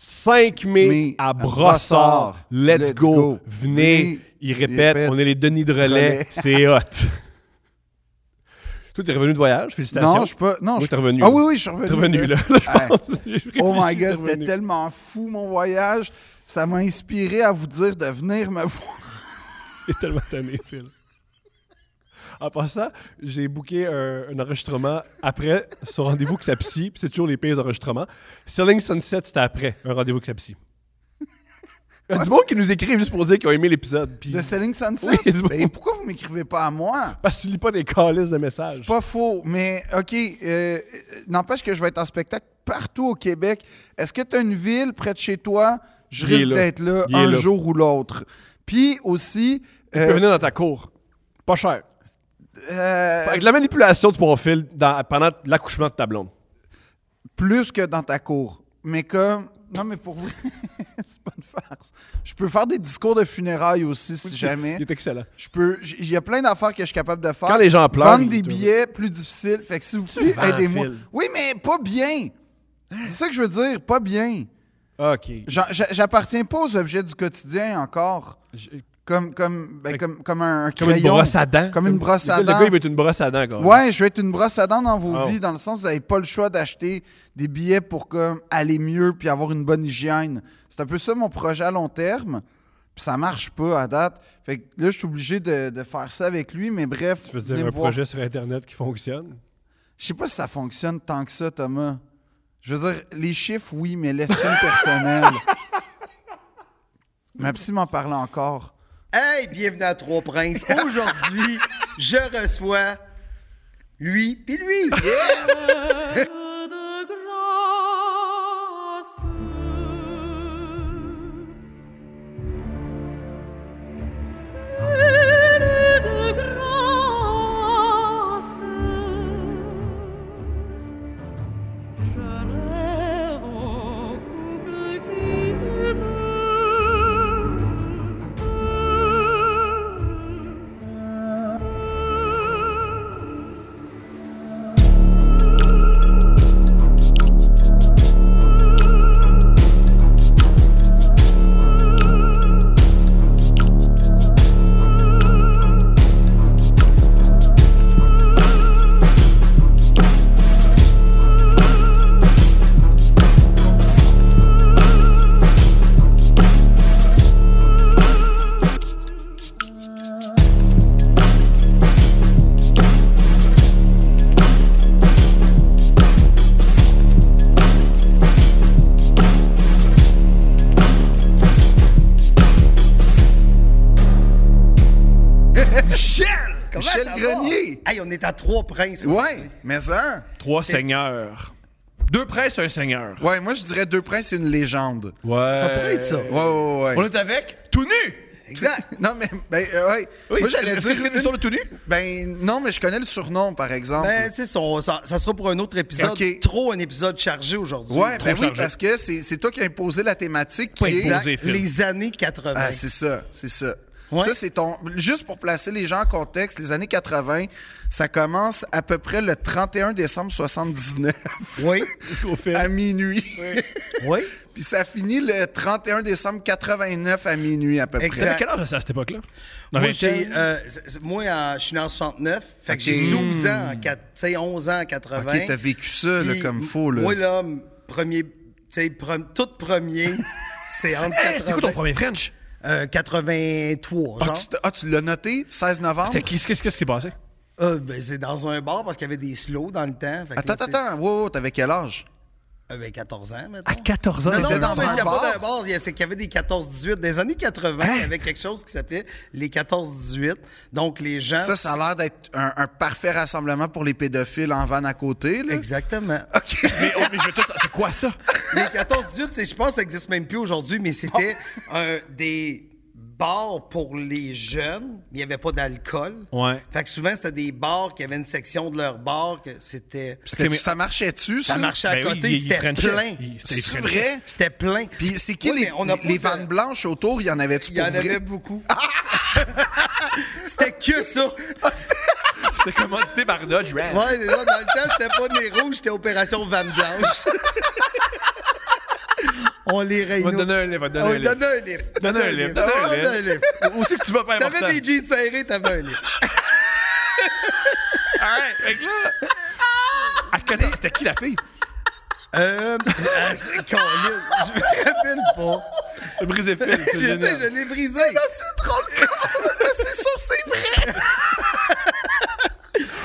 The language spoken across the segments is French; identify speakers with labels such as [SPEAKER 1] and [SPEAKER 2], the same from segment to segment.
[SPEAKER 1] 5 mai,
[SPEAKER 2] Mai,
[SPEAKER 1] à
[SPEAKER 2] à
[SPEAKER 1] Brossard.
[SPEAKER 2] Brossard.
[SPEAKER 1] Let's,
[SPEAKER 2] Let's
[SPEAKER 1] go.
[SPEAKER 2] go.
[SPEAKER 1] Venez.
[SPEAKER 2] Venez.
[SPEAKER 1] Ils
[SPEAKER 2] Ils
[SPEAKER 1] répètent,
[SPEAKER 2] répètent.
[SPEAKER 1] on est les Denis de relais.
[SPEAKER 2] Relais.
[SPEAKER 1] C'est hot. Toi, t'es revenu de voyage. Félicitations.
[SPEAKER 2] Non, je suis pas. Non,
[SPEAKER 1] Moi,
[SPEAKER 2] je
[SPEAKER 1] j'étais revenu,
[SPEAKER 2] Ah
[SPEAKER 1] là.
[SPEAKER 2] oui, oui, je suis revenu.
[SPEAKER 1] T'es revenu, là.
[SPEAKER 2] Hey. Oh
[SPEAKER 1] J'ai
[SPEAKER 2] my
[SPEAKER 1] réfléchi, t'es
[SPEAKER 2] god, c'était
[SPEAKER 1] revenu.
[SPEAKER 2] tellement fou mon voyage. Ça m'a inspiré à vous dire de venir me voir.
[SPEAKER 1] T'es tellement tanné, Phil. En passant, j'ai booké un, un enregistrement après, sur rendez-vous que sa psy, puis c'est toujours les pires enregistrements. Selling Sunset, c'était après, un rendez-vous que sa psy. Il y a du monde qui nous écrivent juste pour dire qu'ils ont aimé l'épisode. puis-
[SPEAKER 2] De Selling Sunset.
[SPEAKER 1] Oui, dis-moi.
[SPEAKER 2] Ben, pourquoi vous m'écrivez pas à moi?
[SPEAKER 1] Parce que tu lis pas des calices de messages.
[SPEAKER 2] C'est pas faux, mais OK, euh, n'empêche que je vais être en spectacle partout au Québec. Est-ce que tu as une ville près de chez toi? Je
[SPEAKER 1] Il est
[SPEAKER 2] risque
[SPEAKER 1] là.
[SPEAKER 2] d'être là
[SPEAKER 1] Il est
[SPEAKER 2] un
[SPEAKER 1] là.
[SPEAKER 2] jour ou l'autre. Puis aussi,
[SPEAKER 1] Tu
[SPEAKER 2] euh,
[SPEAKER 1] peux venir dans ta cour. Pas cher.
[SPEAKER 2] euh,
[SPEAKER 1] Avec de la manipulation du profil dans, pendant l'accouchement de ta blonde.
[SPEAKER 2] plus que dans ta cour. Mais comme. Non, mais pour vous, c'est pas une farce. Je peux faire des discours de funérailles aussi, si jamais.
[SPEAKER 1] Il est excellent.
[SPEAKER 2] Je peux. j- Il y a plein d'affaires que je suis capable de faire.
[SPEAKER 1] Quand les gens pleurent,
[SPEAKER 2] Vendre
[SPEAKER 1] ils
[SPEAKER 2] des
[SPEAKER 1] te-
[SPEAKER 2] billets plus difficiles. Fait que s'il vous plaît,
[SPEAKER 1] vends,
[SPEAKER 2] aidez-moi.
[SPEAKER 1] Phil.
[SPEAKER 2] Oui, mais pas bien. C'est ça que je veux dire, pas bien.
[SPEAKER 1] OK.
[SPEAKER 2] J'a- j'a- J'appartiens pas aux objets du quotidien encore. Comme, comme, ben,
[SPEAKER 1] Fait-
[SPEAKER 2] comme, comme un, un
[SPEAKER 1] Comme une
[SPEAKER 2] crayon.
[SPEAKER 1] brosse à dents.
[SPEAKER 2] Comme une brosse à
[SPEAKER 1] Le gars,
[SPEAKER 2] dents.
[SPEAKER 1] Le gars, il veut être une brosse à dents, quand même.
[SPEAKER 2] Ouais, je vais être une brosse à dents dans vos
[SPEAKER 1] Oh.
[SPEAKER 2] vies, dans le sens où vous n'avez pas le choix d'acheter des billets pour comme, aller mieux puis avoir une bonne hygiène. C'est un peu ça mon projet à long terme. Puis ça marche pas à date. Fait que là, je suis obligé de, de faire ça avec lui, mais bref.
[SPEAKER 1] Tu veux dire
[SPEAKER 2] venez me
[SPEAKER 1] un
[SPEAKER 2] voir.
[SPEAKER 1] projet sur Internet qui fonctionne?
[SPEAKER 2] Je sais pas si ça fonctionne tant que ça, Thomas. Je veux dire, les chiffres, oui, mais l'estime personnelle. Ma psy m'en parle encore.
[SPEAKER 3] Hey, bienvenue à Trois Princes. Aujourd'hui, je reçois lui puis lui. Yeah!
[SPEAKER 4] de grâce. Une de grâce. Je rêve au couple qui demeure.
[SPEAKER 2] Michel!
[SPEAKER 3] Comment
[SPEAKER 2] Michel
[SPEAKER 3] ça va?
[SPEAKER 2] Grenier!
[SPEAKER 3] Hey, on est à Trois Princes.
[SPEAKER 2] Ouais, mais ça.
[SPEAKER 5] Trois seigneurs. Deux princes, un seigneur.
[SPEAKER 2] Ouais, moi je dirais Deux Princes, c'est une légende.
[SPEAKER 1] Ouais.
[SPEAKER 3] Ça pourrait être ça.
[SPEAKER 2] Euh, Ouais, ouais, ouais.
[SPEAKER 5] On est avec tout nu.
[SPEAKER 3] Exact.
[SPEAKER 2] Non, mais. Ben, euh, ouais. moi j'allais
[SPEAKER 5] est-ce
[SPEAKER 2] dire.
[SPEAKER 5] que
[SPEAKER 2] une-
[SPEAKER 5] nous sommes le tout nu.
[SPEAKER 2] Ben, non, mais je connais le surnom, par exemple.
[SPEAKER 3] Ben, c'est ça, on- ça. Ça sera pour un autre épisode.
[SPEAKER 2] Ok.
[SPEAKER 3] Trop un épisode chargé aujourd'hui.
[SPEAKER 2] ouais,
[SPEAKER 3] Trop
[SPEAKER 2] ben oui,
[SPEAKER 5] chargé.
[SPEAKER 2] parce que c'est c'est toi qui as imposé la thématique qui
[SPEAKER 5] Pas
[SPEAKER 2] est.
[SPEAKER 5] imposé. Phil.
[SPEAKER 3] Les années 80.
[SPEAKER 2] Ah, c'est ça, c'est ça.
[SPEAKER 3] Ouais.
[SPEAKER 2] Ça, c'est ton. Juste pour placer les gens en contexte, les années 80, ça commence à peu près le 31 décembre 79,
[SPEAKER 3] oui,
[SPEAKER 1] Qu'est-ce qu'on fait?
[SPEAKER 2] à minuit.
[SPEAKER 3] oui.
[SPEAKER 2] Puis ça finit le 31 décembre 89 à minuit, à peu près.
[SPEAKER 3] Exact.
[SPEAKER 1] Quel âge c'est à cette époque-là? Dans
[SPEAKER 5] Ben,
[SPEAKER 3] Moi,
[SPEAKER 1] vingt
[SPEAKER 3] j'ai,
[SPEAKER 1] ans?
[SPEAKER 3] euh, c'est- c'est- moi, en- je suis né en 69. Fait que
[SPEAKER 2] Ok. Hmm.
[SPEAKER 3] j'ai 12 ans, en quat- tu sais, 11 ans en 80.
[SPEAKER 2] Ok, t'as vécu ça là,
[SPEAKER 3] Puis,
[SPEAKER 2] comme faux, là.
[SPEAKER 3] Moi, là, m- premier, tu sais, pre- tout premier, c'est entre 80,
[SPEAKER 5] C'est quoi ton premier French?
[SPEAKER 3] euh, 83,
[SPEAKER 2] ah,
[SPEAKER 3] genre.
[SPEAKER 2] tu, t- ah, tu l'as noté, 16 novembre?
[SPEAKER 1] C'était- Qu'est-ce qu'est-ce qui s'est passé?
[SPEAKER 3] Euh, ben, c'est dans un bar parce qu'il y avait des slows dans le temps. Fait que
[SPEAKER 2] Attends,
[SPEAKER 3] là,
[SPEAKER 2] attends,
[SPEAKER 3] tu sais,
[SPEAKER 2] attends. Wow, wow, t'avais quel âge?
[SPEAKER 3] euh, ben, 14 ans, maintenant.
[SPEAKER 1] À 14 ans,
[SPEAKER 3] Non, non,
[SPEAKER 2] t'étais
[SPEAKER 3] non,
[SPEAKER 2] dans
[SPEAKER 3] mais
[SPEAKER 2] un
[SPEAKER 3] c'était
[SPEAKER 2] bar? Hein?
[SPEAKER 3] pas d'un bar, il y a- c'est qu'il y avait des 14-18. Dans les années 80, il y avait quelque chose qui s'appelait les 14-18. Donc, les gens...
[SPEAKER 2] Ça, ça a l'air d'être un, un parfait rassemblement pour les pédophiles en van à côté, là.
[SPEAKER 3] Exactement.
[SPEAKER 2] OK.
[SPEAKER 5] Mais, oh, mais je veux tout. C'est quoi ça?
[SPEAKER 3] Les 14-18, c'est- je pense que ça n'existe même plus aujourd'hui, mais c'était euh, des bars pour les jeunes. Il n'y avait pas d'alcool.
[SPEAKER 1] Ouais.
[SPEAKER 3] Fait que souvent, c'était des bars qui avaient une section de leur bar que c'était.
[SPEAKER 2] C'était- Ça marchait-tu, ça?
[SPEAKER 3] Ça marchait à
[SPEAKER 5] Ben oui,
[SPEAKER 3] côté,
[SPEAKER 5] il- il
[SPEAKER 3] c'était
[SPEAKER 5] frenchait.
[SPEAKER 3] plein.
[SPEAKER 5] Il- c'était
[SPEAKER 2] C'est
[SPEAKER 5] frenchait.
[SPEAKER 2] vrai?
[SPEAKER 3] C'était plein.
[SPEAKER 2] Puis c'est qui
[SPEAKER 3] Oui,
[SPEAKER 2] les,
[SPEAKER 3] mais on a
[SPEAKER 2] les- les
[SPEAKER 3] pas de-
[SPEAKER 2] vannes blanches autour? Il y en avait-tu
[SPEAKER 3] Il y
[SPEAKER 2] pour
[SPEAKER 3] en
[SPEAKER 2] vrai?
[SPEAKER 3] avait beaucoup. c'était que ça.
[SPEAKER 5] Ah, C'était commandité par Dodge Ram.
[SPEAKER 3] Ouais, c'est ça, dans le temps, c'était pas des rouges, c'était Opération Van Blanche. On lirait.
[SPEAKER 5] va
[SPEAKER 3] nous.
[SPEAKER 5] te donner un livre, va te
[SPEAKER 2] Ah
[SPEAKER 3] On
[SPEAKER 5] donner un livre.
[SPEAKER 3] donne Oh, un
[SPEAKER 5] Donne un
[SPEAKER 3] livre.
[SPEAKER 5] livre, donne
[SPEAKER 3] Ah,
[SPEAKER 5] un
[SPEAKER 3] ouais,
[SPEAKER 5] livre.
[SPEAKER 3] donne un livre.
[SPEAKER 5] Où c'est que tu vas pas
[SPEAKER 3] Si t'avais des jeans serrés, t'avais un livre.
[SPEAKER 5] Alright, fait que là.
[SPEAKER 2] Ah!
[SPEAKER 5] À 14, c'était qui la fille?
[SPEAKER 3] Euh, ah, c'est con, là. je me rappelle pas.
[SPEAKER 5] Le brisé fil.
[SPEAKER 3] Je sais, je l'ai brisé.
[SPEAKER 2] C'est drôle, c'est sûr, c'est vrai.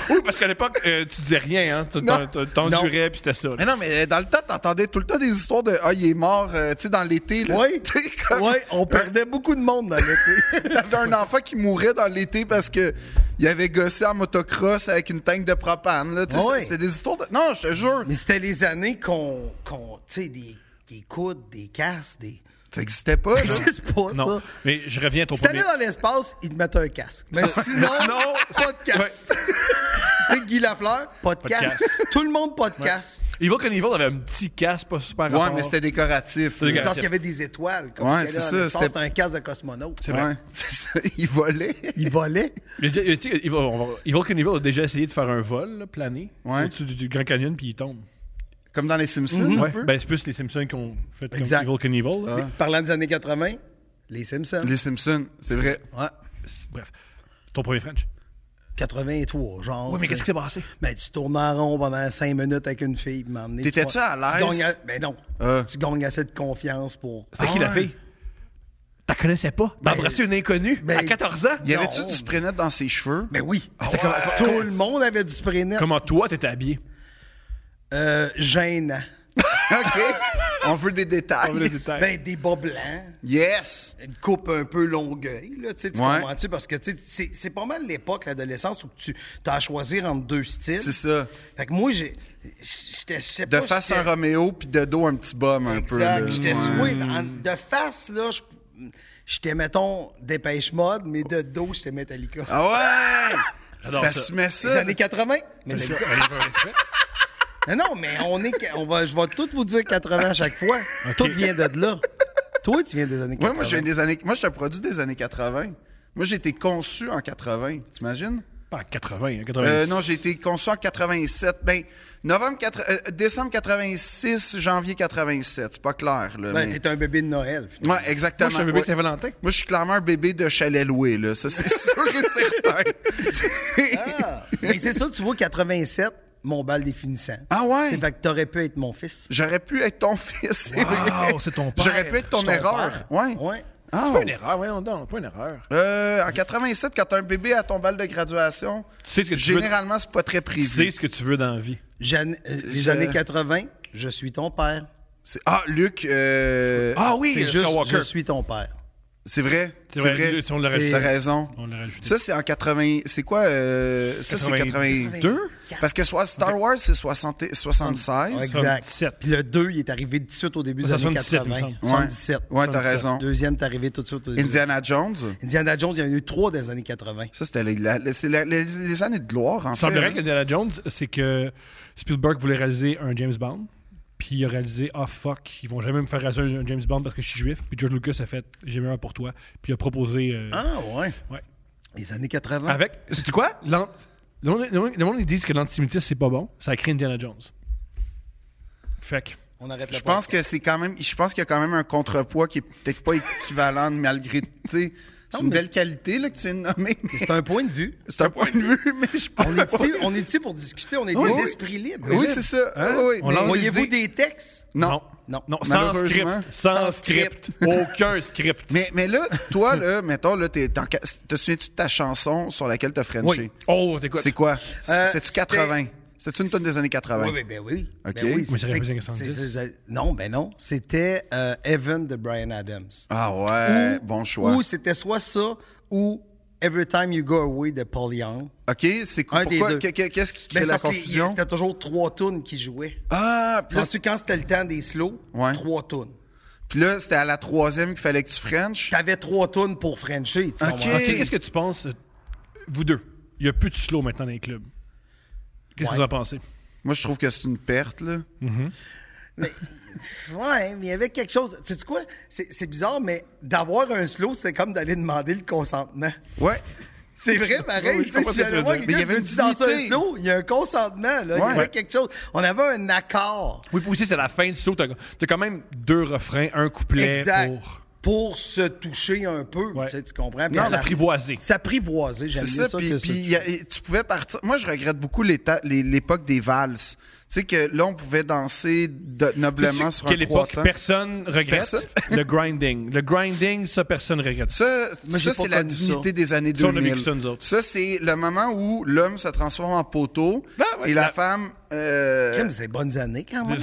[SPEAKER 5] Oui, parce qu'à l'époque, euh, tu disais rien, hein. Tu-
[SPEAKER 2] Non.
[SPEAKER 5] t'en- t'en- T'endurais, puis c'était ça. là.
[SPEAKER 2] Mais non, mais euh, dans le temps, t'entendais tout le temps des histoires de Ah, il est mort, euh, tu sais, dans l'été. là.
[SPEAKER 3] Oui.
[SPEAKER 2] Tu sais, comme-
[SPEAKER 3] Ouais, on perdait beaucoup de monde dans l'été.
[SPEAKER 2] T'avais un enfant qui mourait dans l'été parce que il avait gossé en motocross avec une tank de propane. Là. Tu sais,
[SPEAKER 3] Ouais.
[SPEAKER 2] C'était des histoires de. Non, je te jure.
[SPEAKER 3] Mais c'était les années qu'on. qu'on tu sais, des, des coudes, des casques, des.
[SPEAKER 2] Ça n'existait pas.
[SPEAKER 3] Ça
[SPEAKER 2] là.
[SPEAKER 3] existe pas,
[SPEAKER 5] Non.
[SPEAKER 3] ça.
[SPEAKER 5] Mais je reviens à ton
[SPEAKER 3] Si t'allais
[SPEAKER 5] premier.
[SPEAKER 3] dans l'espace, ils te mettaient un casque. Mais sinon,
[SPEAKER 5] sinon,
[SPEAKER 3] pas de casque. tu sais, Guy Lafleur, pas de
[SPEAKER 5] de
[SPEAKER 3] casque. Tout le monde, pas de casque.
[SPEAKER 5] Ivo Canivo avait un petit casque, pas super
[SPEAKER 2] Ouais,
[SPEAKER 5] rapport.
[SPEAKER 2] mais c'était décoratif.
[SPEAKER 5] C'est
[SPEAKER 2] là.
[SPEAKER 3] Dans le
[SPEAKER 5] dégueulasse.
[SPEAKER 3] sens qu'il y avait des étoiles. Comme
[SPEAKER 2] Ouais,
[SPEAKER 3] si
[SPEAKER 2] c'est
[SPEAKER 3] elle allait
[SPEAKER 2] ça,
[SPEAKER 3] dans l'espace,
[SPEAKER 2] c'était-
[SPEAKER 3] C'était un casque de cosmonaute.
[SPEAKER 5] C'est vrai.
[SPEAKER 2] Ouais, c'est ça. Il volait.
[SPEAKER 3] Il volait.
[SPEAKER 5] Mais déjà, tu sais, Ivo- on va- Ivo Canivo a déjà essayé de faire un vol, là, plané,
[SPEAKER 2] Ouais.
[SPEAKER 5] au-dessus du, du Grand Canyon, puis il tombe.
[SPEAKER 2] Comme dans les Simpsons. un
[SPEAKER 5] Ouais.
[SPEAKER 2] peu.
[SPEAKER 5] Ben, c'est plus les Simpsons qui ont fait comme
[SPEAKER 3] Exact.
[SPEAKER 5] Evil Knievel, là.
[SPEAKER 2] Ah.
[SPEAKER 3] Mais Parlant des années 80, les Simpsons.
[SPEAKER 2] Les Simpsons, c'est vrai.
[SPEAKER 3] Ouais.
[SPEAKER 5] C'est- Bref. Ton premier French.
[SPEAKER 3] 83, genre.
[SPEAKER 5] Oui, mais qu'est-ce qui s'est passé?
[SPEAKER 3] Ben, tu tournes en rond pendant 5 minutes avec une fille. puis m'emmener.
[SPEAKER 2] T'étais-tu à l'aise?
[SPEAKER 3] Ben non.
[SPEAKER 2] Ah.
[SPEAKER 3] Tu gagnes assez de confiance pour.
[SPEAKER 5] C'était
[SPEAKER 2] Ah
[SPEAKER 5] qui la
[SPEAKER 2] ouais.
[SPEAKER 5] fille? T'as connaissais pas? T'as embrassé une inconnue
[SPEAKER 3] ben-
[SPEAKER 5] à 14 ans?
[SPEAKER 2] Y avait-tu
[SPEAKER 3] Non.
[SPEAKER 2] du spray Ah, net dans ses cheveux?
[SPEAKER 3] Mais oui. Ah,
[SPEAKER 5] c'est comme-
[SPEAKER 3] Tout le monde avait du prénom.
[SPEAKER 5] Comment toi, t'étais habillé?
[SPEAKER 3] Euh, gênant.
[SPEAKER 2] OK. On veut des détails.
[SPEAKER 5] On veut des détails.
[SPEAKER 3] Ben, des bas blancs,
[SPEAKER 2] Yes.
[SPEAKER 3] une coupe un peu longueuil, là, tu sais, tu
[SPEAKER 2] Ouais.
[SPEAKER 3] comprends-tu? Parce que, tu sais, c'est- c'est pas mal l'époque, l'adolescence, où tu as à choisir entre deux styles.
[SPEAKER 2] C'est ça.
[SPEAKER 3] Fait que moi, j'ai- j'étais, j'étais
[SPEAKER 2] De
[SPEAKER 3] pas...
[SPEAKER 2] face
[SPEAKER 3] j'étais-
[SPEAKER 2] un Roméo, puis de dos un petit bum un peu.
[SPEAKER 3] Exact,
[SPEAKER 2] là.
[SPEAKER 3] j'étais
[SPEAKER 2] Ouais.
[SPEAKER 3] swing. En- De face, là, je- j'étais, mettons, dépêche mode, mais de dos, j'étais Metallica.
[SPEAKER 2] Ah ouais!
[SPEAKER 5] J'adore ça.
[SPEAKER 2] T'assumais
[SPEAKER 3] Les
[SPEAKER 2] ça?
[SPEAKER 3] années 80, Metallica. Non, non, mais on est. On va, je vais tout vous dire 80 à chaque fois. Tout vient de là. Toi, tu viens des années 80.
[SPEAKER 2] Ouais, moi, j'ai des années. Moi, j'étais un produit des années 80. Moi, j'ai été conçu en 80. T'imagines?
[SPEAKER 5] Pas en 80, hein, 90.
[SPEAKER 2] Euh, non, j'ai été conçu en 87. Ben, novembre quatre- euh, décembre 86, janvier 87. C'est pas clair, là.
[SPEAKER 3] Ben,
[SPEAKER 2] mais-
[SPEAKER 3] t'es un bébé de Noël. finalement.
[SPEAKER 2] Ouais,
[SPEAKER 5] Moi,
[SPEAKER 2] exactement.
[SPEAKER 5] je suis un bébé
[SPEAKER 2] Ouais.
[SPEAKER 5] de Saint-Valentin.
[SPEAKER 2] Moi, je suis clairement un bébé de chalet loué, là. Ça, c'est sûr et certain.
[SPEAKER 3] Ah, mais c'est ça, tu vois, 87, mon bal définissant.
[SPEAKER 2] Ah
[SPEAKER 3] C'est
[SPEAKER 2] ouais?
[SPEAKER 3] fait que t'aurais pu être mon fils.
[SPEAKER 2] J'aurais pu être ton fils. c'est vrai.
[SPEAKER 5] Wow, c'est ton père.
[SPEAKER 2] J'aurais pu être ton
[SPEAKER 5] C'est
[SPEAKER 2] erreur.
[SPEAKER 5] père.
[SPEAKER 2] Ouais.
[SPEAKER 3] Ouais.
[SPEAKER 2] Ah,
[SPEAKER 5] Pas une erreur, voyons donc, pas une erreur.
[SPEAKER 2] Euh, en 87, quand t'as un bébé à ton bal de graduation,
[SPEAKER 5] Tu sais ce que tu veux-
[SPEAKER 2] généralement, c'est pas très
[SPEAKER 5] Tu sais
[SPEAKER 2] privé.
[SPEAKER 5] ce que tu veux dans la vie.
[SPEAKER 3] Jeanne- euh, les
[SPEAKER 2] Je-
[SPEAKER 3] années 80, je suis ton père.
[SPEAKER 2] C'est- Ah, Luc, euh,
[SPEAKER 5] Ah oui,
[SPEAKER 3] C'est
[SPEAKER 5] le
[SPEAKER 3] juste,
[SPEAKER 5] Skywalker.
[SPEAKER 3] je suis ton père.
[SPEAKER 2] c'est vrai.
[SPEAKER 5] C'est
[SPEAKER 2] C'est
[SPEAKER 5] vrai,
[SPEAKER 2] vrai.
[SPEAKER 5] si on l'aurait
[SPEAKER 2] C'est-
[SPEAKER 5] ajouté.
[SPEAKER 2] T'as raison.
[SPEAKER 5] On l'a rajouté.
[SPEAKER 2] Ça, c'est en 80. C'est quoi euh, Ça, c'est
[SPEAKER 5] 82?
[SPEAKER 2] 82. Parce que soit Star Wars, c'est 60 76.
[SPEAKER 3] Ouais, exact.
[SPEAKER 5] 77.
[SPEAKER 3] Puis le 2, il est arrivé tout de suite au début des
[SPEAKER 5] Ça,
[SPEAKER 3] années
[SPEAKER 5] 77, il me
[SPEAKER 3] 80.
[SPEAKER 5] semble.
[SPEAKER 2] Ouais.
[SPEAKER 3] 77.
[SPEAKER 2] Ouais, t'as raison.
[SPEAKER 3] Deuxième, t'es arrivé tout de suite au début.
[SPEAKER 2] Indiana Jones.
[SPEAKER 3] Indiana Jones, il y en a eu trois des années 80.
[SPEAKER 2] Ça, c'était les, la- les- c'est la- les- les années de gloire, en
[SPEAKER 5] Il
[SPEAKER 2] fait.
[SPEAKER 5] semblerait
[SPEAKER 2] hein.
[SPEAKER 5] que Indiana Jones, c'est que Spielberg voulait réaliser un James Bond, puis il a réalisé Ah fuck, ils vont jamais me faire réaliser un un James Bond parce que je suis juif, puis George Lucas a fait J'ai mieux un pour toi, puis il a proposé. euh,
[SPEAKER 3] Ah, ouais.
[SPEAKER 5] ouais.
[SPEAKER 3] Les années 80.
[SPEAKER 5] Avec. C'est quoi L'an- Le monde, le monde- le monde, ils disent que l'antisémitisme, c'est pas bon, ça a créé Indiana Jones. Fait que.
[SPEAKER 3] On arrête le
[SPEAKER 2] Je pense
[SPEAKER 3] podcast.
[SPEAKER 2] que c'est quand même. Je pense qu'il y a quand même un contrepoids qui est peut-être pas équivalent malgré. tu sais, C'est
[SPEAKER 3] Non,
[SPEAKER 2] une
[SPEAKER 3] mais
[SPEAKER 2] belle
[SPEAKER 3] c'est-
[SPEAKER 2] qualité là, que tu viens de nommer. mais
[SPEAKER 3] C'est un point de vue.
[SPEAKER 2] C'est un point de vue, mais je pense
[SPEAKER 3] On est ici, on est ici pour discuter. On est
[SPEAKER 2] Oui,
[SPEAKER 3] des
[SPEAKER 2] oui.
[SPEAKER 3] esprits libres.
[SPEAKER 2] Oui, c'est ça. Oui,
[SPEAKER 5] Hein? On
[SPEAKER 2] mais-
[SPEAKER 5] lance
[SPEAKER 3] Voyez-vous des textes?
[SPEAKER 2] Non.
[SPEAKER 5] Non.
[SPEAKER 3] Non.
[SPEAKER 5] Non, sans
[SPEAKER 2] Malheureusement.
[SPEAKER 5] script. Sans
[SPEAKER 3] Sans
[SPEAKER 5] script. Aucun script.
[SPEAKER 2] Mais, mais là, toi, là, mettons, là, t'es, t'en- te souviens-tu de ta chanson sur laquelle t'as Frenché?
[SPEAKER 5] Oui. Oh, t'écoutes.
[SPEAKER 2] C'est quoi?
[SPEAKER 3] Euh,
[SPEAKER 2] C'était-tu
[SPEAKER 3] c'était-
[SPEAKER 2] 80? C'était-tu une tonne des années 80?
[SPEAKER 3] Oui, ben, ben oui.
[SPEAKER 2] OK.
[SPEAKER 3] Ben oui,
[SPEAKER 5] Mais ça aurait pu
[SPEAKER 3] c'était-
[SPEAKER 5] être 70.
[SPEAKER 3] c'est- c'est- non, ben non. C'était euh, Evan de Brian Adams.
[SPEAKER 2] Ah ouais,
[SPEAKER 3] Ou-
[SPEAKER 2] bon choix.
[SPEAKER 3] Ou c'était soit ça ou Every Time You Go Away de Paul Young.
[SPEAKER 2] OK, c'est quoi?
[SPEAKER 3] Un des
[SPEAKER 2] pourquoi-
[SPEAKER 3] deux.
[SPEAKER 2] qu'est- qu'est- Qu'est-ce qui crée
[SPEAKER 3] Ben,
[SPEAKER 2] la
[SPEAKER 3] ça, c'est-
[SPEAKER 2] confusion?
[SPEAKER 3] C'était toujours trois tunes qui jouaient.
[SPEAKER 2] Ah, puis là,
[SPEAKER 3] Parce que quand c'était le temps des slows,
[SPEAKER 2] Ouais.
[SPEAKER 3] trois tunes.
[SPEAKER 2] puis là, c'était à la troisième qu'il fallait que tu French?
[SPEAKER 3] T'avais trois tunes pour Frenchie. Tu
[SPEAKER 2] Ok.
[SPEAKER 3] comprends?
[SPEAKER 5] Ah, tu sais, Qu'est-ce que tu penses, euh, vous deux? Il n'y a plus de slow maintenant dans les clubs. Qu'est-ce que
[SPEAKER 3] Ouais.
[SPEAKER 5] vous en pensez?
[SPEAKER 2] Moi, je trouve que c'est une perte, là.
[SPEAKER 3] Ouais, mais il y avait quelque chose. Tu sais quoi? C'est c'est bizarre, mais d'avoir un slow, c'est comme d'aller demander le consentement.
[SPEAKER 2] Ouais.
[SPEAKER 3] C'est vrai, pareil.
[SPEAKER 1] Oui, je
[SPEAKER 3] tu sais,
[SPEAKER 1] comprends
[SPEAKER 3] si
[SPEAKER 1] ce que tu
[SPEAKER 3] j'allais
[SPEAKER 1] veux
[SPEAKER 3] voir
[SPEAKER 1] dire.
[SPEAKER 3] quelqu'un
[SPEAKER 2] Mais il y avait
[SPEAKER 3] qui
[SPEAKER 2] une
[SPEAKER 3] dit danser un
[SPEAKER 2] dignité.
[SPEAKER 3] slow, il y a un consentement, là. Il y
[SPEAKER 2] Ouais.
[SPEAKER 3] avait quelque chose. On avait un accord
[SPEAKER 5] Oui, puis aussi, c'est la fin du show. T'as t'as quand même deux refrains, un couplet
[SPEAKER 3] exact
[SPEAKER 5] pour
[SPEAKER 3] pour se toucher un peu. Tu, sais, tu comprends? Puis
[SPEAKER 5] non,
[SPEAKER 3] à la-
[SPEAKER 5] s'apprivoiser.
[SPEAKER 3] S'apprivoiser, j'aime
[SPEAKER 2] C'est
[SPEAKER 3] mieux
[SPEAKER 2] ça,
[SPEAKER 3] ça
[SPEAKER 2] puis,
[SPEAKER 3] que
[SPEAKER 2] puis il y a- et tu pouvais partir. Moi, je regrette beaucoup l'éta- les- l'époque des valses. Tu sais que là, on pouvait danser de- noblement
[SPEAKER 5] Sais-tu
[SPEAKER 2] sur un
[SPEAKER 5] quelle
[SPEAKER 2] trois
[SPEAKER 5] époque
[SPEAKER 2] temps.
[SPEAKER 5] personne regrette
[SPEAKER 2] Personne.
[SPEAKER 5] le grinding. Le grinding, ça, personne regrette.
[SPEAKER 2] Ça,
[SPEAKER 3] Moi,
[SPEAKER 2] ça,
[SPEAKER 3] j'ai pas
[SPEAKER 2] c'est la
[SPEAKER 3] connu ça.
[SPEAKER 2] dignité des années
[SPEAKER 5] Ça, on a
[SPEAKER 2] 2000.
[SPEAKER 5] vécu ça, nous autres.
[SPEAKER 2] Ça, c'est le moment où l'homme se transforme en poteau
[SPEAKER 5] Ah, ouais,
[SPEAKER 2] et la,
[SPEAKER 5] la-
[SPEAKER 2] femme... euh,
[SPEAKER 3] Crime, c'est des bonnes années quand même.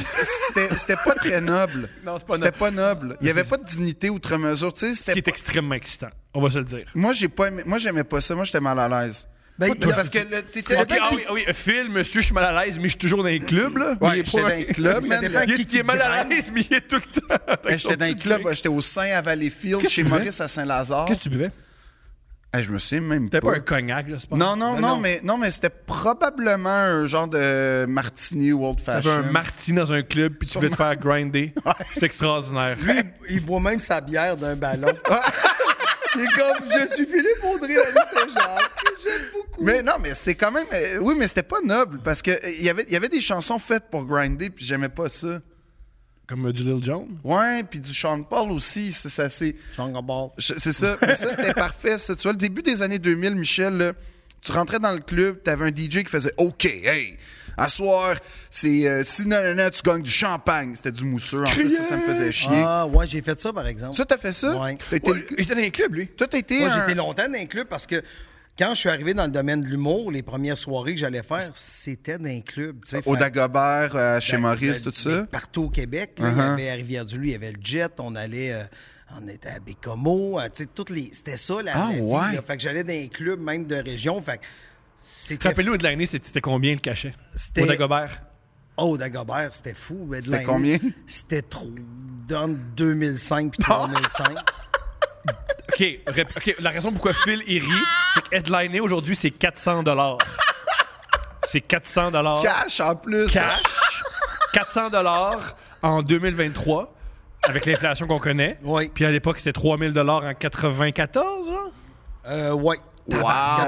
[SPEAKER 2] c'était c'était pas très noble.
[SPEAKER 5] Non, c'est pas
[SPEAKER 2] C'était
[SPEAKER 5] noble.
[SPEAKER 2] pas noble. Il y avait pas de dignité outre mesure. Tu sais,
[SPEAKER 5] Ce qui
[SPEAKER 2] c'était
[SPEAKER 5] est extrêmement excitant, on va se le dire.
[SPEAKER 2] Moi, j'ai pas aimé- Moi, j'aimais pas ça. Moi, j'étais mal à l'aise.
[SPEAKER 3] Ben,
[SPEAKER 2] Pas
[SPEAKER 3] il y
[SPEAKER 2] toi,
[SPEAKER 3] a-
[SPEAKER 2] parce que le- t'étais.
[SPEAKER 5] Ok, ah oui, ah oui, Phil, monsieur, je suis mal à l'aise, mais je suis toujours dans les clubs, là.
[SPEAKER 2] Ouais,
[SPEAKER 5] Il est
[SPEAKER 2] j'étais
[SPEAKER 5] pas-
[SPEAKER 2] dans les clubs,
[SPEAKER 5] Ça
[SPEAKER 2] man,
[SPEAKER 5] dépend
[SPEAKER 2] là.
[SPEAKER 5] qui, qui est mal à l'aise, mais il est tout le temps.
[SPEAKER 2] Ben, J'étais dans le club, j'étais au Saint à Valleyfield,
[SPEAKER 5] Qu'est-ce
[SPEAKER 2] chez
[SPEAKER 5] que tu
[SPEAKER 2] Maurice à Saint-Lazare.
[SPEAKER 5] Qu'est-ce que tu buvais?
[SPEAKER 2] Eh, je me souviens même pas.
[SPEAKER 5] T'avais pas un cognac, là, c'est pas?
[SPEAKER 2] Non, non, non,
[SPEAKER 3] Non, non.
[SPEAKER 2] mais, non, mais c'était probablement un genre de martini ou old
[SPEAKER 5] T'avais un
[SPEAKER 2] fashion.
[SPEAKER 5] martini dans un club, puis tu voulais te faire grinder. C'est extraordinaire.
[SPEAKER 3] Lui, il il boit même sa bière d'un ballon. Il est comme, je suis Philippe Audrey, la vie Saint-Jacques. J'aime beaucoup.
[SPEAKER 2] Mais non, mais c'était quand même. euh, oui, mais c'était pas noble parce que euh, il y avait, il y avait des chansons faites pour grinder, puis j'aimais pas ça.
[SPEAKER 5] Comme euh, du Lil Jon.
[SPEAKER 2] Ouais, puis du Sean Paul aussi, c'est ça, c'est.
[SPEAKER 3] Jean Ball.
[SPEAKER 2] Je- C'est ça. Mais ça, c'était parfait. ça. Tu vois, le début des années 2000, Michel, là, tu rentrais dans le club, t'avais un DJ qui faisait OK, hey, à soir, c'est euh, si non, non, non, tu gagnes du champagne. C'était du mousseux. En plus, ça, ça me faisait chier.
[SPEAKER 3] Ah, ouais, j'ai fait ça, par exemple.
[SPEAKER 2] Ça, t'as fait ça?
[SPEAKER 3] Ouais.
[SPEAKER 2] T'as été le-
[SPEAKER 5] Il était dans les clubs, lui.
[SPEAKER 2] Toi, t'as été.
[SPEAKER 3] Moi,
[SPEAKER 2] un-
[SPEAKER 3] j'étais longtemps dans un club parce que quand je suis arrivé dans le domaine de l'humour, les premières soirées que j'allais faire, c'était dans un club. tu sais.
[SPEAKER 2] Au
[SPEAKER 3] Fait-
[SPEAKER 2] Dagobert, euh, chez
[SPEAKER 3] Ben,
[SPEAKER 2] Maurice,
[SPEAKER 3] ben,
[SPEAKER 2] tout ça.
[SPEAKER 3] Partout au Québec. là,
[SPEAKER 2] Uh-huh.
[SPEAKER 3] Il y avait à Rivière-du-Loup, il y avait le jet, on allait. euh, on était à Bécomo, à- tu sais, toutes les. C'était ça, la,
[SPEAKER 2] Ah,
[SPEAKER 3] la vie,
[SPEAKER 2] ouais.
[SPEAKER 3] là. Fait que j'allais dans les clubs, même de région. Fait que c'était.
[SPEAKER 5] Rappelez-nous de l'année, c'était c'était combien le cachet?
[SPEAKER 3] C'était-
[SPEAKER 5] Au Dagobert.
[SPEAKER 3] Oh, Dagobert, c'était fou. ben, de
[SPEAKER 2] C'était
[SPEAKER 3] l'année.
[SPEAKER 2] combien?
[SPEAKER 3] C'était trop. Dans 2005 puis 3005.
[SPEAKER 5] OK, rép- ok, la raison pourquoi Phil il rit, c'est que headliner aujourd'hui, c'est 400 C'est 400
[SPEAKER 2] Cash en plus. hein?
[SPEAKER 5] cash. 400 en 2023, avec l'inflation qu'on connaît.
[SPEAKER 3] Oui.
[SPEAKER 5] Puis à l'époque, c'était 3000 en 94, genre.
[SPEAKER 3] euh, ouais.
[SPEAKER 2] Wow.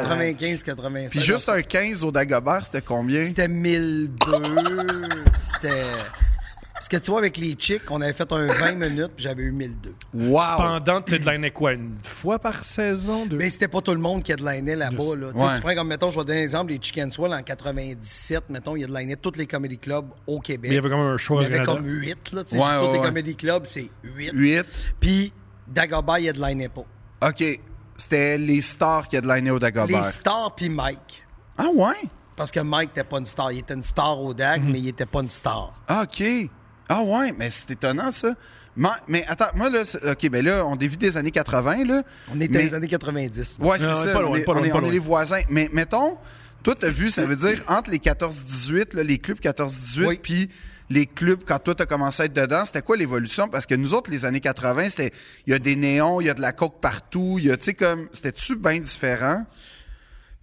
[SPEAKER 3] 95, 96.
[SPEAKER 2] Puis juste un 15 au Dagobert, c'était combien?
[SPEAKER 3] Ben, C'était 1002. C'était. Parce que tu vois, avec les chicks, on avait fait un 20 minutes, puis j'avais eu 1002.
[SPEAKER 2] Wow!
[SPEAKER 5] Pendant, tu headlinais quoi? Une fois par saison? Deux?
[SPEAKER 3] Ah Mais c'était pas tout le monde qui a de l'année là-bas. Là. Tu sais,
[SPEAKER 2] Ouais.
[SPEAKER 3] Tu prends comme, mettons, je vais donner un exemple, les Chicken Swell en 97, mettons, il y a de l'année tous les comedy clubs au Québec.
[SPEAKER 5] il y avait comme un choix
[SPEAKER 3] Il y avait
[SPEAKER 5] au Canada.
[SPEAKER 3] comme 8, là. tu sais,
[SPEAKER 2] Ouais,
[SPEAKER 3] puis tous
[SPEAKER 2] ouais,
[SPEAKER 3] les
[SPEAKER 2] ouais.
[SPEAKER 3] comedy clubs, c'est 8.
[SPEAKER 2] 8.
[SPEAKER 3] Puis Dagobah, il y a de l'année pas.
[SPEAKER 2] OK. C'était les stars qui a de l'année au
[SPEAKER 3] Les
[SPEAKER 2] Dagobert.
[SPEAKER 3] stars, puis Mike.
[SPEAKER 2] Ah ouais?
[SPEAKER 3] Parce que Mike n'était pas une star. Il était une star au DAG,
[SPEAKER 2] Mhm.
[SPEAKER 3] mais il était pas une star.
[SPEAKER 2] Ah, OK. Ah ouais, mais c'est étonnant, ça. Mais, mais attends, moi, là, c'est- OK, ben là, on dévie des années 80, là.
[SPEAKER 3] On
[SPEAKER 2] Mais-
[SPEAKER 3] était dans les années 90.
[SPEAKER 2] Ouais, c'est
[SPEAKER 5] Non,
[SPEAKER 2] ça.
[SPEAKER 5] pas
[SPEAKER 2] on
[SPEAKER 5] loin,
[SPEAKER 2] est,
[SPEAKER 5] pas
[SPEAKER 2] on
[SPEAKER 5] loin,
[SPEAKER 2] est-
[SPEAKER 5] pas
[SPEAKER 2] on est
[SPEAKER 5] loin.
[SPEAKER 2] les voisins. Mais mettons, toi, t'as vu, ça veut dire, entre les 14-18, là, les clubs 14-18,
[SPEAKER 3] Oui.
[SPEAKER 2] puis les clubs, quand toi, t'as commencé à être dedans, c'était quoi l'évolution? Parce que nous autres, les années 80, c'était, il y a des néons, il y a de la coke partout, il y a, tu sais, comme, c'était-tu bien différent?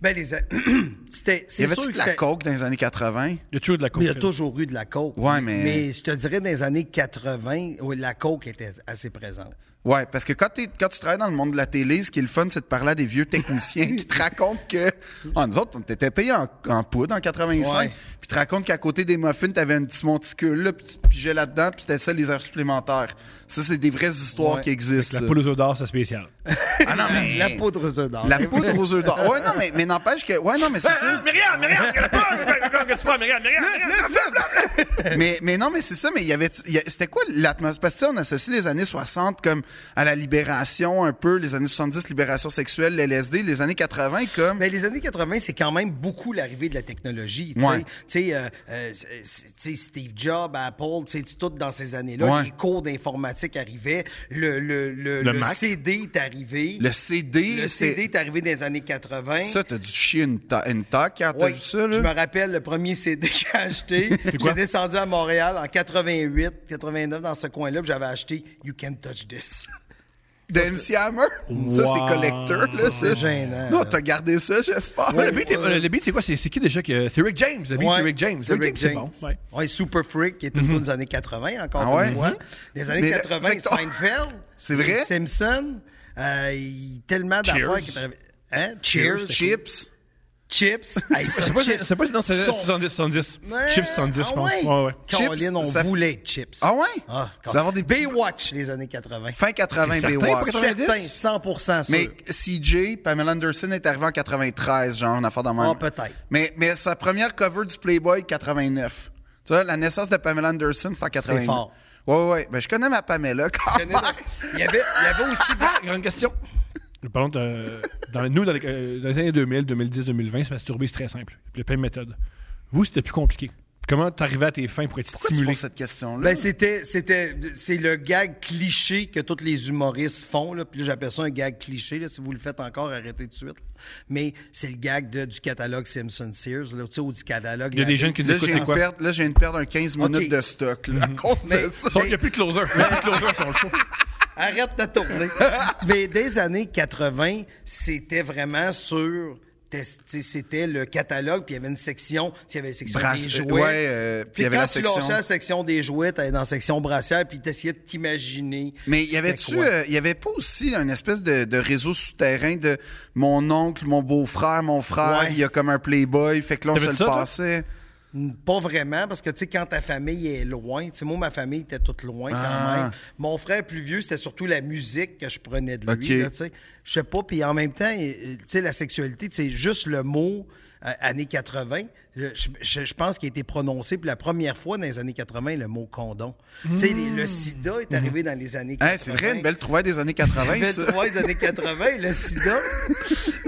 [SPEAKER 3] Ben, les. a- c'était.
[SPEAKER 2] Il y
[SPEAKER 3] C'est sûr
[SPEAKER 2] avait-tu
[SPEAKER 3] que
[SPEAKER 2] de la
[SPEAKER 3] c'était-
[SPEAKER 2] coke dans les années 80?
[SPEAKER 5] Il y a toujours de la coupe.
[SPEAKER 3] Mais il y a toujours eu de la coke.
[SPEAKER 2] Ouais, mais-
[SPEAKER 3] Mais je te dirais, dans les années 80, où la coke était assez présente.
[SPEAKER 2] Ouais, parce que quand, t'es- quand tu travailles dans le monde de la télé, ce qui est le fun, c'est de parler à des vieux techniciens qui te racontent que. Ah, nous autres, on t'était payé en, en poudre en 85,
[SPEAKER 3] Ouais.
[SPEAKER 2] puis te racontent qu'à côté des muffins, t'avais un petit monticule, là, puis tu te pigeais là-dedans, puis c'était ça les heures supplémentaires. Ça, c'est des vraies histoires
[SPEAKER 3] Ouais.
[SPEAKER 2] qui existent.
[SPEAKER 5] La
[SPEAKER 2] ça.
[SPEAKER 5] poule aux œufs d'or, c'est spécial.
[SPEAKER 2] Ah non, mais.
[SPEAKER 3] La poudre aux œufs d'or.
[SPEAKER 2] La poudre aux œufs d'or. Ouais, non, mais, mais n'empêche que. Ouais, non, mais c'est ça.
[SPEAKER 5] Myriam, Myriam, la poule que tu prends, Myriam, Myriam,
[SPEAKER 2] mais, mais non, mais c'est ça, mais il y avait. il y a- C'était quoi l'atmosphère? Parce que tu sais, on associe les années 60 comme à la libération un peu, les années 70, libération sexuelle, l'LSD, les années 80 comme.
[SPEAKER 3] Mais Ben, les années 80, c'est quand même beaucoup l'arrivée de la technologie. tu sais.
[SPEAKER 2] Ouais.
[SPEAKER 3] Tu sais, euh, euh, c'est- c'est- tu sais, Steve Jobs, Apple, tu sais, tout dans ces années-là,
[SPEAKER 2] Ouais.
[SPEAKER 3] les cours d'informatique arrivaient, le, le, le,
[SPEAKER 5] Le
[SPEAKER 3] le
[SPEAKER 5] Mac.
[SPEAKER 3] CD est arrivé.
[SPEAKER 2] Le CD,
[SPEAKER 3] Le
[SPEAKER 2] c'est-
[SPEAKER 3] CD est arrivé dans les années 80.
[SPEAKER 2] Ça, t'as dû chier une, ta... une taque quand t'as
[SPEAKER 3] Ouais.
[SPEAKER 2] vu ça,
[SPEAKER 3] Je
[SPEAKER 2] là?
[SPEAKER 3] me rappelle le premier CD que j'ai acheté. J'ai descendu à Montréal en 88, 89, dans ce coin-là, puis j'avais acheté You Can't Touch This.
[SPEAKER 2] De MC Hammer? Ça,
[SPEAKER 5] Wow.
[SPEAKER 2] c'est collecteur, là. C'est
[SPEAKER 3] gênant,
[SPEAKER 2] Non,
[SPEAKER 3] là.
[SPEAKER 2] t'as gardé ça, j'espère.
[SPEAKER 5] Le beat, est- euh, le beat, c'est quoi? C'est c'est qui déjà? qui, euh, C'est Rick James. Le beat,
[SPEAKER 3] Ouais,
[SPEAKER 5] c'est Rick James.
[SPEAKER 3] C'est Rick James.
[SPEAKER 5] c'est bon. Ouais.
[SPEAKER 3] Ouais, Super Freak, qui est une tour des années 80, encore
[SPEAKER 2] Ah ouais?
[SPEAKER 3] une fois. Des années
[SPEAKER 2] Mais là,
[SPEAKER 3] 80,
[SPEAKER 2] fait que ton-
[SPEAKER 3] Seinfeld.
[SPEAKER 2] C'est vrai?
[SPEAKER 3] Simpson. euh, il- tellement
[SPEAKER 5] Cheers.
[SPEAKER 3] d'affaires qui est arrivé. Hein? Cheers.
[SPEAKER 2] Chips.
[SPEAKER 3] Chips. Hey, ça,
[SPEAKER 5] C'est pas,
[SPEAKER 3] chips.
[SPEAKER 5] c'est pas, non, c'est
[SPEAKER 3] Son-
[SPEAKER 5] 70, 70.
[SPEAKER 3] Ouais,
[SPEAKER 5] Chips 70, je
[SPEAKER 3] ah
[SPEAKER 5] pense.
[SPEAKER 3] ouais.
[SPEAKER 5] Ouais, ouais.
[SPEAKER 2] Chips,
[SPEAKER 3] Caroline, on
[SPEAKER 2] ça-
[SPEAKER 3] voulait être chips.
[SPEAKER 2] Ah ouais?
[SPEAKER 3] Ah,
[SPEAKER 2] tu vas avoir des petits...
[SPEAKER 3] Baywatch, les années 80.
[SPEAKER 2] Fin 80,
[SPEAKER 5] Certain,
[SPEAKER 2] Baywatch.
[SPEAKER 5] pas 90?
[SPEAKER 3] Certain, 100 sûr.
[SPEAKER 2] Mais CJ, Pamela Anderson est arrivée en 93, genre, une affaire de même.
[SPEAKER 3] Ah, peut-être.
[SPEAKER 2] Mais, mais sa première cover du Playboy, 89. Tu vois, la naissance de Pamela Anderson, c'est en 89.
[SPEAKER 3] fort.
[SPEAKER 2] Ouais, ouais, ouais. Ben, je connais ma Pamela quand même.
[SPEAKER 3] Il y avait, il y avait aussi des-
[SPEAKER 5] Ah, grande question. Parlons de. euh, Dans les- nous, dans les, euh, dans les années 2000, 2010, 2020, se masturber, c'est très simple. Il y a plein de méthodes. Vous, c'était plus compliqué. Comment t'arrivais à tes fins pour être
[SPEAKER 2] Pourquoi tu
[SPEAKER 5] stimulé?
[SPEAKER 2] poses cette question-là?
[SPEAKER 3] Ben, c'était, c'était, c'est le gag cliché que tous les humoristes font. Là. Puis là, j'appelle ça un gag cliché. Là. Si vous le faites encore, arrêtez tout de suite. Mais c'est le gag de- du catalogue Simpson Sears, là, tu sais, ou du catalogue.
[SPEAKER 5] Il y a
[SPEAKER 3] la-
[SPEAKER 5] des jeunes qui nous
[SPEAKER 2] là,
[SPEAKER 5] écoutent,
[SPEAKER 2] j'ai
[SPEAKER 5] c'est
[SPEAKER 2] une
[SPEAKER 5] quoi?
[SPEAKER 2] perte, là, j'ai une perte d'un 15 minutes
[SPEAKER 3] Ok. Mhm.
[SPEAKER 2] de stock, là, à cause
[SPEAKER 3] Mais-
[SPEAKER 2] de ça.
[SPEAKER 5] Sauf qu'il n'y a plus de closer. Il n'y a plus de closer sur le show.
[SPEAKER 3] Arrête de tourner. Mais des années 80, c'était vraiment sur. t'es- t'sais, C'était le catalogue, puis il y avait une section. t'sais, Il y avait la section
[SPEAKER 2] Brass-
[SPEAKER 3] des
[SPEAKER 2] euh,
[SPEAKER 3] jouets.
[SPEAKER 2] ouais, euh, puis
[SPEAKER 3] T'sais,
[SPEAKER 2] il y avait
[SPEAKER 3] quand
[SPEAKER 2] la
[SPEAKER 3] tu
[SPEAKER 2] section-
[SPEAKER 3] lâchais la section des jouets, t'allais dans la section brassière, puis t'essayais de t'imaginer.
[SPEAKER 2] Mais il y
[SPEAKER 3] c'était
[SPEAKER 2] avait-tu,
[SPEAKER 3] quoi.
[SPEAKER 2] euh, il y avait pas aussi une espèce de, de réseau souterrain de mon oncle, mon beau-frère, mon frère,
[SPEAKER 3] Ouais.
[SPEAKER 2] il y a comme un playboy, fait que là, on
[SPEAKER 5] T'avais
[SPEAKER 2] se le
[SPEAKER 5] ça, toi?
[SPEAKER 2] passait.
[SPEAKER 3] Pas vraiment, parce que, tu sais, quand ta famille est loin, tu sais, moi, ma famille était toute loin quand
[SPEAKER 2] Ah.
[SPEAKER 3] même. Mon frère plus vieux, c'était surtout la musique que je prenais de lui,
[SPEAKER 2] Ok.
[SPEAKER 3] là, tu sais. Je sais pas, puis en même temps, euh, euh, tu sais, la sexualité, tu sais, juste le mot euh, années 80, le- je, je- je pense qu'il a été prononcé pour la première fois dans les années 80, le mot condom. Tu sais, les- le sida est arrivé dans les années
[SPEAKER 2] Mm. Mm-hmm.
[SPEAKER 3] 80.
[SPEAKER 2] Hey, c'est vrai, une belle trouvaille des années 80, ça.
[SPEAKER 3] 23 les années 80, le sida.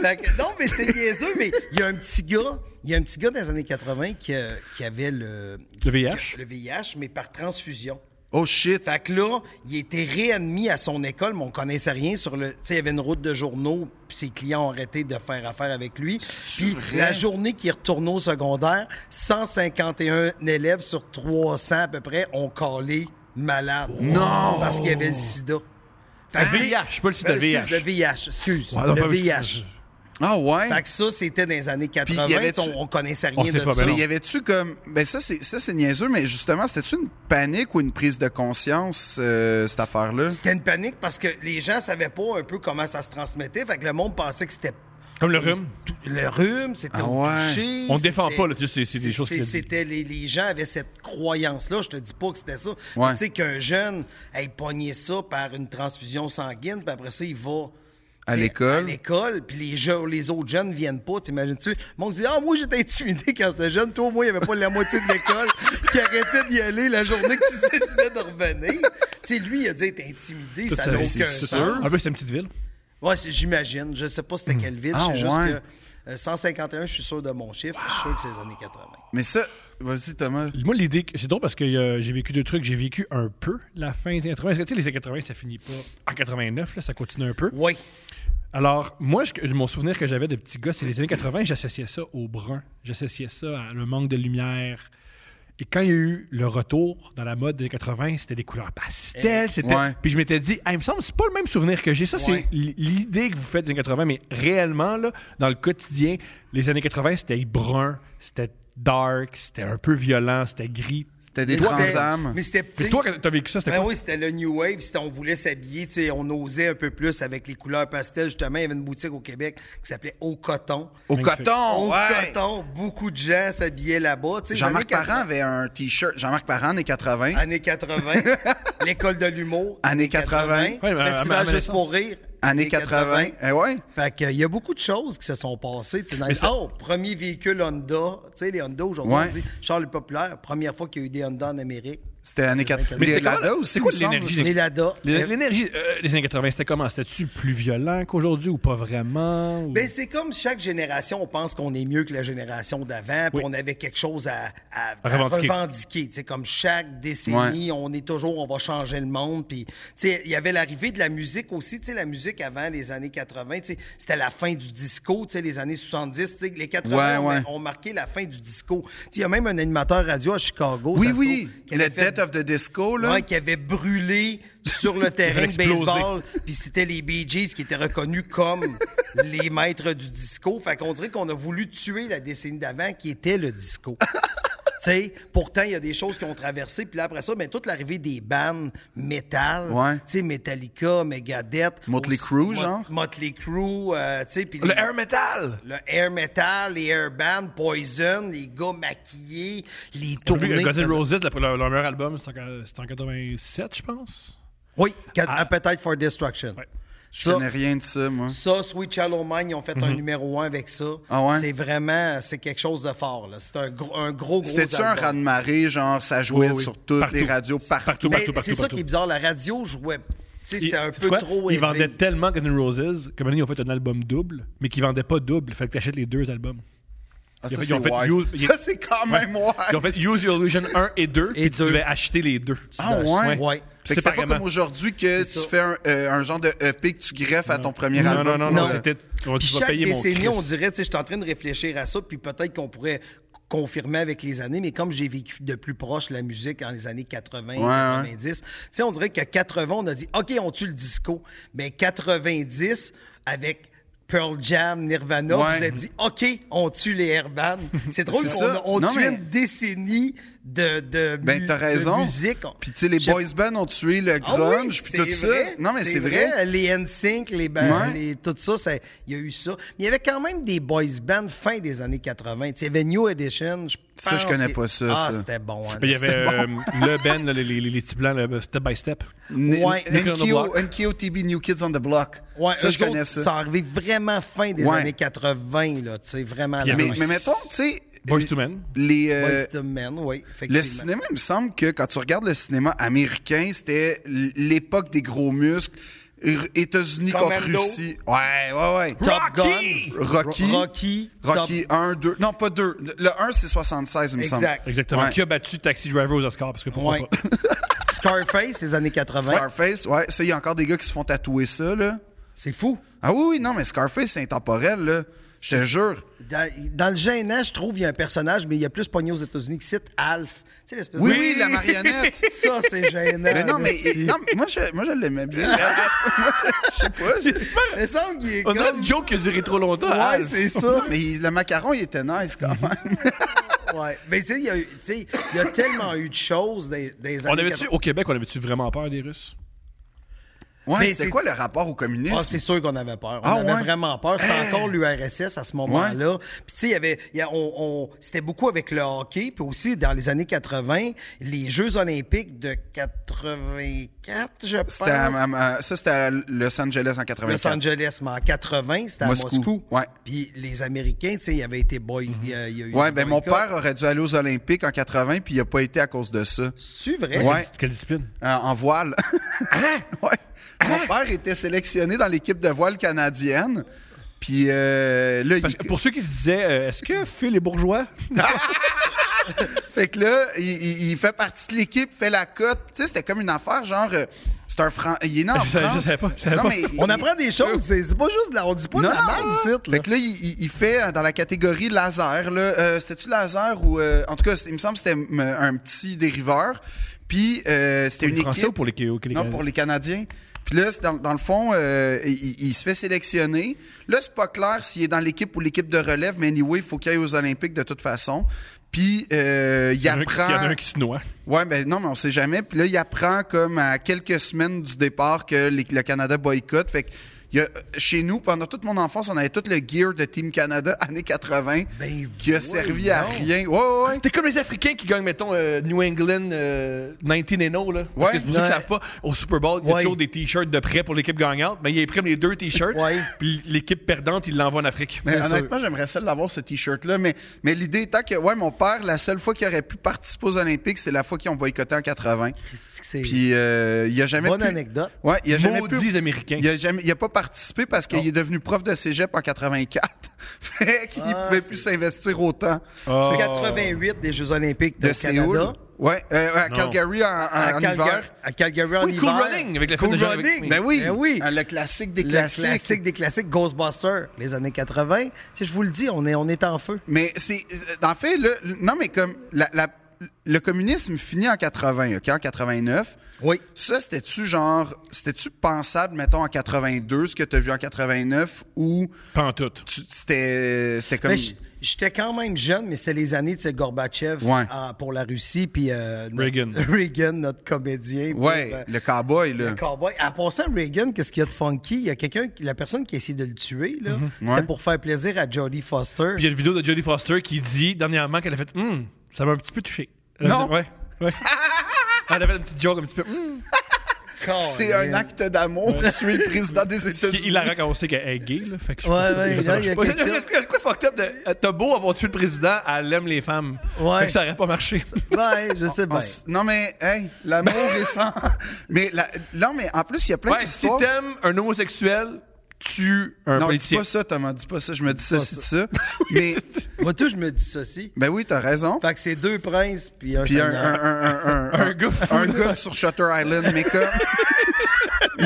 [SPEAKER 3] Fait que- non, mais c'est niaiseux, mais il y a un petit gars, il y a un petit gars dans les années 80 qui, euh, qui avait le...
[SPEAKER 5] Le VIH.
[SPEAKER 3] Le VIH, mais par transfusion.
[SPEAKER 2] Oh shit.
[SPEAKER 3] Fait que là, il était réadmis à son école, mais on connaissait rien sur le. Tu sais, il y avait une route de journaux, puis ses clients ont arrêté de faire affaire avec lui. Puis
[SPEAKER 2] vrai?
[SPEAKER 3] la journée qu'il retourne au secondaire, 151 élèves sur 300 à peu près ont collé malade. Non! Parce qu'il y avait le sida. Fait que-
[SPEAKER 5] Le VIH, pas le sida,
[SPEAKER 3] Euh, excuse,
[SPEAKER 5] VIH.
[SPEAKER 3] Le VIH, excuse.
[SPEAKER 5] Ouais, non,
[SPEAKER 3] le
[SPEAKER 5] pas-
[SPEAKER 3] VIH.
[SPEAKER 2] Ah ouais.
[SPEAKER 3] Fait que ça, c'était dans les années 80.
[SPEAKER 2] y avait-tu-
[SPEAKER 3] on, on connaissait rien
[SPEAKER 5] On
[SPEAKER 3] de
[SPEAKER 5] sait pas,
[SPEAKER 3] ça.
[SPEAKER 5] ben
[SPEAKER 2] Mais
[SPEAKER 5] non.
[SPEAKER 2] y avait-tu comme. Ben ça, c'est, ça, c'est niaiseux, mais justement, c'était-tu une panique ou une prise de conscience, euh, cette affaire-là?
[SPEAKER 3] C'était une panique parce que les gens savaient pas un peu comment ça se transmettait. Fait que le monde pensait que c'était
[SPEAKER 5] Comme le rhume.
[SPEAKER 3] tout- le rhume, c'était
[SPEAKER 2] Ah
[SPEAKER 3] au
[SPEAKER 2] ouais.
[SPEAKER 3] toucher,
[SPEAKER 5] On défend
[SPEAKER 3] c'était-
[SPEAKER 5] pas, là, tu sais, c'est- c'est des choses
[SPEAKER 3] c'est-
[SPEAKER 5] qui-
[SPEAKER 3] C'était les, les gens avaient cette croyance-là. Je te dis pas que c'était ça.
[SPEAKER 2] Ouais.
[SPEAKER 3] Mais Tu sais qu'un jeune ait pogné ça par une transfusion sanguine, puis après ça, il va.
[SPEAKER 2] À
[SPEAKER 3] tu sais,
[SPEAKER 2] l'école.
[SPEAKER 3] À l'école, puis les, jeux- les autres jeunes viennent pas, t'imagines-tu? Mon dit Ah, moi, j'étais intimidé quand j'étais jeune. Toi, moi, il y avait pas la moitié de l'école qui arrêtait d'y aller la journée que tu décidais de revenir. Tu sais, lui, il a dû être intimidé, ça
[SPEAKER 5] ça,
[SPEAKER 3] n'a aucun
[SPEAKER 2] c'est
[SPEAKER 3] sens.
[SPEAKER 2] sûr.
[SPEAKER 5] En plus, c'est une petite ville.
[SPEAKER 3] Ouais, c'est- j'imagine. Je sais pas c'était quelle ville.
[SPEAKER 2] Ah,
[SPEAKER 3] c'est juste
[SPEAKER 2] ouais.
[SPEAKER 3] que euh, 151, je suis sûr de mon chiffre. Je suis sûr que c'est les années 80.
[SPEAKER 2] Mais ça. Vas-y, Thomas.
[SPEAKER 5] Moi, l'idée, que- c'est drôle parce que euh, j'ai vécu deux trucs. J'ai vécu un peu la fin des années 80. Parce que, tu sais, les années 80, ça finit pas en 89, là, ça continue un peu.
[SPEAKER 3] Oui.
[SPEAKER 5] Alors, moi, je- mon souvenir que j'avais de petit gars, c'est les années 80, j'associais ça au brun. J'associais ça à le manque de lumière. Et quand il y a eu le retour dans la mode des années 80, c'était des couleurs pastel. c'était-
[SPEAKER 2] ouais.
[SPEAKER 5] Puis je m'étais dit, ah, il me semble, c'est pas le même souvenir que j'ai. Ça,
[SPEAKER 3] Ouais.
[SPEAKER 5] c'est l- l'idée que vous faites des années 80, mais réellement, là, dans le quotidien, les années 80, c'était brun, c'était dark, c'était un peu violent, c'était gris.
[SPEAKER 2] C'était des
[SPEAKER 3] Toi,
[SPEAKER 2] trans âmes.
[SPEAKER 3] Mais c'était
[SPEAKER 5] Mais
[SPEAKER 3] petit.
[SPEAKER 5] toi, quand t'as vécu ça, c'était
[SPEAKER 3] Ben
[SPEAKER 5] quoi?
[SPEAKER 3] oui, c'était le New Wave. C'était, on voulait s'habiller, tu sais, on osait un peu plus avec les couleurs pastel. Justement, il y avait une boutique au Québec qui s'appelait Au Coton.
[SPEAKER 2] Au
[SPEAKER 5] Magnifique.
[SPEAKER 2] coton,
[SPEAKER 3] Au
[SPEAKER 2] Oh, ouais.
[SPEAKER 3] Coton, beaucoup de gens s'habillaient là-bas. tu sais, les
[SPEAKER 2] Jean-Marc
[SPEAKER 3] années 80,
[SPEAKER 2] Parent avait un T-shirt. Jean-Marc Parent, années 80.
[SPEAKER 3] Années 80, l'école de l'humour.
[SPEAKER 2] Années 80,
[SPEAKER 5] Ouais, mais à- à
[SPEAKER 3] Festival
[SPEAKER 5] ma
[SPEAKER 3] juste pour rire.
[SPEAKER 2] Années 80. Eh ouais.
[SPEAKER 3] Fait qu'il y a beaucoup de choses qui se sont passées. tu sais, dans les-
[SPEAKER 5] ça-
[SPEAKER 3] Oh, premier véhicule Honda. Tu sais, les Honda, aujourd'hui,
[SPEAKER 2] Ouais.
[SPEAKER 3] on dit Charles est populaire. Première fois qu'il y a eu des Honda en Amérique.
[SPEAKER 2] C'était années 80.
[SPEAKER 3] Mais
[SPEAKER 2] Les
[SPEAKER 5] c'était comment-
[SPEAKER 2] Lada aussi,
[SPEAKER 5] c'est quoi
[SPEAKER 2] il me semble.
[SPEAKER 5] l'énergie
[SPEAKER 3] Les Lada. Ben
[SPEAKER 5] L- L'énergie euh, des années 80, c'était comment? C'était-tu plus violent qu'aujourd'hui ou pas vraiment? ou-
[SPEAKER 3] Ben, c'est comme chaque génération, on pense qu'on est mieux que la génération d'avant, puis
[SPEAKER 5] Oui.
[SPEAKER 3] on avait quelque chose à, à-
[SPEAKER 5] À
[SPEAKER 3] à
[SPEAKER 5] revendiquer.
[SPEAKER 3] revendiquer. Tu sais, comme chaque décennie, on est toujours, on va changer le monde. Puis, tu sais, il y avait l'arrivée de la musique aussi. Tu sais, la musique avant les années 80, tu sais, c'était la fin du disco. Tu sais, les années 70, tu sais, les 80
[SPEAKER 2] Ouais,
[SPEAKER 3] on a-
[SPEAKER 2] ouais.
[SPEAKER 3] ont marqué la fin du disco. Tu sais, il y a même un animateur radio à Chicago.
[SPEAKER 2] Oui,
[SPEAKER 3] ça se
[SPEAKER 2] oui.
[SPEAKER 3] trouve, qui
[SPEAKER 2] Le
[SPEAKER 3] avait fait-
[SPEAKER 2] Death of the Disco, là.
[SPEAKER 3] Ouais, qui avait brûlé sur le terrain de
[SPEAKER 5] explosé.
[SPEAKER 3] baseball. Puis c'était les Bee Gees qui étaient reconnus comme les maîtres du disco. Fait qu'on dirait qu'on a voulu tuer la décennie d'avant qui était le disco. sais, pourtant, il y a des choses qui ont traversé. Puis là, après ça, ben, toute l'arrivée des bands métal,
[SPEAKER 2] Ouais.
[SPEAKER 3] tu sais, Metallica, Megadeth.
[SPEAKER 2] Motley
[SPEAKER 3] aussi-
[SPEAKER 2] Crue,
[SPEAKER 3] Mot-
[SPEAKER 2] genre?
[SPEAKER 3] Motley Crue, euh, tu sais. puis les-
[SPEAKER 1] metal!
[SPEAKER 3] le air metal, les air bands, Poison, les gars maquillés, les
[SPEAKER 5] Guns
[SPEAKER 3] tournées.
[SPEAKER 5] N' Roses, leur, leur- leur meilleur album, c'est en, c'est en 87, je pense.
[SPEAKER 3] Oui, Cat-
[SPEAKER 2] Ah.
[SPEAKER 3] Appetite for Destruction.
[SPEAKER 5] Ouais.
[SPEAKER 2] Je
[SPEAKER 3] Ça,
[SPEAKER 2] connais rien de ça, moi.
[SPEAKER 3] ça, Sweet Shallow Mind, ils ont fait un numéro un avec ça.
[SPEAKER 2] Mm-hmm. Ah ouais?
[SPEAKER 3] C'est vraiment, c'est quelque chose de fort. là. C'est un gros, un gros, gros
[SPEAKER 2] C'était-tu un
[SPEAKER 3] album.
[SPEAKER 2] raz-de-marée, genre, ça jouait
[SPEAKER 5] Oui, oui.
[SPEAKER 2] sur toutes les
[SPEAKER 5] Partout.
[SPEAKER 2] radios partout?
[SPEAKER 5] Partout,
[SPEAKER 3] Mais
[SPEAKER 5] partout,
[SPEAKER 3] C'est
[SPEAKER 5] partout,
[SPEAKER 3] ça
[SPEAKER 5] partout.
[SPEAKER 3] qui est bizarre. La radio jouait. tu sais, C'était un
[SPEAKER 5] Tu
[SPEAKER 3] peu
[SPEAKER 5] vois,
[SPEAKER 3] trop.
[SPEAKER 5] Ils
[SPEAKER 3] élevé.
[SPEAKER 5] vendaient tellement Guns N' Roses que maintenant, ils ont fait un album double, mais qui vendait pas double. Fait que t'achètes les deux albums.
[SPEAKER 2] Ah,
[SPEAKER 5] Ils
[SPEAKER 2] ça,
[SPEAKER 5] ont fait- ils
[SPEAKER 2] c'est
[SPEAKER 5] ont fait
[SPEAKER 2] wise.
[SPEAKER 5] Use-
[SPEAKER 2] Ça, c'est quand même wise.
[SPEAKER 5] Ils ont fait Use Your Illusion 1 et 2, et
[SPEAKER 3] Ah, Et
[SPEAKER 5] tu
[SPEAKER 3] deux.
[SPEAKER 5] devais acheter les deux.
[SPEAKER 2] Ah ouais?
[SPEAKER 3] Ouais.
[SPEAKER 2] Fait que c'est pas
[SPEAKER 5] Séparément.
[SPEAKER 2] comme aujourd'hui que si
[SPEAKER 3] ça.
[SPEAKER 2] tu fais un, euh, un genre de EP que tu greffes à ton premier
[SPEAKER 5] non,
[SPEAKER 2] album.
[SPEAKER 5] non, non, non,
[SPEAKER 3] Non.
[SPEAKER 5] c'était. Tu vas
[SPEAKER 3] Puis chaque
[SPEAKER 5] payer mon
[SPEAKER 3] décennie,
[SPEAKER 5] Christ.
[SPEAKER 3] on dirait, tu sais, je suis en train de réfléchir à ça, puis peut-être qu'on pourrait confirmer avec les années, mais comme j'ai vécu de plus proche la musique dans les années 80,
[SPEAKER 2] Ouais,
[SPEAKER 3] 90, tu sais, on dirait que 80, on a dit, OK, on tue le disco, mais 90, avec Pearl Jam, Nirvana,
[SPEAKER 2] Ouais.
[SPEAKER 3] vous avez dit, OK, on tue les airbands. C'est drôle
[SPEAKER 2] C'est
[SPEAKER 3] qu'on
[SPEAKER 2] ça.
[SPEAKER 3] a- on
[SPEAKER 2] Non,
[SPEAKER 3] tue
[SPEAKER 2] mais-
[SPEAKER 3] une décennie de, de,
[SPEAKER 2] Ben,
[SPEAKER 3] mu-
[SPEAKER 2] t'as
[SPEAKER 3] de
[SPEAKER 2] raison.
[SPEAKER 3] musique.
[SPEAKER 2] Puis, tu sais, les
[SPEAKER 3] Je-
[SPEAKER 2] boys bands ont tué le
[SPEAKER 3] Ah
[SPEAKER 2] grunge,
[SPEAKER 3] oui,
[SPEAKER 2] puis tout
[SPEAKER 3] c'est
[SPEAKER 2] ça.
[SPEAKER 3] vrai,
[SPEAKER 2] Non, mais c'est vrai.
[SPEAKER 3] Les NSYNC, les, ba-
[SPEAKER 2] Ouais.
[SPEAKER 3] les- tout ça, ça- il y a eu ça. Mais il y avait quand même des boys bands fin des années 80. Tu sais, Il y avait New Edition. Je
[SPEAKER 2] Ça, je
[SPEAKER 3] pense
[SPEAKER 2] connais
[SPEAKER 3] que-
[SPEAKER 2] pas ça,
[SPEAKER 3] Ah,
[SPEAKER 2] ça.
[SPEAKER 3] c'était bon. hein,
[SPEAKER 5] Puis il y
[SPEAKER 3] c'était
[SPEAKER 5] avait
[SPEAKER 3] bon.
[SPEAKER 5] euh, le Ben, là, les, les, les, les petits blancs, le step by step.
[SPEAKER 2] N-
[SPEAKER 3] Ouais.
[SPEAKER 2] N-
[SPEAKER 5] New Kids on the Block.
[SPEAKER 2] NKO, NKOTB, New Kids on the Block.
[SPEAKER 3] Ouais,
[SPEAKER 2] ça,
[SPEAKER 3] eux
[SPEAKER 2] je connais
[SPEAKER 3] autres,
[SPEAKER 2] ça.
[SPEAKER 3] Ça arrivait vraiment fin des
[SPEAKER 2] Ouais.
[SPEAKER 3] années 80, là, tu sais, vraiment.
[SPEAKER 5] Puis il y avait
[SPEAKER 3] là.
[SPEAKER 2] Mais,
[SPEAKER 5] aussi-
[SPEAKER 2] mais mettons, tu sais.
[SPEAKER 5] Boyz
[SPEAKER 2] les-
[SPEAKER 5] II Men.
[SPEAKER 2] Les,
[SPEAKER 3] Boyz
[SPEAKER 2] euh,
[SPEAKER 3] II Men, oui,
[SPEAKER 2] le
[SPEAKER 3] effectivement.
[SPEAKER 2] cinéma, il me semble que quand tu regardes le cinéma américain, c'était l- l'époque des gros muscles. R- États-Unis contre
[SPEAKER 3] Commando.
[SPEAKER 2] Russie. Ouais, ouais, ouais.
[SPEAKER 3] Top
[SPEAKER 5] Rocky!
[SPEAKER 3] Gun.
[SPEAKER 2] Rocky.
[SPEAKER 3] Ro- Rocky.
[SPEAKER 2] Rocky
[SPEAKER 3] Top-
[SPEAKER 2] 1, 2. Non, pas 2. Le 1, c'est 76, il me semble.
[SPEAKER 3] Exact.
[SPEAKER 5] Exactement.
[SPEAKER 2] Ouais.
[SPEAKER 5] Qui a battu Taxi Driver aux Oscars? Parce que pourquoi
[SPEAKER 3] Ouais.
[SPEAKER 5] pas?
[SPEAKER 3] Scarface, les années 80.
[SPEAKER 2] Scarface, ouais. Ça, il y a encore des gars qui se font tatouer ça, là.
[SPEAKER 3] C'est fou.
[SPEAKER 2] Ah oui, oui, non, mais Scarface, c'est intemporel, là. Je te jure.
[SPEAKER 3] Dans, dans le gênant, je trouve, il y a un personnage, mais il y a plus pogné aux États-Unis qui cite Alf. Tu sais, l'espèce
[SPEAKER 2] Oui,
[SPEAKER 3] de-
[SPEAKER 2] oui, la marionnette.
[SPEAKER 3] Ça, c'est gênant.
[SPEAKER 2] Mais non,
[SPEAKER 3] là,
[SPEAKER 2] mais
[SPEAKER 3] tu-
[SPEAKER 2] non, moi, je, moi, je l'aimais bien. moi, je je sais pas.
[SPEAKER 3] Il me semble qu'il est
[SPEAKER 5] On dirait
[SPEAKER 3] comme...
[SPEAKER 5] une joke qui a duré trop longtemps.
[SPEAKER 3] Ouais,
[SPEAKER 5] Alf.
[SPEAKER 3] c'est
[SPEAKER 2] je-
[SPEAKER 3] ça.
[SPEAKER 2] Mais il- le macaron, il était nice quand même.
[SPEAKER 3] Ouais. Mais tu sais, il y a eu- tu sais, il y a tellement eu de choses des, des
[SPEAKER 5] on
[SPEAKER 3] années
[SPEAKER 5] avait-tu, au Québec, on avait-tu vraiment peur des Russes?
[SPEAKER 2] Ouais,
[SPEAKER 3] Mais
[SPEAKER 2] c'était
[SPEAKER 3] c'est-
[SPEAKER 2] quoi le rapport au communisme?
[SPEAKER 3] Ah, c'est sûr qu'on avait peur. On
[SPEAKER 2] Ah,
[SPEAKER 3] avait
[SPEAKER 2] ouais?
[SPEAKER 3] vraiment peur. C'était encore l'URSS à ce moment-là. Puis tu sais, il y avait, il y a- on, on- c'était beaucoup avec le hockey. Puis aussi, dans les années 80, les Jeux olympiques de 84, je pense.
[SPEAKER 2] C'était à- à- à- ça, c'était à Los Angeles en 84.
[SPEAKER 3] Los Angeles, mais en 80, c'était à
[SPEAKER 2] Moscou,
[SPEAKER 3] Moscou.
[SPEAKER 2] ouais.
[SPEAKER 3] Puis les Américains, tu sais, il avait été boy. il y a- il y a eu
[SPEAKER 2] Ouais,
[SPEAKER 3] le
[SPEAKER 2] ben mon
[SPEAKER 3] boycott.
[SPEAKER 2] père aurait dû aller aux Olympiques en 80, puis il a pas été à cause de ça.
[SPEAKER 3] C'est vrai.
[SPEAKER 2] Ouais.
[SPEAKER 5] Quelle discipline?
[SPEAKER 2] Euh, en voile.
[SPEAKER 5] Hein?
[SPEAKER 2] Ouais. Mon père était sélectionné dans l'équipe de voile canadienne. Puis euh, là,
[SPEAKER 5] Parce
[SPEAKER 2] il-
[SPEAKER 5] que pour ceux qui se disaient, euh, est-ce que Phil est bourgeois?
[SPEAKER 2] fait que là, il, il- il fait partie de l'équipe, fait la cote. Tu sais, c'était comme une affaire, genre, euh, c'est un franc. Il est né en
[SPEAKER 5] Je savais-
[SPEAKER 2] France.
[SPEAKER 5] je savais pas, je savais
[SPEAKER 2] Non,
[SPEAKER 5] pas.
[SPEAKER 2] mais
[SPEAKER 3] On
[SPEAKER 2] il-
[SPEAKER 3] apprend des choses. C'est c'est pas juste, là, on dit pas
[SPEAKER 2] Non,
[SPEAKER 3] de la
[SPEAKER 2] non,
[SPEAKER 3] merde
[SPEAKER 2] non.
[SPEAKER 3] ici. là.
[SPEAKER 2] Fait que là, il, il- il fait euh, dans la catégorie laser. Là, euh, c'était-tu laser ou. euh, en tout cas, c'est- il me semble que c'était m- un petit dériveur. Puis euh, c'était
[SPEAKER 5] Pour les
[SPEAKER 2] une
[SPEAKER 5] Français
[SPEAKER 2] équipe.
[SPEAKER 5] ou pour les- ou les
[SPEAKER 2] Non,
[SPEAKER 5] Canadiens?
[SPEAKER 2] pour les Canadiens. Puis là, c'est dans, dans le fond, euh, il- il, il se fait sélectionner. Là, c'est pas clair s'il est dans l'équipe ou l'équipe de relève, mais anyway, il faut qu'il aille aux Olympiques de toute façon. Puis euh, il
[SPEAKER 5] y en a un qui-
[SPEAKER 2] apprend.
[SPEAKER 5] y en a un qui se noie.
[SPEAKER 2] Ouais, ben non, mais on sait jamais. Puis là, il apprend comme à quelques semaines du départ que les- le Canada boycotte. Fait que il y a- chez nous, pendant toute mon enfance, on avait tout le gear de Team Canada années 80
[SPEAKER 3] Ben,
[SPEAKER 2] qui a
[SPEAKER 3] voyons.
[SPEAKER 2] servi à rien. Ouais, ouais, ouais.
[SPEAKER 5] T'es comme les Africains qui gagnent, mettons, euh, New England euh, 19 and 0, là. Parce
[SPEAKER 2] Ouais.
[SPEAKER 5] que pour ceux qui
[SPEAKER 3] Ouais.
[SPEAKER 5] savent pas, au Super Bowl, il y a
[SPEAKER 3] Ouais.
[SPEAKER 5] toujours des t-shirts de prêt pour l'équipe gagnante, mais ils prennent les deux t-shirts,
[SPEAKER 3] Ouais.
[SPEAKER 5] puis l'équipe perdante, ils l'envoient en Afrique.
[SPEAKER 2] Mais
[SPEAKER 5] C'est ça.
[SPEAKER 2] honnêtement, j'aimerais celle d'avoir ce t-shirt-là. Mais, mais l'idée étant que, ouais, mon père, la seule fois qu'il aurait pu participer aux Olympiques, c'est la fois qu'ils ont boycotté en 80.
[SPEAKER 3] C'est
[SPEAKER 2] Puis euh, il a jamais
[SPEAKER 3] bonne
[SPEAKER 2] pu-
[SPEAKER 3] anecdote.
[SPEAKER 2] Ouais, il a jamais pu-
[SPEAKER 5] Maudits Américains.
[SPEAKER 2] Il a, jamais, il a pas participé parce qu'il est devenu prof de cégep en 84. fait qu'il
[SPEAKER 3] Ah,
[SPEAKER 2] pouvait
[SPEAKER 3] c'est-
[SPEAKER 2] plus s'investir autant.
[SPEAKER 5] Ah.
[SPEAKER 3] 88 des Jeux olympiques de,
[SPEAKER 2] De Séoul.
[SPEAKER 3] Canada.
[SPEAKER 2] Ouais, euh, à
[SPEAKER 5] Non.
[SPEAKER 2] Calgary en, en- en
[SPEAKER 3] Calga-
[SPEAKER 2] hiver.
[SPEAKER 3] à Calgary en
[SPEAKER 5] Oui, Cool
[SPEAKER 3] hiver.
[SPEAKER 5] Running, avec la fête
[SPEAKER 3] Cool
[SPEAKER 5] de Jean-
[SPEAKER 3] Running.
[SPEAKER 2] Ben oui,
[SPEAKER 3] Ben oui.
[SPEAKER 2] hein, le classique des
[SPEAKER 3] Le
[SPEAKER 2] classiques.
[SPEAKER 3] classique des classiques, Ghostbusters, les années 80. Tu sais, je vous le dis, on est, on est en feu.
[SPEAKER 2] Mais c'est. euh, En fait, là, non, mais comme. La, la- le communisme finit en 80, OK, en 89.
[SPEAKER 3] Oui.
[SPEAKER 2] Ça, c'était-tu genre, c'était-tu pensable, mettons, en 82, ce que tu as vu en 89, ou
[SPEAKER 5] Pas en tout.
[SPEAKER 2] tu- c'était c'était comme.
[SPEAKER 3] Mais Ben, j- J'étais quand même jeune, mais c'était les années de ce Gorbatchev
[SPEAKER 2] Ouais.
[SPEAKER 3] en- pour la Russie, puis euh, notre-
[SPEAKER 5] Reagan.
[SPEAKER 3] Reagan, notre comédien.
[SPEAKER 2] ouais,
[SPEAKER 3] puis, euh,
[SPEAKER 2] le cowboy, là.
[SPEAKER 3] le cowboy. En passant, Reagan, qu'est-ce qu'il y a de funky? Il y a quelqu'un, qui- la personne qui a essayé de le tuer, là, c'était
[SPEAKER 2] Mm-hmm. Ouais.
[SPEAKER 3] pour faire plaisir à Jodie Foster.
[SPEAKER 5] Puis il y a une vidéo de Jodie Foster qui dit dernièrement qu'elle a fait Hum, ça m'a un petit peu touché. Elle a
[SPEAKER 2] Non.
[SPEAKER 5] fait- ouais. ouais. Elle avait une petite joke un petit peu. Hum.
[SPEAKER 2] C'est un acte d'amour, tu es le président des
[SPEAKER 5] Parce qu'il
[SPEAKER 2] États-Unis.
[SPEAKER 5] hilarant quand on sait qu'elle est gay, là. Fait que je
[SPEAKER 3] Ouais,
[SPEAKER 5] pense que
[SPEAKER 3] ouais,
[SPEAKER 5] ça
[SPEAKER 3] là, il y a
[SPEAKER 5] marche pas.
[SPEAKER 3] quelque chose.
[SPEAKER 5] Il y a de quoi fucked up de- euh, T'as beau avoir tué le président, elle aime les femmes.
[SPEAKER 3] Ouais.
[SPEAKER 5] Fait que ça aurait pas marché.
[SPEAKER 3] Ouais, je sais bien.
[SPEAKER 2] Non, mais, hey, l'amour est sans. Mais, la- non, mais en plus, il y a plein
[SPEAKER 5] Ouais, si
[SPEAKER 2] d'histoires.
[SPEAKER 5] t'aimes un homosexuel, tue un
[SPEAKER 2] non, dis
[SPEAKER 5] politicien.
[SPEAKER 2] pas ça, Thomas, dis pas ça. Je me dissocie de ça. mais,
[SPEAKER 3] Moi, tout, je me dissocie.
[SPEAKER 2] ben oui, t'as raison.
[SPEAKER 3] Fait que c'est deux princes, puis un
[SPEAKER 2] Puis un,
[SPEAKER 3] seigneur.
[SPEAKER 2] un, un, un, un,
[SPEAKER 5] Un gars fou,
[SPEAKER 2] un gars sur Shutter Island, mais comme.
[SPEAKER 3] un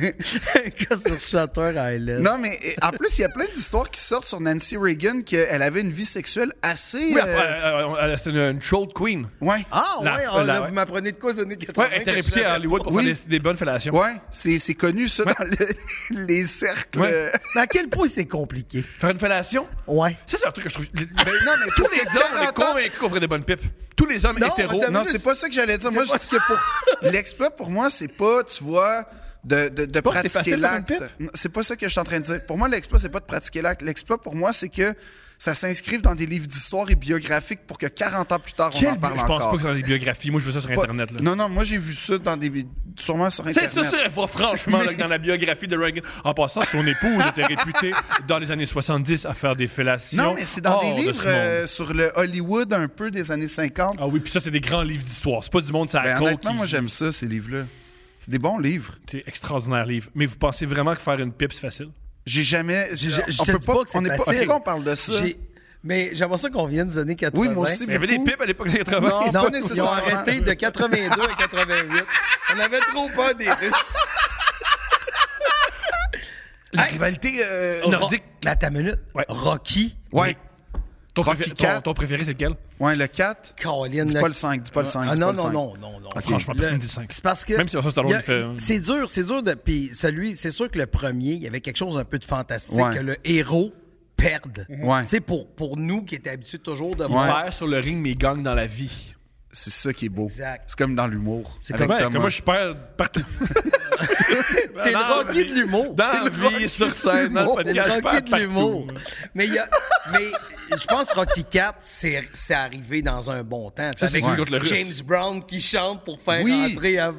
[SPEAKER 3] gars sur Shutter Island.
[SPEAKER 2] Non, mais eh, en plus, il y a plein d'histoires qui sortent sur Nancy Reagan qu'elle avait une vie sexuelle assez.
[SPEAKER 5] Oui,
[SPEAKER 2] euh,
[SPEAKER 5] après, euh, euh, c'est une, une troll queen.
[SPEAKER 2] ouais.
[SPEAKER 3] Ah,
[SPEAKER 5] La-
[SPEAKER 3] ouais, ah,
[SPEAKER 5] la-
[SPEAKER 3] là, vous m'apprenez de quoi, les années 80?
[SPEAKER 5] Ouais, elle était
[SPEAKER 3] que je
[SPEAKER 5] réputée à
[SPEAKER 3] savais
[SPEAKER 5] Hollywood pour
[SPEAKER 2] Oui.
[SPEAKER 5] faire des, des bonnes fellations.
[SPEAKER 2] Ouais, c'est c'est connu, ça, dans le- les cercles.
[SPEAKER 5] Ouais.
[SPEAKER 3] pas. Mais à quel point c'est compliqué?
[SPEAKER 5] Faire une fellation,
[SPEAKER 3] Ouais.
[SPEAKER 5] ça c'est un truc que je trouve.
[SPEAKER 2] Ben non, mais
[SPEAKER 5] tous
[SPEAKER 2] pour
[SPEAKER 5] les
[SPEAKER 2] que
[SPEAKER 5] hommes, on
[SPEAKER 2] 40
[SPEAKER 5] est
[SPEAKER 2] ans-
[SPEAKER 5] convaincus qu'on ferait des bonnes pipes. Tous les hommes
[SPEAKER 3] Non,
[SPEAKER 5] hétéros.
[SPEAKER 3] attends,
[SPEAKER 2] Non,
[SPEAKER 3] minute.
[SPEAKER 2] c'est pas ça que j'allais dire. Moi, je
[SPEAKER 3] pas
[SPEAKER 2] dis que pour l'exploit pour moi, c'est pas, tu vois, de, de, de
[SPEAKER 5] pas que c'est
[SPEAKER 2] pratiquer
[SPEAKER 5] facile, faire une
[SPEAKER 2] l'acte. Non, C'est pas ça que je suis en train de dire. Pour moi, l'exploit, c'est pas de pratiquer l'acte. L'exploit, pour moi, c'est que ça s'inscrive dans des livres d'histoire et biographiques pour que 40 ans plus tard, on en
[SPEAKER 5] Quel bi-
[SPEAKER 2] parle
[SPEAKER 5] je pense
[SPEAKER 2] encore.
[SPEAKER 5] pas que c'est dans des biographies. Moi, je veux ça sur
[SPEAKER 2] Pas-
[SPEAKER 5] Internet. Là.
[SPEAKER 2] Non, non, moi, j'ai vu ça dans des. sûrement sur
[SPEAKER 5] C'est
[SPEAKER 2] Internet.
[SPEAKER 5] ça, c'est faut- franchement, là, que dans la biographie de Reagan. En passant, son épouse était réputée dans les années 70 à faire des fellations.
[SPEAKER 2] Non, mais c'est dans des
[SPEAKER 5] hors de
[SPEAKER 2] livres
[SPEAKER 5] ce monde.
[SPEAKER 2] euh, sur le Hollywood un peu des années 50.
[SPEAKER 5] Ah oui, puis ça, c'est des grands livres d'histoire. C'est pas du monde, ça
[SPEAKER 2] Ben,
[SPEAKER 5] raconte.
[SPEAKER 2] honnêtement, moi, j'aime ça, ces livres-là. C'est des bons livres.
[SPEAKER 5] C'est extraordinaire livre. Mais vous pensez vraiment que faire une pipe, c'est facile?
[SPEAKER 2] J'ai jamais.
[SPEAKER 3] Je, je- je
[SPEAKER 2] on
[SPEAKER 3] te
[SPEAKER 2] peut
[SPEAKER 3] dis
[SPEAKER 2] pas.
[SPEAKER 3] pas que c'est
[SPEAKER 2] on est
[SPEAKER 3] facile.
[SPEAKER 2] Pourquoi on parle de ça?
[SPEAKER 3] J'ai- Mais j'aimerais ça qu'on vienne des années 80.
[SPEAKER 2] Oui, moi aussi,
[SPEAKER 5] Mais il y avait des
[SPEAKER 2] Beaucoup.
[SPEAKER 5] pipes à l'époque des 80.
[SPEAKER 2] Non,
[SPEAKER 3] Non,
[SPEAKER 2] pas
[SPEAKER 3] ils ont
[SPEAKER 2] nécessairement.
[SPEAKER 3] arrêté de 82 à 88. On avait trop peur des Russes.
[SPEAKER 5] La rivalité euh, nordique.
[SPEAKER 3] Mais attends une minute.
[SPEAKER 5] Ouais.
[SPEAKER 3] Rocky,
[SPEAKER 2] Ouais.
[SPEAKER 5] Ton,
[SPEAKER 2] Rocky
[SPEAKER 5] préfé-
[SPEAKER 2] Cat.
[SPEAKER 5] ton, ton préféré, c'est lequel?
[SPEAKER 2] Ouais, le 4.
[SPEAKER 3] Colin.
[SPEAKER 2] Dis
[SPEAKER 3] le-
[SPEAKER 2] pas le 5, dis pas le 5.
[SPEAKER 3] Ah non, non, non, non, non.
[SPEAKER 5] Franchement, personne
[SPEAKER 3] Le-
[SPEAKER 5] dit cinq.
[SPEAKER 3] C'est parce que.
[SPEAKER 5] Même si on sait que Stallone
[SPEAKER 3] il y a-
[SPEAKER 5] le fait, hein.
[SPEAKER 3] C'est dur, c'est dur de. Puis celui, c'est sûr que le premier, il y avait quelque chose un peu de fantastique
[SPEAKER 2] Ouais.
[SPEAKER 3] que le héros perde.
[SPEAKER 2] Ouais.
[SPEAKER 3] Tu sais, pour, pour nous qui étaient habitués toujours de
[SPEAKER 2] Ouais.
[SPEAKER 3] voir.
[SPEAKER 5] Père sur le ring, mais il gagne dans la vie.
[SPEAKER 2] C'est ça qui est beau.
[SPEAKER 3] Exact.
[SPEAKER 2] C'est comme dans l'humour. C'est
[SPEAKER 5] Ouais, comme Ben, moi, je perds partout.
[SPEAKER 3] T'es le Rocky de l'humour.
[SPEAKER 5] Dans
[SPEAKER 3] T'es
[SPEAKER 5] la
[SPEAKER 3] le
[SPEAKER 5] vie, sur scène, dans le
[SPEAKER 3] T'es le
[SPEAKER 5] podcast, je
[SPEAKER 3] Rocky
[SPEAKER 5] perds
[SPEAKER 3] de l'humour.
[SPEAKER 5] partout.
[SPEAKER 3] Mais, il y a- mais je pense que Rocky 4, c'est c'est arrivé dans un bon temps. tu
[SPEAKER 5] Ça,
[SPEAKER 3] sais,
[SPEAKER 5] c'est
[SPEAKER 3] avec
[SPEAKER 5] lui contre le russe.
[SPEAKER 3] James Brown qui chante pour faire
[SPEAKER 2] Oui.
[SPEAKER 3] entrer. à-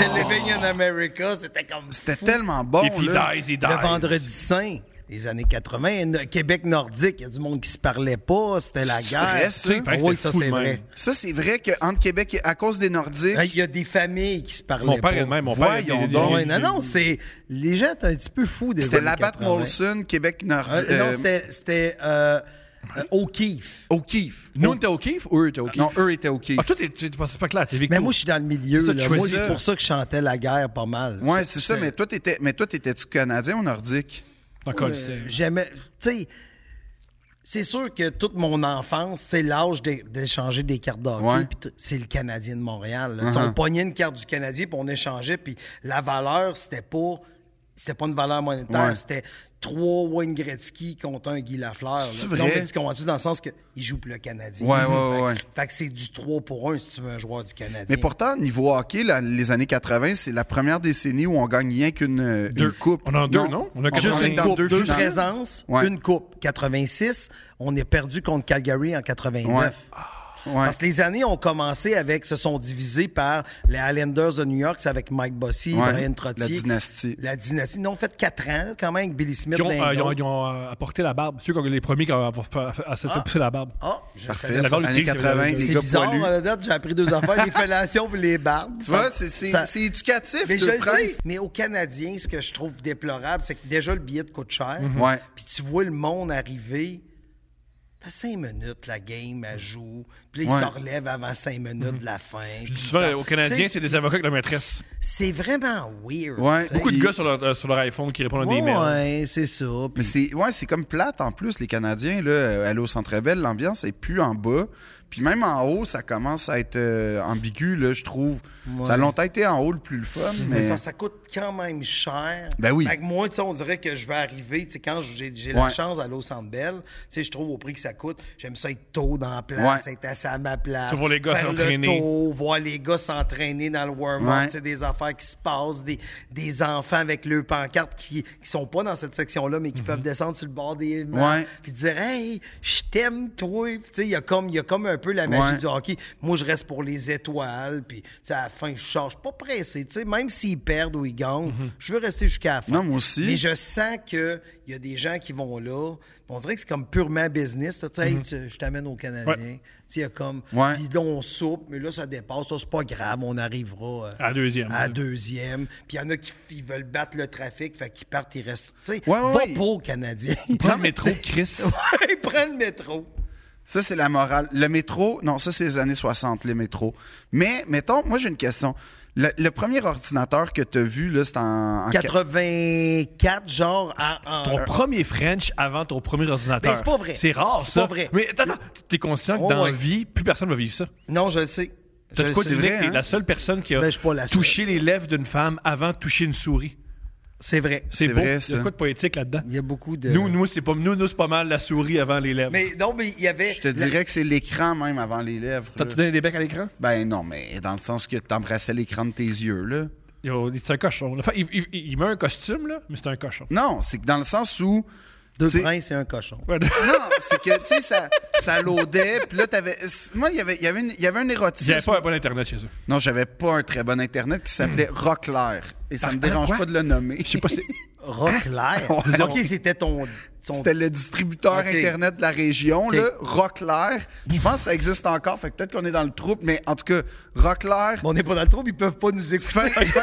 [SPEAKER 3] C'est Living in America. C'était comme.
[SPEAKER 2] C'était
[SPEAKER 3] fou.
[SPEAKER 2] tellement bon.
[SPEAKER 5] If he
[SPEAKER 2] Oh, là.
[SPEAKER 5] dies, he dies.
[SPEAKER 3] Le Vendredi Saint. Les années 80, no- Québec nordique, il y a du monde qui se parlait pas, c'était la
[SPEAKER 2] C'est
[SPEAKER 3] guerre. Ah
[SPEAKER 2] vrai, ça?
[SPEAKER 5] Tu sais, il paraît que
[SPEAKER 3] Oui,
[SPEAKER 5] c'était
[SPEAKER 3] ça
[SPEAKER 5] fou
[SPEAKER 3] c'est
[SPEAKER 5] de
[SPEAKER 3] vrai.
[SPEAKER 5] même.
[SPEAKER 2] Ça, c'est vrai qu'entre Québec et à cause des Nordiques.
[SPEAKER 3] Hein, Il y a des familles qui se parlaient
[SPEAKER 5] Mon
[SPEAKER 3] pas. Ah
[SPEAKER 5] père est de même. Mon père a
[SPEAKER 2] Voyons
[SPEAKER 5] des- des-
[SPEAKER 2] donc.
[SPEAKER 5] des-
[SPEAKER 3] Ouais, non, non, c'est. Les gens étaient un petit peu fous des
[SPEAKER 2] C'était
[SPEAKER 3] années
[SPEAKER 2] Labatt
[SPEAKER 3] 80.
[SPEAKER 2] Molson, Québec
[SPEAKER 3] Euh,
[SPEAKER 2] nordique.
[SPEAKER 3] non, c'était- c'était euh, euh, O'Keeffe.
[SPEAKER 2] O'Keeffe.
[SPEAKER 5] Nous, on était au kiff ou eux étaient au kiff?
[SPEAKER 2] Non, eux étaient O'Keeffe.
[SPEAKER 5] Ah, toi, t'es- tu penses pas clair. T'es Victo.
[SPEAKER 3] Mais moi, je suis dans le milieu.
[SPEAKER 5] C'est ça,
[SPEAKER 3] là.
[SPEAKER 5] tu
[SPEAKER 3] Moi,
[SPEAKER 5] choisis.
[SPEAKER 3] c'est pour ça que je chantais la guerre pas mal.
[SPEAKER 2] Ouais, c'est ça, mais toi, t'étais, mais toi, t'étais-tu Canadien ou Nordique?
[SPEAKER 3] euh,
[SPEAKER 5] Encore, c'est-
[SPEAKER 3] J'aimais. Tu sais, c'est sûr que toute mon enfance, c'est l'âge d'é- d'échanger des cartes d'hockey.
[SPEAKER 2] Ouais. Uh-huh.
[SPEAKER 3] puis t- C'est le Canadien de Montréal. là. Tu sais, On pognait une carte du Canadien, puis on échangeait. Puis la valeur, c'était pas. C'était pas une valeur monétaire,
[SPEAKER 2] Ouais.
[SPEAKER 3] c'était trois Wayne Gretzky contre un Guy Lafleur. là.
[SPEAKER 2] C'est vrai?
[SPEAKER 3] Non, mais tu comprends-tu dans le sens que il joue pour le Canadien.
[SPEAKER 2] Ouais, ouais,
[SPEAKER 3] Fait-
[SPEAKER 2] ouais.
[SPEAKER 3] Fait que c'est du 3 pour 1 si tu veux un joueur du Canadien.
[SPEAKER 2] Mais pourtant, niveau hockey, la- les années 80, c'est la première décennie où on gagne rien qu'une euh,
[SPEAKER 5] Deux.
[SPEAKER 2] une coupe.
[SPEAKER 5] On en deux, non? On a quatre-
[SPEAKER 3] Juste
[SPEAKER 5] est
[SPEAKER 3] une
[SPEAKER 5] dans
[SPEAKER 3] coupe,
[SPEAKER 2] deux
[SPEAKER 3] deux,
[SPEAKER 2] finales.
[SPEAKER 3] présences,
[SPEAKER 2] Ouais.
[SPEAKER 3] une coupe. 86, on est perdu contre Calgary en 89.
[SPEAKER 2] Ouais. Ouais.
[SPEAKER 3] Parce que les années ont commencé avec, se sont divisées par les Highlanders de New York, c'est avec Mike Bossy,
[SPEAKER 2] Ouais.
[SPEAKER 3] Brian Trottier.
[SPEAKER 2] La dynastie.
[SPEAKER 3] La dynastie. Ils ont fait quatre ans, quand même, avec Billy Smith.
[SPEAKER 5] Ils ont,
[SPEAKER 3] dans
[SPEAKER 5] euh,
[SPEAKER 3] les
[SPEAKER 5] ils ont-
[SPEAKER 3] gros.
[SPEAKER 5] ils ont, euh, apporté la barbe. C'est eux qui ont les premiers qui ont à, à- à se faire pousser la barbe.
[SPEAKER 3] Ah, je
[SPEAKER 2] Parfait.
[SPEAKER 3] savais.
[SPEAKER 5] La barbe
[SPEAKER 2] années
[SPEAKER 5] utile,
[SPEAKER 2] 80,
[SPEAKER 5] c'est-
[SPEAKER 2] les
[SPEAKER 3] C'est
[SPEAKER 2] gars
[SPEAKER 3] bizarre,
[SPEAKER 2] poilus.
[SPEAKER 3] à la date, j'ai appris deux affaires, les fellations et les barbes.
[SPEAKER 2] Tu vois, c'est, c'est, c'est éducatif.
[SPEAKER 3] Mais
[SPEAKER 2] de
[SPEAKER 3] je le
[SPEAKER 2] prendre-
[SPEAKER 3] sais. Mais aux Canadiens, ce que je trouve déplorable, c'est que déjà, le billet te coûte cher.
[SPEAKER 2] Mhm. Ouais.
[SPEAKER 3] Puis tu vois le monde arriver. À cinq minutes, la game, elle joue. Puis Puis là,
[SPEAKER 2] Ouais.
[SPEAKER 3] ils se relèvent avant cinq minutes de la fin.
[SPEAKER 5] Mhm. Je dis
[SPEAKER 3] Puis
[SPEAKER 5] souvent
[SPEAKER 3] ils
[SPEAKER 5] aux
[SPEAKER 3] partent.
[SPEAKER 5] Canadiens,
[SPEAKER 3] T'sais,
[SPEAKER 5] c'est des avocats avec leur maîtresse.
[SPEAKER 3] C'est vraiment weird.
[SPEAKER 2] Ouais.
[SPEAKER 3] t'sais.
[SPEAKER 5] Beaucoup de
[SPEAKER 2] il-
[SPEAKER 5] gars sur leur, euh, sur leur iPhone qui répondent à des mails.
[SPEAKER 3] Ouais, c'est ça.
[SPEAKER 2] Mais
[SPEAKER 3] Puis
[SPEAKER 2] c'est ouais, c'est comme plate en plus les Canadiens là, euh, aller au Centre Bell, l'ambiance est plus en bas, puis même en haut, ça commence à être euh, ambigu là, je trouve. Ça a longtemps été en haut le plus le fun, mais,
[SPEAKER 3] Mais ça, ça coûte quand même cher.
[SPEAKER 2] Ben oui.
[SPEAKER 3] Fait que moi, tu sais, on dirait que je vais arriver, tu sais, quand j'ai j'ai la
[SPEAKER 2] Ouais.
[SPEAKER 3] chance d'aller au Centre Bell, tu sais, je trouve au prix que ça coûte, j'aime ça être tôt dans la place,
[SPEAKER 2] Ouais.
[SPEAKER 3] être assis à ma place.
[SPEAKER 5] Tu vois les gars
[SPEAKER 3] faire le
[SPEAKER 5] s'entraîner.
[SPEAKER 3] tour, voir les gars s'entraîner dans le warm-up,
[SPEAKER 2] Ouais.
[SPEAKER 3] tu sais, des affaires qui se passent, des, des enfants avec leurs pancartes qui, qui sont pas dans cette section-là, mais qui peuvent descendre sur le bord des mains,
[SPEAKER 2] Mm-hmm. Ouais.
[SPEAKER 3] puis dire « Hey, je t'aime, toi! » Puis, tu sais, il y, a comme- il y a comme un peu la magie
[SPEAKER 2] Ouais.
[SPEAKER 3] du hockey. Moi, je reste pour les étoiles, puis tu sais, à la fin, je change. Je suis pas pressé, tu sais, même s'ils perdent ou ils gagnent, je veux rester jusqu'à la fin.
[SPEAKER 2] Mhm. Non, moi aussi.
[SPEAKER 3] Mais je sens qu'il y a des gens qui vont là, puis on dirait que c'est comme purement business. là, Tu sais, Hey, tu- je t'amène aux Canadiens. Tu sais, il y a comme,
[SPEAKER 2] Mhm. Ouais.
[SPEAKER 3] puis là, on soupe, mais là, ça dépasse. Ça, c'est pas grave, on arrivera euh,
[SPEAKER 5] À la deuxième.
[SPEAKER 3] à la deuxième. Puis il y en a qui ils veulent battre le trafic, fait qu'ils partent, ils restent. Tu sais,
[SPEAKER 2] Ouais, ouais,
[SPEAKER 3] va
[SPEAKER 2] ouais.
[SPEAKER 3] pas aux Canadiens.
[SPEAKER 5] Prends le métro, Chris.
[SPEAKER 3] Ouais, Prends le métro.
[SPEAKER 2] ça c'est la morale. Le métro, non, ça c'est les années 60 les métros. Mais mettons, moi j'ai une question. Le, le premier ordinateur que tu as vu là, c'est en, en
[SPEAKER 3] 84, genre, en- en-
[SPEAKER 5] Ton premier French avant ton premier ordinateur.
[SPEAKER 3] Ben, c'est pas vrai.
[SPEAKER 5] C'est rare,
[SPEAKER 3] C'est
[SPEAKER 5] ça.
[SPEAKER 3] pas vrai.
[SPEAKER 5] Mais attends, attends, t'es conscient que
[SPEAKER 3] Oh,
[SPEAKER 5] dans
[SPEAKER 3] ouais.
[SPEAKER 5] la vie, plus personne va vivre ça.
[SPEAKER 3] Non, je le sais.
[SPEAKER 5] T'as
[SPEAKER 3] Je
[SPEAKER 5] de
[SPEAKER 3] le
[SPEAKER 5] quoi
[SPEAKER 3] sais.
[SPEAKER 5] tu dis
[SPEAKER 2] vrai,
[SPEAKER 5] que t'es
[SPEAKER 2] hein?
[SPEAKER 5] la seule personne qui a
[SPEAKER 3] Ben, je suis pas la seule.
[SPEAKER 5] touché les lèvres d'une femme avant de toucher une souris.
[SPEAKER 3] C'est vrai.
[SPEAKER 5] C'est
[SPEAKER 2] C'est
[SPEAKER 5] beau.
[SPEAKER 2] vrai,
[SPEAKER 5] Il y
[SPEAKER 2] ça.
[SPEAKER 5] a quoi de poétique là-dedans?
[SPEAKER 3] Il y a beaucoup de.
[SPEAKER 5] Nous, nous, c'est pas, nous, nous, c'est pas mal la souris avant les lèvres.
[SPEAKER 3] Mais non, mais il y avait.
[SPEAKER 2] Je te dirais que c'est l'écran même avant les lèvres.
[SPEAKER 5] T'as
[SPEAKER 2] là.
[SPEAKER 5] tout donné des becs à l'écran?
[SPEAKER 2] Ben non, mais dans le sens que t'embrassais l'écran de tes yeux là.
[SPEAKER 5] Yo, C'est un cochon. Le fa- Il, il- il met un costume, là, mais c'est un cochon.
[SPEAKER 2] Non, c'est que dans le sens où
[SPEAKER 3] Deux
[SPEAKER 2] tu sais-
[SPEAKER 3] princes et un cochon.
[SPEAKER 2] Non, c'est que, tu sais, ça, ça laudait. Puis là, t'avais. Moi, il y avait, il y, avait une- il y avait un
[SPEAKER 5] Il n'y avait
[SPEAKER 2] érotisme.
[SPEAKER 5] pas un bon Internet chez eux.
[SPEAKER 2] Non, j'avais pas un très bon Internet qui s'appelait Rockler. Et ça me dérange
[SPEAKER 5] quoi?
[SPEAKER 2] pas de le nommer.
[SPEAKER 5] Je sais pas si.
[SPEAKER 2] Hein?
[SPEAKER 3] Rockler.
[SPEAKER 2] Ouais.
[SPEAKER 3] OK, c'était ton. son-
[SPEAKER 2] C'était le distributeur
[SPEAKER 3] Ok.
[SPEAKER 2] Internet de la région, là, Rockler. Je pense que ça existe encore, fait que peut-être qu'on est dans le trouble, mais en tout cas, Rockler.
[SPEAKER 3] Mais on n'est pas dans le trouble, ils peuvent pas nous écouter.
[SPEAKER 2] Fin, fin-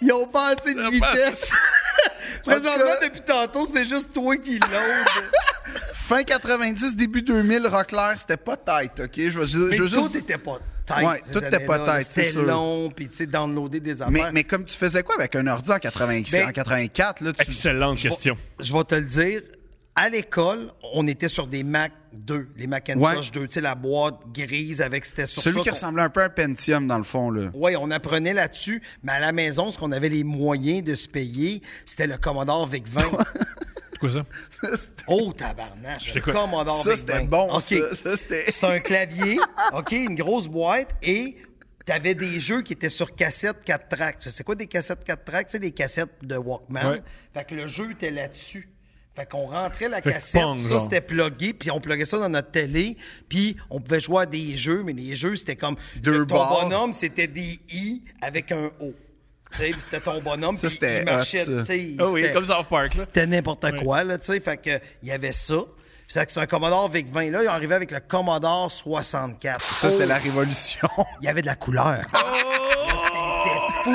[SPEAKER 3] Ils ont pas assez de vitesse. Présentement,
[SPEAKER 2] Parce que-
[SPEAKER 3] depuis tantôt, c'est juste toi qui l'aude.
[SPEAKER 2] fin 90, début 2000, Rockler, c'était pas tight, OK? Je veux, ju-
[SPEAKER 3] Mais
[SPEAKER 2] je veux
[SPEAKER 3] tout
[SPEAKER 2] juste-
[SPEAKER 3] était pas tête.
[SPEAKER 2] Ouais, tout était pas tight, c'est
[SPEAKER 3] C'était
[SPEAKER 2] sûr.
[SPEAKER 3] long, puis tu sais, downloader des affaires.
[SPEAKER 2] mais, mais comme tu faisais quoi avec un ordi en, 80
[SPEAKER 3] Ben-
[SPEAKER 2] en 84, là, tu...
[SPEAKER 5] Excellente question.
[SPEAKER 3] je vais te le dire, à l'école, on était sur des Mac 2, les Macintosh
[SPEAKER 2] Ouais.
[SPEAKER 3] 2, tu sais, la boîte grise avec c'était sur
[SPEAKER 2] Celui
[SPEAKER 3] ça
[SPEAKER 2] qui
[SPEAKER 3] qu'on-
[SPEAKER 2] ressemblait un peu à un Pentium, dans le fond, là.
[SPEAKER 3] Oui, on apprenait là-dessus, mais à la maison, ce qu'on avait les moyens de se payer, c'était le Commodore VIC 20.
[SPEAKER 5] C'est quoi ça?
[SPEAKER 3] oh, tabarnache!
[SPEAKER 5] sais
[SPEAKER 3] Le
[SPEAKER 5] quoi.
[SPEAKER 3] Commodore
[SPEAKER 2] Ça,
[SPEAKER 3] VIC 20.
[SPEAKER 2] c'était bon,
[SPEAKER 3] OK.
[SPEAKER 2] ça. Ça, c'était-
[SPEAKER 3] C'est un clavier, OK, une grosse boîte, et t'avais des jeux qui étaient sur cassette 4 tracks. Tu sais, C'est quoi des cassettes 4 tracks? C'est des cassettes de Walkman.
[SPEAKER 5] Ouais.
[SPEAKER 3] Fait que le jeu était là-dessus. Fait qu'on rentrait la
[SPEAKER 5] Fait que
[SPEAKER 3] cassette,
[SPEAKER 5] pong,
[SPEAKER 3] ça
[SPEAKER 5] genre.
[SPEAKER 3] c'était plugué, puis on pluguait ça dans notre télé, puis on pouvait jouer à des jeux, mais les jeux c'était comme
[SPEAKER 2] Deux
[SPEAKER 3] le- ton
[SPEAKER 2] barres.
[SPEAKER 3] bonhomme, c'était des i avec un o. Tu sais, puis c'était ton bonhomme,
[SPEAKER 2] Ça,
[SPEAKER 3] puis
[SPEAKER 2] c'était
[SPEAKER 3] il marchait,
[SPEAKER 2] hot, ça.
[SPEAKER 3] tu sais, il-
[SPEAKER 5] Ah oui,
[SPEAKER 3] c'était-
[SPEAKER 5] comme South Park, là.
[SPEAKER 3] C'était n'importe quoi là, tu sais, fait que il y avait ça. Puis C'est que c'est un Commodore VIC 20 là, ils arrivaient avec le Commodore 64.
[SPEAKER 2] Ça, c'était
[SPEAKER 3] Oh,
[SPEAKER 2] la révolution.
[SPEAKER 3] il y avait de la couleur. Là,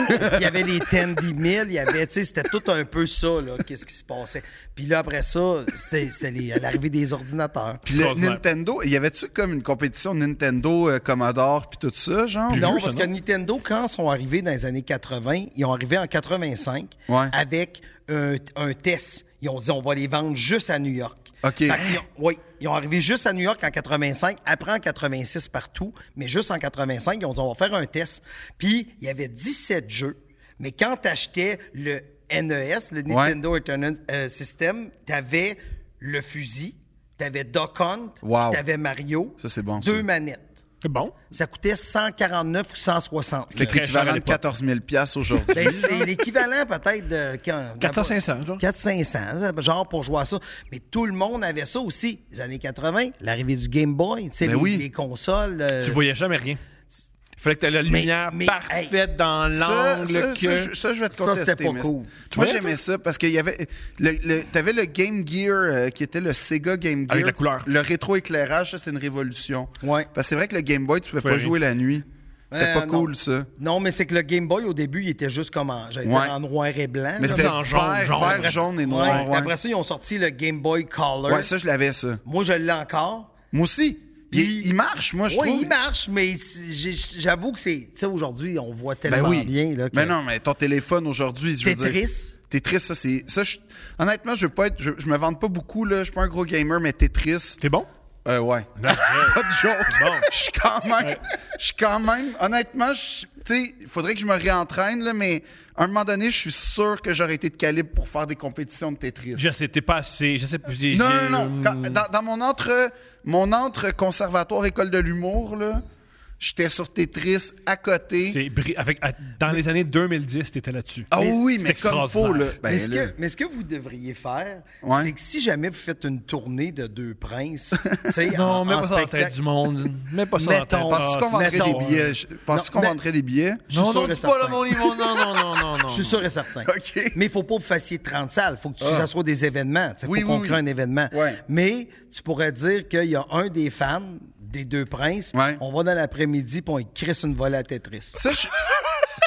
[SPEAKER 3] C'était fou. Il y avait les Tandy Mill, il y avait, tu sais, c'était tout un peu ça, là, qu'est-ce qui se passait. Puis là, après ça, c'était c'était les- l'arrivée des ordinateurs.
[SPEAKER 2] Puis le
[SPEAKER 5] Extraordinaire.
[SPEAKER 2] Nintendo, y avait-tu comme une compétition Nintendo, euh, Commodore, puis tout ça, genre?
[SPEAKER 3] non,
[SPEAKER 5] vieux, ça,
[SPEAKER 3] parce que Nintendo, quand ils sont arrivés dans les années 80, ils ont arrivé en 85
[SPEAKER 2] Ouais.
[SPEAKER 3] avec un, un test. Ils ont dit, on va les vendre juste à New York.
[SPEAKER 2] OK.
[SPEAKER 3] Fait qu'ils ont- oui, ils ont arrivé juste à New York en 85, après en 86 partout, mais juste en 85, ils ont dit, on va faire un test. Puis, il y avait 17 jeux, mais quand t'achetais le NES, le Nintendo Internet euh, System, t'avais le fusil, t'avais Doc Hunt,
[SPEAKER 2] Wow.
[SPEAKER 3] puis t'avais Mario.
[SPEAKER 2] Ça, c'est bon,
[SPEAKER 3] Deux
[SPEAKER 2] ça.
[SPEAKER 3] manettes.
[SPEAKER 5] C'est bon.
[SPEAKER 3] Ça coûtait 149 ou 160.
[SPEAKER 2] Fait que
[SPEAKER 5] Très cher à
[SPEAKER 2] l'équivalent de
[SPEAKER 5] l'époque.
[SPEAKER 2] 14 000 piastres aujourd'hui.
[SPEAKER 3] Ben, c'est l'équivalent peut-être de... quand-
[SPEAKER 5] 400-500, genre.
[SPEAKER 3] 400-500, genre pour jouer à ça. Mais tout le monde avait ça aussi. Les années 80, l'arrivée du Game Boy, tu sais,
[SPEAKER 2] Ben
[SPEAKER 3] les,
[SPEAKER 2] oui.
[SPEAKER 3] les consoles. euh,
[SPEAKER 5] Tu voyais jamais rien. Il fallait que tu aies la lumière
[SPEAKER 3] mais,
[SPEAKER 5] parfaite
[SPEAKER 3] hey,
[SPEAKER 5] dans
[SPEAKER 2] ça,
[SPEAKER 5] l'angle
[SPEAKER 2] ça, ça,
[SPEAKER 5] que.
[SPEAKER 2] je- ça, je vais te
[SPEAKER 3] Ça,
[SPEAKER 2] contester.
[SPEAKER 3] c'était pas
[SPEAKER 2] mais-
[SPEAKER 3] cool.
[SPEAKER 2] Moi,
[SPEAKER 5] Ouais,
[SPEAKER 2] j'aimais ça parce qu'il y avait. Le, le- t'avais le Game Gear euh, qui était le Sega Game Gear.
[SPEAKER 5] Avec la couleur.
[SPEAKER 2] Le rétroéclairage, ça, c'est une révolution.
[SPEAKER 3] Ouais.
[SPEAKER 2] Parce que c'est vrai que le Game Boy, tu pouvais
[SPEAKER 5] Ouais.
[SPEAKER 2] pas jouer la nuit. C'était
[SPEAKER 3] Euh,
[SPEAKER 2] pas
[SPEAKER 3] non.
[SPEAKER 2] cool, ça.
[SPEAKER 3] Non, mais c'est que le Game Boy, au début, il était juste comme en, j'allais
[SPEAKER 2] Ouais.
[SPEAKER 3] dire en noir et blanc.
[SPEAKER 2] Mais
[SPEAKER 3] là.
[SPEAKER 2] c'était
[SPEAKER 5] en jaune,
[SPEAKER 2] vert,
[SPEAKER 5] jaune.
[SPEAKER 2] vert,
[SPEAKER 3] Après ça-
[SPEAKER 2] jaune et
[SPEAKER 3] Ouais,
[SPEAKER 2] noir.
[SPEAKER 3] puis
[SPEAKER 2] ouais.
[SPEAKER 3] Après ça, ils ont sorti le Game Boy Color.
[SPEAKER 2] Ouais, ça, je l'avais, ça.
[SPEAKER 3] Moi, je l'ai encore.
[SPEAKER 2] Moi aussi. Il, il marche, moi, je
[SPEAKER 3] Oui,
[SPEAKER 2] trouve.
[SPEAKER 3] il marche, mais c'est- j'ai- j'avoue que c'est. Tu sais, aujourd'hui, on voit
[SPEAKER 2] Ben
[SPEAKER 3] tellement
[SPEAKER 2] oui.
[SPEAKER 3] bien. Là, que
[SPEAKER 2] Mais non, mais ton téléphone aujourd'hui, je veux dire.
[SPEAKER 3] Tetris.
[SPEAKER 2] Tetris, ça, c'est. Ça, je- honnêtement, je veux pas être. Je, je me vante pas beaucoup, là. Je suis pas un gros gamer, mais Tetris.
[SPEAKER 5] T'es bon?
[SPEAKER 2] Euh, ouais. pas de joke. Je suis quand même. Je suis quand même. Honnêtement, je- tu sais, il faudrait que je me réentraîne, là, mais à un moment donné, je suis sûr que j'aurais été de calibre pour faire des compétitions de Tetris.
[SPEAKER 5] Je sais, t'es pas assez. Je sais, j'ai-
[SPEAKER 2] Non,
[SPEAKER 5] j'ai- euh,
[SPEAKER 2] non, non. Quand- dans, dans mon entre, mon entre conservatoire école de l'humour, là, j'étais sur Tetris à côté.
[SPEAKER 5] C'est bri- avec, à- dans les années 2010, t'étais là-dessus.
[SPEAKER 2] Ah
[SPEAKER 3] Mais-
[SPEAKER 2] oui,
[SPEAKER 5] c'est
[SPEAKER 2] mais comme faut, là.
[SPEAKER 5] extraordinaire.
[SPEAKER 2] Ben,
[SPEAKER 3] mais, ce
[SPEAKER 2] là.
[SPEAKER 3] que, mais ce que vous devriez faire,
[SPEAKER 2] Ouais.
[SPEAKER 3] c'est que si jamais vous faites une tournée de Deux Princes, tu sais,
[SPEAKER 5] Non,
[SPEAKER 3] en,
[SPEAKER 5] mets
[SPEAKER 3] en
[SPEAKER 5] pas ça dans la tête
[SPEAKER 3] spectacle,
[SPEAKER 5] du monde. Mets pas ça
[SPEAKER 3] Mettons.
[SPEAKER 5] dans la
[SPEAKER 2] Penses-tu
[SPEAKER 5] tête.
[SPEAKER 2] qu'on vendrait
[SPEAKER 3] mettons,
[SPEAKER 2] des billets? Je- Penses-tu qu'on
[SPEAKER 3] mais-
[SPEAKER 2] vendrait des billets?
[SPEAKER 3] je suis
[SPEAKER 5] hein. Non,
[SPEAKER 3] sûr
[SPEAKER 5] non,
[SPEAKER 3] et
[SPEAKER 5] dis pas là,
[SPEAKER 3] certain.
[SPEAKER 5] mon niveau. Non, non, non, non, non.
[SPEAKER 3] Je suis sûr et certain.
[SPEAKER 2] OK.
[SPEAKER 3] Mais il faut pas que vous fassiez 30 salles. Il faut que tu,
[SPEAKER 2] Ah.
[SPEAKER 3] ça soit des événements. Il faut
[SPEAKER 2] Oui,
[SPEAKER 3] qu'on
[SPEAKER 2] oui,
[SPEAKER 3] crée
[SPEAKER 2] oui.
[SPEAKER 3] un événement.
[SPEAKER 2] Ouais.
[SPEAKER 3] Mais tu pourrais dire qu'il y a un des fans des deux princes.
[SPEAKER 2] Ouais.
[SPEAKER 3] On va dans l'après-midi puis on y crisse une volée à Tetris.
[SPEAKER 2] Ça, je- c'est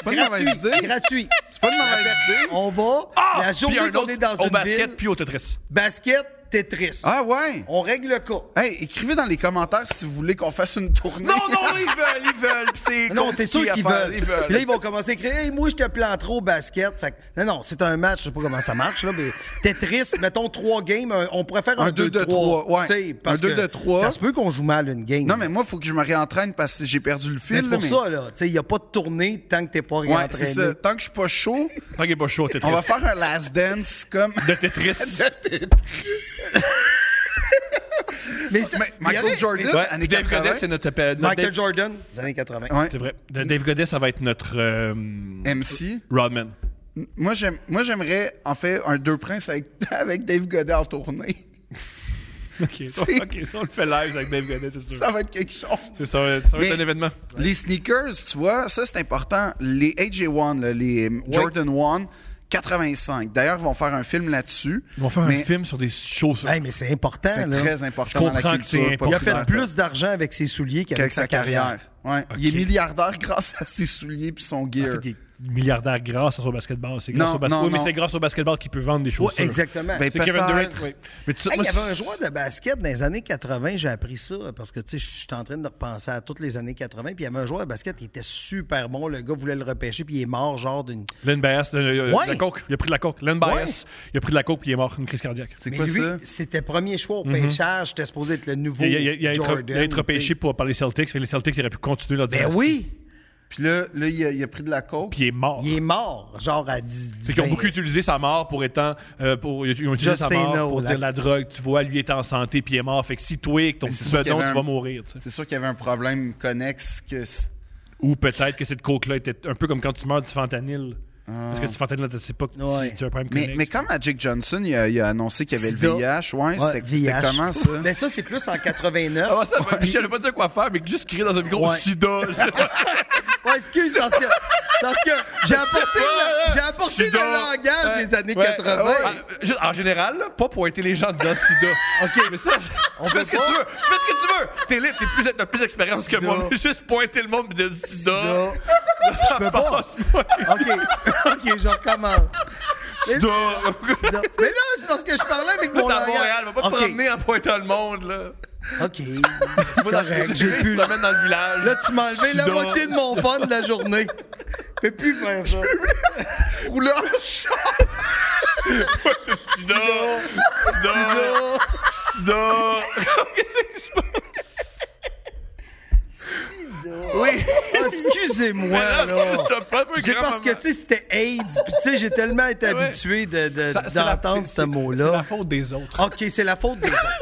[SPEAKER 2] pas une mauvaise
[SPEAKER 3] Gratuit.
[SPEAKER 2] idée.
[SPEAKER 3] Gratuit.
[SPEAKER 2] C'est pas une mauvaise idée. Ah!
[SPEAKER 3] On va. la
[SPEAKER 5] Ah! Puis un
[SPEAKER 3] journée qu'on
[SPEAKER 5] autre
[SPEAKER 3] est dans
[SPEAKER 5] au
[SPEAKER 3] une
[SPEAKER 5] basket
[SPEAKER 3] ville.
[SPEAKER 5] puis au Tetris.
[SPEAKER 3] Basket, Tetris.
[SPEAKER 2] Ah ouais?
[SPEAKER 3] On règle le cas.
[SPEAKER 2] Hey, écrivez dans les commentaires si vous voulez qu'on fasse une tournée.
[SPEAKER 5] Non, non, ils veulent, ils veulent. puis c'est
[SPEAKER 3] Non, c'est sûr
[SPEAKER 5] compliqué
[SPEAKER 3] qu'ils
[SPEAKER 5] à faire,
[SPEAKER 3] veulent.
[SPEAKER 5] ils veulent.
[SPEAKER 3] Là, ils vont commencer à écrire Hey, moi, je te plante trop au basket. Fait que, non, non, c'est un match. Je sais pas comment ça marche, là, mais Tetris, mettons trois games. un- on pourrait faire un,
[SPEAKER 2] Un deux de
[SPEAKER 3] 2-3.
[SPEAKER 2] trois, ouais.
[SPEAKER 3] Tu sais, parce
[SPEAKER 2] Un deux
[SPEAKER 3] que
[SPEAKER 2] de trois.
[SPEAKER 3] Ça se peut qu'on joue mal une game.
[SPEAKER 2] Non, mais moi, il faut que je me réentraîne parce que j'ai perdu le fil.
[SPEAKER 3] Mais c'est
[SPEAKER 2] là,
[SPEAKER 3] pour
[SPEAKER 2] mais-
[SPEAKER 3] ça, là. Tu sais, il n'y a pas de tournée tant que t'es pas
[SPEAKER 2] Ouais,
[SPEAKER 3] réentraîné.
[SPEAKER 2] c'est ça. Tant que je suis pas chaud,
[SPEAKER 5] Tant qu'il est pas chaud au Tetris.
[SPEAKER 2] on va faire un last dance comme.
[SPEAKER 5] De Tetris.
[SPEAKER 3] Mais, ça-
[SPEAKER 2] Mais
[SPEAKER 3] il y en
[SPEAKER 2] Michael
[SPEAKER 3] a-
[SPEAKER 2] Jordan,
[SPEAKER 5] Ouais,
[SPEAKER 2] années
[SPEAKER 5] Dave
[SPEAKER 2] 80.
[SPEAKER 5] Godet, c'est notre. euh, notre
[SPEAKER 3] Michael
[SPEAKER 5] Dave-
[SPEAKER 3] Jordan, des années 80.
[SPEAKER 2] Ouais.
[SPEAKER 5] C'est vrai. De- Dave Godet, ça va être notre. euh,
[SPEAKER 2] MC.
[SPEAKER 5] Rodman.
[SPEAKER 2] Moi, j'aime, moi, j'aimerais en fait un Deux Princes avec, avec Dave Godet en tournée.
[SPEAKER 5] Ok, ça,
[SPEAKER 2] C'est-
[SPEAKER 5] ok, ça, on le fait live avec Dave Godet, c'est sûr.
[SPEAKER 2] Ça va être quelque chose.
[SPEAKER 5] C'est ça, ça va
[SPEAKER 2] Mais-
[SPEAKER 5] être un événement.
[SPEAKER 2] Les sneakers, tu vois, ça c'est important. Les AJ1, là, les Jordan 1, 85. D'ailleurs, ils vont faire un film là-dessus.
[SPEAKER 5] Ils vont faire
[SPEAKER 2] Mais
[SPEAKER 5] un film sur des chaussures.
[SPEAKER 3] Hey, mais c'est important,
[SPEAKER 2] C'est
[SPEAKER 3] là.
[SPEAKER 2] très important
[SPEAKER 5] Je
[SPEAKER 2] dans la
[SPEAKER 5] comprends que
[SPEAKER 2] culture
[SPEAKER 5] c'est
[SPEAKER 3] Il a
[SPEAKER 5] populaire.
[SPEAKER 3] fait plus d'argent avec ses souliers qu'avec
[SPEAKER 2] qu'avec
[SPEAKER 3] sa carrière.
[SPEAKER 2] Ouais. Il est
[SPEAKER 5] Ok. Ah,
[SPEAKER 2] milliardaire grâce à ses souliers puis son
[SPEAKER 5] En
[SPEAKER 2] gear.
[SPEAKER 5] fait, il est milliardaire grâce à son basketball. C'est grâce
[SPEAKER 2] Non,
[SPEAKER 5] au bas-
[SPEAKER 2] non,
[SPEAKER 5] oui, mais
[SPEAKER 2] non.
[SPEAKER 5] c'est grâce au basketball qu'il peut vendre des
[SPEAKER 3] Ouais,
[SPEAKER 5] chaussures.
[SPEAKER 3] exactement.
[SPEAKER 2] Ben,
[SPEAKER 5] C'est Kevin Durant.
[SPEAKER 2] peut-être.
[SPEAKER 5] oui. Mais tu sais,
[SPEAKER 3] Hey,
[SPEAKER 5] moi,
[SPEAKER 3] il y
[SPEAKER 5] c'est-
[SPEAKER 3] avait un joueur de basket dans les années 80, j'ai appris ça, hein, parce que tu sais, je suis en train de repenser à toutes les années 80, puis il y avait un joueur de basket qui était super bon, le gars voulait le repêcher, puis il est mort genre d'une...
[SPEAKER 5] Len Bias, le- le-
[SPEAKER 3] Ouais.
[SPEAKER 5] la coke. Il a pris de la coke. Len Bias,
[SPEAKER 3] Ouais.
[SPEAKER 5] il a pris de la coke puis il est mort. Une crise cardiaque.
[SPEAKER 2] C'est
[SPEAKER 3] Mais
[SPEAKER 2] quoi
[SPEAKER 3] lui,
[SPEAKER 2] ça?
[SPEAKER 3] c'était premier choix au pêchage, c'était supposé être le nouveau
[SPEAKER 5] Mm-hmm. Il, il- il- il a été-
[SPEAKER 3] Jordan.
[SPEAKER 5] il a été repêché
[SPEAKER 3] tu
[SPEAKER 5] pour, par les Celtics. fait que Les Celtics auraient pu continuer leur
[SPEAKER 3] sais. Ben
[SPEAKER 5] dynastie.
[SPEAKER 3] oui,
[SPEAKER 2] Puis là, là il, a, il a pris de la coke.
[SPEAKER 5] Puis il est mort.
[SPEAKER 3] il est mort, genre à 10...
[SPEAKER 5] C'est qu'ils ont
[SPEAKER 3] ben,
[SPEAKER 5] beaucoup utilisé sa mort pour étant. euh, pour, ils ont utilisé
[SPEAKER 3] Just
[SPEAKER 5] sa
[SPEAKER 3] say
[SPEAKER 5] mort
[SPEAKER 3] no,
[SPEAKER 5] pour
[SPEAKER 3] la-
[SPEAKER 5] dire la drogue. Tu vois, lui est en santé puis il est mort. Fait que si toi, ton
[SPEAKER 3] Ben,
[SPEAKER 2] Mais c'est
[SPEAKER 5] petit
[SPEAKER 2] sûr qu'il y
[SPEAKER 5] bedon,
[SPEAKER 2] avait
[SPEAKER 5] tu
[SPEAKER 2] un-
[SPEAKER 5] vas mourir. tu sais.
[SPEAKER 2] C'est sûr qu'il y avait un problème connexe que c-
[SPEAKER 5] Ou peut-être que cette coke-là était un peu comme quand tu meurs du fentanyl. Parce que du fentanyl, tu sais pas que tu-
[SPEAKER 3] Ouais.
[SPEAKER 5] tu as un problème
[SPEAKER 2] Mais,
[SPEAKER 5] connexe.
[SPEAKER 2] mais quand Magic Johnson, il a, il a annoncé qu'il y avait le
[SPEAKER 3] Sida.
[SPEAKER 2] VIH, ouais,
[SPEAKER 3] Ouais,
[SPEAKER 2] c'était- c'était
[SPEAKER 3] VIH.
[SPEAKER 2] comment ça?
[SPEAKER 3] Mais ça, c'est plus en 89.
[SPEAKER 5] Ah, ça, Je savais pas dire quoi faire, mais juste crier dans un micro
[SPEAKER 3] Ouais.
[SPEAKER 5] sida.
[SPEAKER 3] Ouais, excuse, parce que, parce que j'ai apporté,
[SPEAKER 5] Ah,
[SPEAKER 3] le, j'ai apporté le
[SPEAKER 5] Sida.
[SPEAKER 3] langage des années 80.
[SPEAKER 5] Ah, juste, en général, là, pas pour intelligent en disant sida.
[SPEAKER 3] OK.
[SPEAKER 5] Mais ça,
[SPEAKER 3] On
[SPEAKER 5] tu
[SPEAKER 3] peut
[SPEAKER 5] fais ce que
[SPEAKER 3] pas.
[SPEAKER 5] tu veux. Tu fais ce que tu veux. T'es libre, t'es plus, t'as plus d'expérience que
[SPEAKER 3] Sida.
[SPEAKER 5] moi. Mais juste pointer le monde et dire sida.
[SPEAKER 3] Sida.
[SPEAKER 5] Je peux
[SPEAKER 3] pas. OK, OK, je recommence. Mais,
[SPEAKER 5] Sida.
[SPEAKER 3] Sida. Mais là, c'est parce que je parlais avec mon
[SPEAKER 5] T'es à
[SPEAKER 3] langage.
[SPEAKER 5] Montréal, va pas te
[SPEAKER 3] OK,
[SPEAKER 5] promener en pointant le monde, là.
[SPEAKER 3] OK, c'est correct, j'ai pu.
[SPEAKER 5] Je dans le village.
[SPEAKER 3] Là, tu m'as enlevé la
[SPEAKER 5] Sida.
[SPEAKER 3] moitié de mon fun de la journée. Je peux plus faire ça. Rouleur, chat,
[SPEAKER 5] Sida. Sida.
[SPEAKER 3] là.
[SPEAKER 5] Sida.
[SPEAKER 3] Oui.
[SPEAKER 2] Oh,
[SPEAKER 3] Excusez-moi, là. C'est parce que, tu sais, c'était AIDS. Puis, tu sais, j'ai tellement été
[SPEAKER 5] Ouais.
[SPEAKER 3] habitué de- de-
[SPEAKER 5] Ça, c'est
[SPEAKER 3] d'entendre
[SPEAKER 5] la- c'est-
[SPEAKER 3] ce
[SPEAKER 5] c'est- C'est la
[SPEAKER 3] mot-là.
[SPEAKER 5] faute des autres.
[SPEAKER 3] OK, c'est la faute des autres.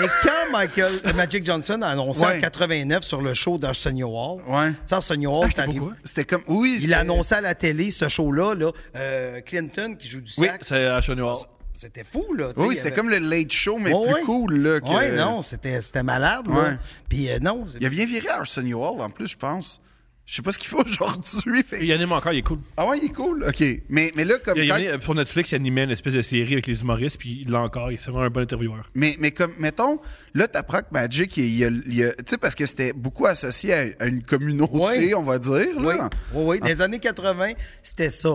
[SPEAKER 3] Mais quand Michael, euh, Magic Johnson a annoncé
[SPEAKER 2] Ouais.
[SPEAKER 3] en 89 sur le show d'Arsenio Hall,
[SPEAKER 2] Ouais.
[SPEAKER 3] tu sais,
[SPEAKER 5] Ah,
[SPEAKER 3] Arsenio Hall, c'est arrivé-
[SPEAKER 5] quoi?
[SPEAKER 2] C'était comme. Oui,
[SPEAKER 3] il
[SPEAKER 2] c'était-
[SPEAKER 3] a annoncé à la télé ce show-là, là, euh, Clinton qui joue du sax.
[SPEAKER 5] à Chenoir.
[SPEAKER 3] C'était fou, là. tu sais,
[SPEAKER 2] Oui,
[SPEAKER 3] il
[SPEAKER 2] c'était
[SPEAKER 3] avait-
[SPEAKER 2] comme le Late Show, mais
[SPEAKER 3] Ouais,
[SPEAKER 2] plus
[SPEAKER 3] ouais.
[SPEAKER 2] cool, là. Que...
[SPEAKER 3] Ouais, non, c'était c'était malade, là.
[SPEAKER 2] Ouais.
[SPEAKER 3] Puis, euh, non.
[SPEAKER 2] Il a bien viré à Arsenio Hall, en plus, je pense. Je sais pas ce qu'il fait aujourd'hui. fait-
[SPEAKER 5] Il y en a encore, il est cool.
[SPEAKER 2] Ah ouais, il est cool. OK. Mais, mais là, comme.
[SPEAKER 5] Il y en
[SPEAKER 2] quand-
[SPEAKER 5] a, euh, sur Netflix, il animait une espèce de série avec les humoristes, puis là encore, il sera un bon intervieweur.
[SPEAKER 2] Mais, mais comme, mettons, là, t'apprends que Magic, il y a. il y a- Tu sais, parce que c'était beaucoup associé à, à une communauté,
[SPEAKER 3] Ouais.
[SPEAKER 2] on va dire,
[SPEAKER 3] Oui,
[SPEAKER 2] là.
[SPEAKER 3] oui, oui. Des années 80, c'était ça.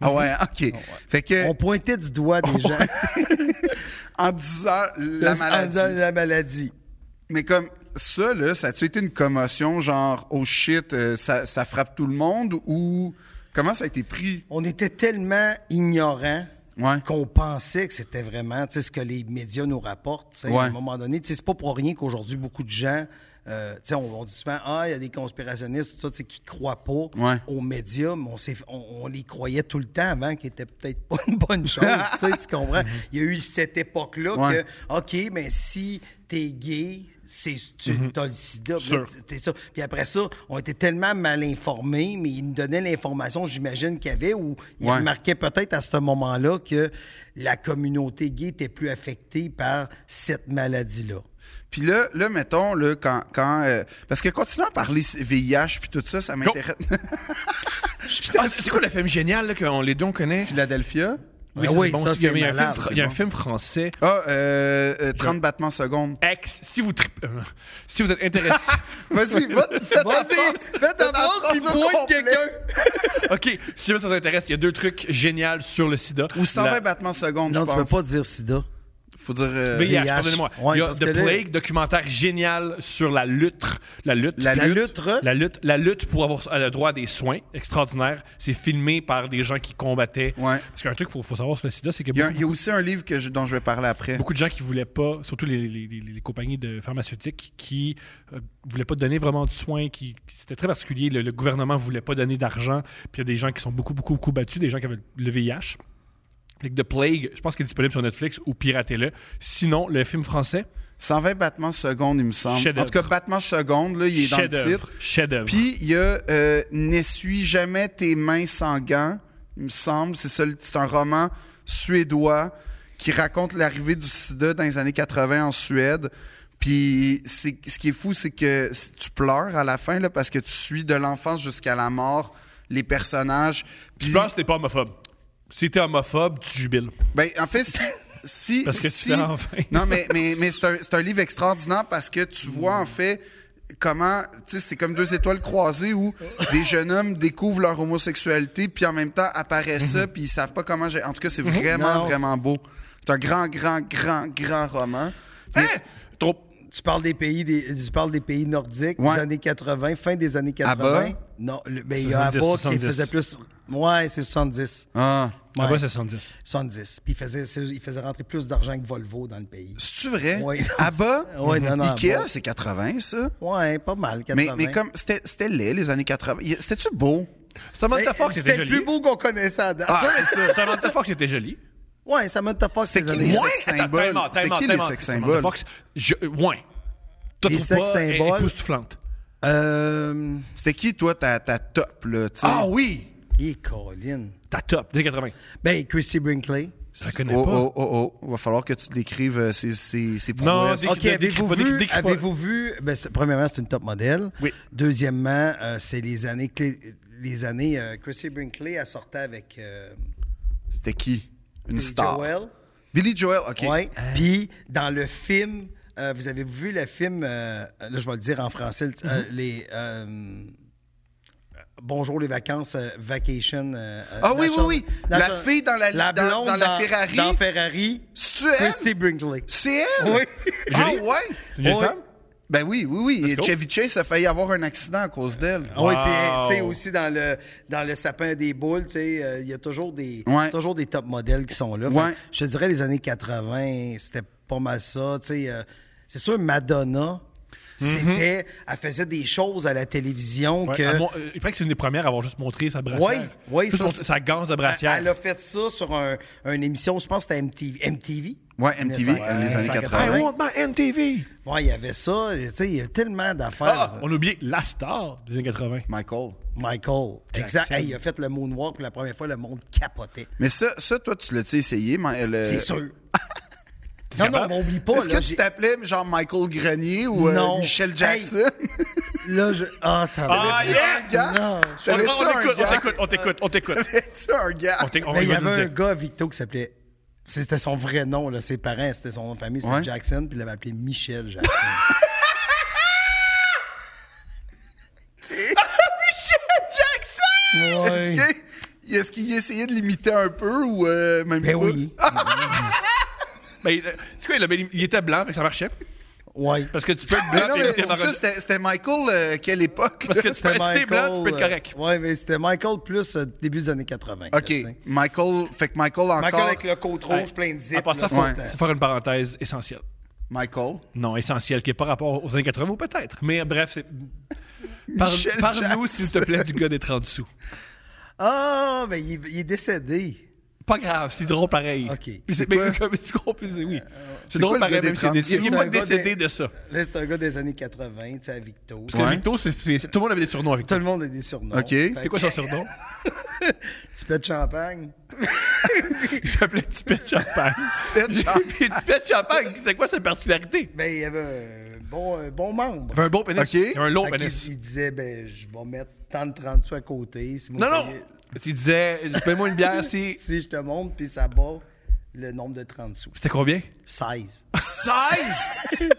[SPEAKER 2] Ah ouais, OK. Fait que.
[SPEAKER 3] On pointait du doigt des gens.
[SPEAKER 2] en disant la
[SPEAKER 3] En
[SPEAKER 2] maladie.
[SPEAKER 3] ah, disant la maladie.
[SPEAKER 2] Mais comme ça, là, ça a-tu été une commotion, genre, oh shit, euh, ça, ça frappe tout le monde ou comment ça a été pris?
[SPEAKER 3] On était tellement ignorants
[SPEAKER 2] Ouais.
[SPEAKER 3] qu'on pensait que c'était vraiment tu sais, ce que les médias nous rapportent. tu sais,
[SPEAKER 2] Ouais.
[SPEAKER 3] À un moment donné, Tu sais, c'est pas pour rien qu'aujourd'hui, beaucoup de gens. euh, tu sais, on, on dit souvent, ah, il y a des conspirationnistes, tout ça, tu sais, qui croient pas
[SPEAKER 2] Ouais.
[SPEAKER 3] aux médias, mais on, s'est- on- on les croyait tout le temps avant, qui était peut-être pas une bonne chose. tu sais, tu comprends? Il y a eu cette époque-là
[SPEAKER 2] Ouais.
[SPEAKER 3] que, OK, mais si t'es gay, c'est, tu
[SPEAKER 2] Mm-hmm.
[SPEAKER 3] as le sida. mais
[SPEAKER 6] Sûr.
[SPEAKER 3] t- t'es ça. Puis après ça, on était tellement mal informés, mais ils nous donnaient l'information, j'imagine, qu'il y avait, ou ils
[SPEAKER 2] Ouais.
[SPEAKER 3] remarquaient peut-être à ce moment-là que la communauté gay était plus affectée par cette maladie-là.
[SPEAKER 2] Puis là, là, mettons, là, quand. quand euh, parce que continuer à parler VIH puis tout ça, ça m'intéresse.
[SPEAKER 5] Ah, c'est quoi le film génial là, qu'on les deux on connaît?
[SPEAKER 2] Philadelphia.
[SPEAKER 3] Ah
[SPEAKER 5] c'est
[SPEAKER 3] oui, ça,
[SPEAKER 5] il y a-
[SPEAKER 3] c'est
[SPEAKER 5] il y a un
[SPEAKER 3] malade,
[SPEAKER 5] film-
[SPEAKER 3] c'est
[SPEAKER 5] Il y a un
[SPEAKER 3] bon.
[SPEAKER 5] film français
[SPEAKER 2] Ah, euh, euh, 30 battements secondes.
[SPEAKER 5] Ex, si vous trip- euh, si vous êtes intéressé.
[SPEAKER 2] Vas-y, va, fais ta phrase, fais ta phrase
[SPEAKER 5] phrase, puis
[SPEAKER 2] au
[SPEAKER 5] pointe
[SPEAKER 2] complet.
[SPEAKER 5] OK, si jamais ça vous intéresse, il y a deux trucs géniaux sur le sida.
[SPEAKER 2] Ou 120
[SPEAKER 5] La-
[SPEAKER 2] battements secondes,
[SPEAKER 3] Non,
[SPEAKER 2] je
[SPEAKER 3] tu
[SPEAKER 2] pense.
[SPEAKER 3] peux pas dire sida.
[SPEAKER 2] Faut dire... euh,
[SPEAKER 5] VIH,
[SPEAKER 3] VIH.
[SPEAKER 5] pardonnez-moi.
[SPEAKER 3] Ouais,
[SPEAKER 5] il y a
[SPEAKER 3] parce
[SPEAKER 5] The
[SPEAKER 3] que là-
[SPEAKER 5] Plague, documentaire génial sur la lutte. La lutte.
[SPEAKER 2] La
[SPEAKER 3] La
[SPEAKER 2] lutte.
[SPEAKER 3] lutte, hein? re-
[SPEAKER 5] La lutte, la lutte pour avoir euh, le droit à des soins, extraordinaire. C'est filmé par des gens qui combattaient.
[SPEAKER 2] Ouais.
[SPEAKER 5] Parce qu'un truc qu'il faut, faut savoir sur le sida, c'est que
[SPEAKER 2] Il y, a,
[SPEAKER 5] beaucoup,
[SPEAKER 2] il y a aussi un livre que je- dont je vais parler après.
[SPEAKER 5] beaucoup de gens qui voulaient pas, surtout les, les- les- les compagnies de pharmaceutiques, qui euh, voulaient pas donner vraiment de soins, qui, qui- c'était très particulier. Le, le gouvernement voulait pas donner d'argent. Puis il y a des gens qui sont beaucoup, beaucoup, beaucoup battus, des gens qui avaient le VIH. Fait que The Plague, je pense qu'il est disponible sur Netflix ou piratez-le. Sinon, le film français,
[SPEAKER 2] 120 battements secondes, il me semble. En
[SPEAKER 5] Chef-d'œuvre.
[SPEAKER 2] tout cas, battements secondes, là, il est dans le
[SPEAKER 5] chef-d'œuvre.
[SPEAKER 2] titre.
[SPEAKER 5] Chef-d'œuvre.
[SPEAKER 2] Puis il y a euh, N'essuie jamais tes mains sans gants, il me semble. C'est ça, le- c'est un roman suédois qui raconte l'arrivée du sida dans les années 80 en Suède. Puis c'est- ce qui est fou, c'est que si tu pleures à la fin là, parce que tu suis de l'enfance jusqu'à la mort les personnages. Puis,
[SPEAKER 5] Tu penses que t'es pas homophobe. Si t'es homophobe, tu jubiles.
[SPEAKER 2] ben, en fait, si. si
[SPEAKER 5] Parce que
[SPEAKER 2] si-
[SPEAKER 5] tu fais enfin.
[SPEAKER 2] Non, mais, mais, mais c'est un, c'est un livre extraordinaire parce que tu vois en fait comment, tu sais, c'est comme deux étoiles croisées où des jeunes hommes découvrent leur homosexualité, puis en même temps apparaît ça, puis ils savent pas comment. j'ai- En tout cas,
[SPEAKER 5] Mhm.
[SPEAKER 2] c'est vraiment,
[SPEAKER 3] Non,
[SPEAKER 2] vraiment beau. C'est un grand, grand, grand, grand roman.
[SPEAKER 5] Hein? Trop.
[SPEAKER 3] Tu parles des pays, des, tu parles des pays nordiques,
[SPEAKER 2] Ouais.
[SPEAKER 3] des années 80, fin des années 80.
[SPEAKER 2] Abba?
[SPEAKER 3] Non, le, ben, il y a
[SPEAKER 5] 70,
[SPEAKER 3] Abba qui
[SPEAKER 5] 70.
[SPEAKER 3] faisait plus. Ouais, c'est 70.
[SPEAKER 2] Ah.
[SPEAKER 3] Ouais,
[SPEAKER 5] Ah ouais, c'est 70.
[SPEAKER 3] 70. Puis il faisait, c'est- il faisait rentrer plus d'argent que Volvo dans le pays.
[SPEAKER 2] C'est-tu vrai?
[SPEAKER 3] Ouais.
[SPEAKER 2] Abba?
[SPEAKER 3] Ouais, non, non,
[SPEAKER 2] Ikea,
[SPEAKER 3] Abba.
[SPEAKER 2] c'est 80, ça?
[SPEAKER 3] Ouais, pas mal. 80.
[SPEAKER 2] Mais, mais comme, c'était c'était laid, les années 80. Il- C'était-tu beau?
[SPEAKER 3] Mais
[SPEAKER 5] Samantha Fox
[SPEAKER 3] C'était
[SPEAKER 5] était
[SPEAKER 3] le
[SPEAKER 5] jolie.
[SPEAKER 3] plus beau qu'on connaissait à date.
[SPEAKER 2] Ah, c'est ça.
[SPEAKER 5] Samantha Fox était jolie.
[SPEAKER 3] Ouais, Samantha Fox,
[SPEAKER 2] C'était
[SPEAKER 3] c'est
[SPEAKER 2] qui
[SPEAKER 3] les années.
[SPEAKER 2] les sex symboles? C'était qui les sex symboles?
[SPEAKER 5] Samantha Fox, je, euh, ouais. T'as
[SPEAKER 3] Les
[SPEAKER 5] trouvé
[SPEAKER 3] sex
[SPEAKER 5] pas, elle- elle est
[SPEAKER 3] symboles.
[SPEAKER 5] époustouflante.
[SPEAKER 3] Euh.
[SPEAKER 2] C'était qui, toi, ta, ta top, là? tu sais?
[SPEAKER 5] Ah oui!
[SPEAKER 3] Et Caroline.
[SPEAKER 5] T'as top, des 80.
[SPEAKER 3] Eh, Ben, Christy Brinkley.
[SPEAKER 5] Je la connais
[SPEAKER 2] Oh,
[SPEAKER 5] pas.
[SPEAKER 2] oh, oh, oh. Va falloir que tu décrives euh, ces, ces, ces prouesses.
[SPEAKER 5] décris-
[SPEAKER 3] OK,
[SPEAKER 5] décris
[SPEAKER 3] avez-vous
[SPEAKER 5] pas, décris-
[SPEAKER 3] vu,
[SPEAKER 5] décris pas.
[SPEAKER 3] avez-vous vu ben, c'est- premièrement, c'est une top modèle.
[SPEAKER 5] Oui.
[SPEAKER 3] Deuxièmement, euh, c'est les années. clés- Les années euh, Christy Brinkley, elle sortait avec euh,
[SPEAKER 2] C'était qui? Une
[SPEAKER 3] Billy
[SPEAKER 2] star.
[SPEAKER 3] Joel.
[SPEAKER 2] Billy Joel, OK. Ah.
[SPEAKER 3] Ouais. Puis dans le film, euh, vous avez vu le film, euh, là je vais le dire en français, le- euh,
[SPEAKER 2] Mm-hmm.
[SPEAKER 3] les euh, Bonjour les vacances, euh, Vacation. euh,
[SPEAKER 2] Ah oui,
[SPEAKER 3] National-
[SPEAKER 2] oui, oui. La
[SPEAKER 3] National-
[SPEAKER 2] fille dans la- dans-
[SPEAKER 3] blonde
[SPEAKER 2] dans la Ferrari.
[SPEAKER 3] Dans Ferrari.
[SPEAKER 2] C'est-tu elle?
[SPEAKER 3] Christy Brinkley.
[SPEAKER 2] C'est elle?
[SPEAKER 3] Oui.
[SPEAKER 2] Ah
[SPEAKER 5] Julie?
[SPEAKER 2] ouais?
[SPEAKER 5] une vieille
[SPEAKER 2] Ouais.
[SPEAKER 5] femme?
[SPEAKER 2] Ben oui, oui, oui.
[SPEAKER 5] go.
[SPEAKER 2] Chevy Chase a failli avoir un accident à cause d'elle.
[SPEAKER 3] Ah Oui,
[SPEAKER 5] Wow.
[SPEAKER 3] puis euh, tu sais aussi dans le dans le sapin des boules, tu sais, euh, il y a toujours des
[SPEAKER 2] Ouais.
[SPEAKER 3] toujours des top modèles qui sont là.
[SPEAKER 2] Ouais.
[SPEAKER 3] Fait que je te dirais les années 80, c'était pas mal ça, tu sais euh, c'est sûr Madonna c'était elle faisait des choses à la télévision
[SPEAKER 5] Mhm. Ouais,
[SPEAKER 3] que
[SPEAKER 5] elle mon- euh, il paraît que c'est une des premières à avoir juste montré sa brassière.
[SPEAKER 3] Oui, oui,
[SPEAKER 5] Juste
[SPEAKER 3] ça,
[SPEAKER 5] montré
[SPEAKER 3] c'est-
[SPEAKER 5] sa ganse de
[SPEAKER 3] elle,
[SPEAKER 5] brassière.
[SPEAKER 3] elle a fait ça sur un, une émission, je pense que c'était MTV. MTV.
[SPEAKER 2] Ouais, MTV, euh, les années 80.
[SPEAKER 5] I want my MTV!
[SPEAKER 3] Ouais, il y avait ça, tu sais, il y avait tellement d'affaires.
[SPEAKER 5] Ah,
[SPEAKER 3] ça.
[SPEAKER 5] on a oublié la star des années 80.
[SPEAKER 2] Michael.
[SPEAKER 3] Michael, exact, Hey, il a fait le moonwalk pour la première fois, le monde capotait.
[SPEAKER 2] Mais ça, ça toi, tu l'as-tu essayé? mais le-
[SPEAKER 3] C'est sûr. non, non,
[SPEAKER 5] Euh. capable?
[SPEAKER 3] mais oublie pas.
[SPEAKER 2] Est-ce
[SPEAKER 3] là,
[SPEAKER 2] que tu
[SPEAKER 3] j'ai-
[SPEAKER 2] t'appelais genre Michael Grenier ou euh,
[SPEAKER 3] Non.
[SPEAKER 2] Michel
[SPEAKER 3] Hey.
[SPEAKER 2] Jackson?
[SPEAKER 3] Là, je. Ah, t'as
[SPEAKER 5] Ah,
[SPEAKER 2] T'avais-tu
[SPEAKER 5] yes!
[SPEAKER 2] un gars?
[SPEAKER 3] Non.
[SPEAKER 5] On, on
[SPEAKER 2] T'avais-tu
[SPEAKER 5] t'écoute,
[SPEAKER 2] un
[SPEAKER 5] on
[SPEAKER 2] gars?
[SPEAKER 5] t'écoute, on t'écoute, on t'écoute.
[SPEAKER 2] T'avais-tu un gars?
[SPEAKER 5] On t'éc- on
[SPEAKER 3] Mais il y
[SPEAKER 5] va nous
[SPEAKER 3] avait un
[SPEAKER 5] dire.
[SPEAKER 3] gars, Victo, qui s'appelait. C'était son vrai nom, là. Ses parents, c'était son nom de famille, c'était
[SPEAKER 2] Ouais.
[SPEAKER 3] Jackson, puis il l'avait appelé Michel Jackson. Michel Jackson! Ouais.
[SPEAKER 2] Est-ce que- Est-ce qu'il essayait de l'imiter un peu ou euh, même
[SPEAKER 3] Ben
[SPEAKER 2] pas?
[SPEAKER 5] Ah!
[SPEAKER 3] oui.
[SPEAKER 5] euh, Ben, il- c'est quoi, il, avait- il était blanc, fait que ça marchait.
[SPEAKER 3] Ouais.
[SPEAKER 5] Parce que tu peux être
[SPEAKER 2] Mais
[SPEAKER 5] blanc
[SPEAKER 2] non,
[SPEAKER 5] et
[SPEAKER 2] mais
[SPEAKER 5] être
[SPEAKER 2] ça,
[SPEAKER 5] hétéronormé.
[SPEAKER 2] c'était c'était Michael, euh, quelle époque?
[SPEAKER 5] Parce que tu peux,
[SPEAKER 3] C'était
[SPEAKER 5] si t'es blanc, tu peux être
[SPEAKER 3] euh,
[SPEAKER 5] correct.
[SPEAKER 3] ouais, mais c'était Michael plus euh, début des années 80. là,
[SPEAKER 2] OK,
[SPEAKER 3] tu sais.
[SPEAKER 2] Michael, fait que Michael encore...
[SPEAKER 3] Michael avec le côte rouge,
[SPEAKER 5] Ouais.
[SPEAKER 3] plein de zip.
[SPEAKER 5] À part ça,
[SPEAKER 3] là,
[SPEAKER 5] faut,
[SPEAKER 3] c'était-
[SPEAKER 5] faut faire une parenthèse essentielle.
[SPEAKER 2] Michael.
[SPEAKER 5] Non, essentielle, qui est par rapport aux années 80 ou peut-être. Mais euh, bref, c'est... Par-
[SPEAKER 2] Michel
[SPEAKER 5] Parle-nous, s'il te plaît, du gars des 30 sous.
[SPEAKER 3] Ah, mais il, il est décédé.
[SPEAKER 5] Pas grave, c'est drôle pareil.
[SPEAKER 3] OK.
[SPEAKER 5] Puis c'est,
[SPEAKER 2] C'est quoi?
[SPEAKER 5] mais comme tu comprends, puis c'est- oui. C'est
[SPEAKER 2] c'est
[SPEAKER 5] drôle
[SPEAKER 2] quoi le
[SPEAKER 5] pareil,
[SPEAKER 2] gars des
[SPEAKER 5] même si c'est
[SPEAKER 2] 30?
[SPEAKER 5] déçu.
[SPEAKER 2] Il
[SPEAKER 5] Il
[SPEAKER 2] est
[SPEAKER 5] n'est pas
[SPEAKER 3] un gars
[SPEAKER 5] décédé
[SPEAKER 3] des-
[SPEAKER 5] de ça.
[SPEAKER 3] Là, c'est un gars des années 80, tu sais, à Victo.
[SPEAKER 5] Parce que Victo, c'est, c'est- tout le monde avait des surnoms avec
[SPEAKER 3] Tout
[SPEAKER 5] toi.
[SPEAKER 3] le monde a des surnoms.
[SPEAKER 2] OK.
[SPEAKER 3] Fait
[SPEAKER 5] C'est quoi son surnom?
[SPEAKER 3] Petit peu de champagne.
[SPEAKER 5] Il s'appelait Petit Pet Champagne.
[SPEAKER 2] Pet Champagne.
[SPEAKER 5] Puis Petit Pet Champagne, c'est quoi sa particularité?
[SPEAKER 3] Ben, il y avait un bon, un bon membre.
[SPEAKER 5] Il avait un bon pénis.
[SPEAKER 2] OK.
[SPEAKER 5] Il avait un long
[SPEAKER 3] Fait qu'il-
[SPEAKER 5] pénis.
[SPEAKER 3] il, disait, ben, je vais mettre tant de 30 sous à côté. Si vous
[SPEAKER 5] Non, non!
[SPEAKER 3] payez-
[SPEAKER 5] Il disait, paye-moi une bière, si...
[SPEAKER 3] Si je te montre, puis ça bat le nombre de 30 sous.
[SPEAKER 5] C'était combien?
[SPEAKER 3] 16.
[SPEAKER 2] 16!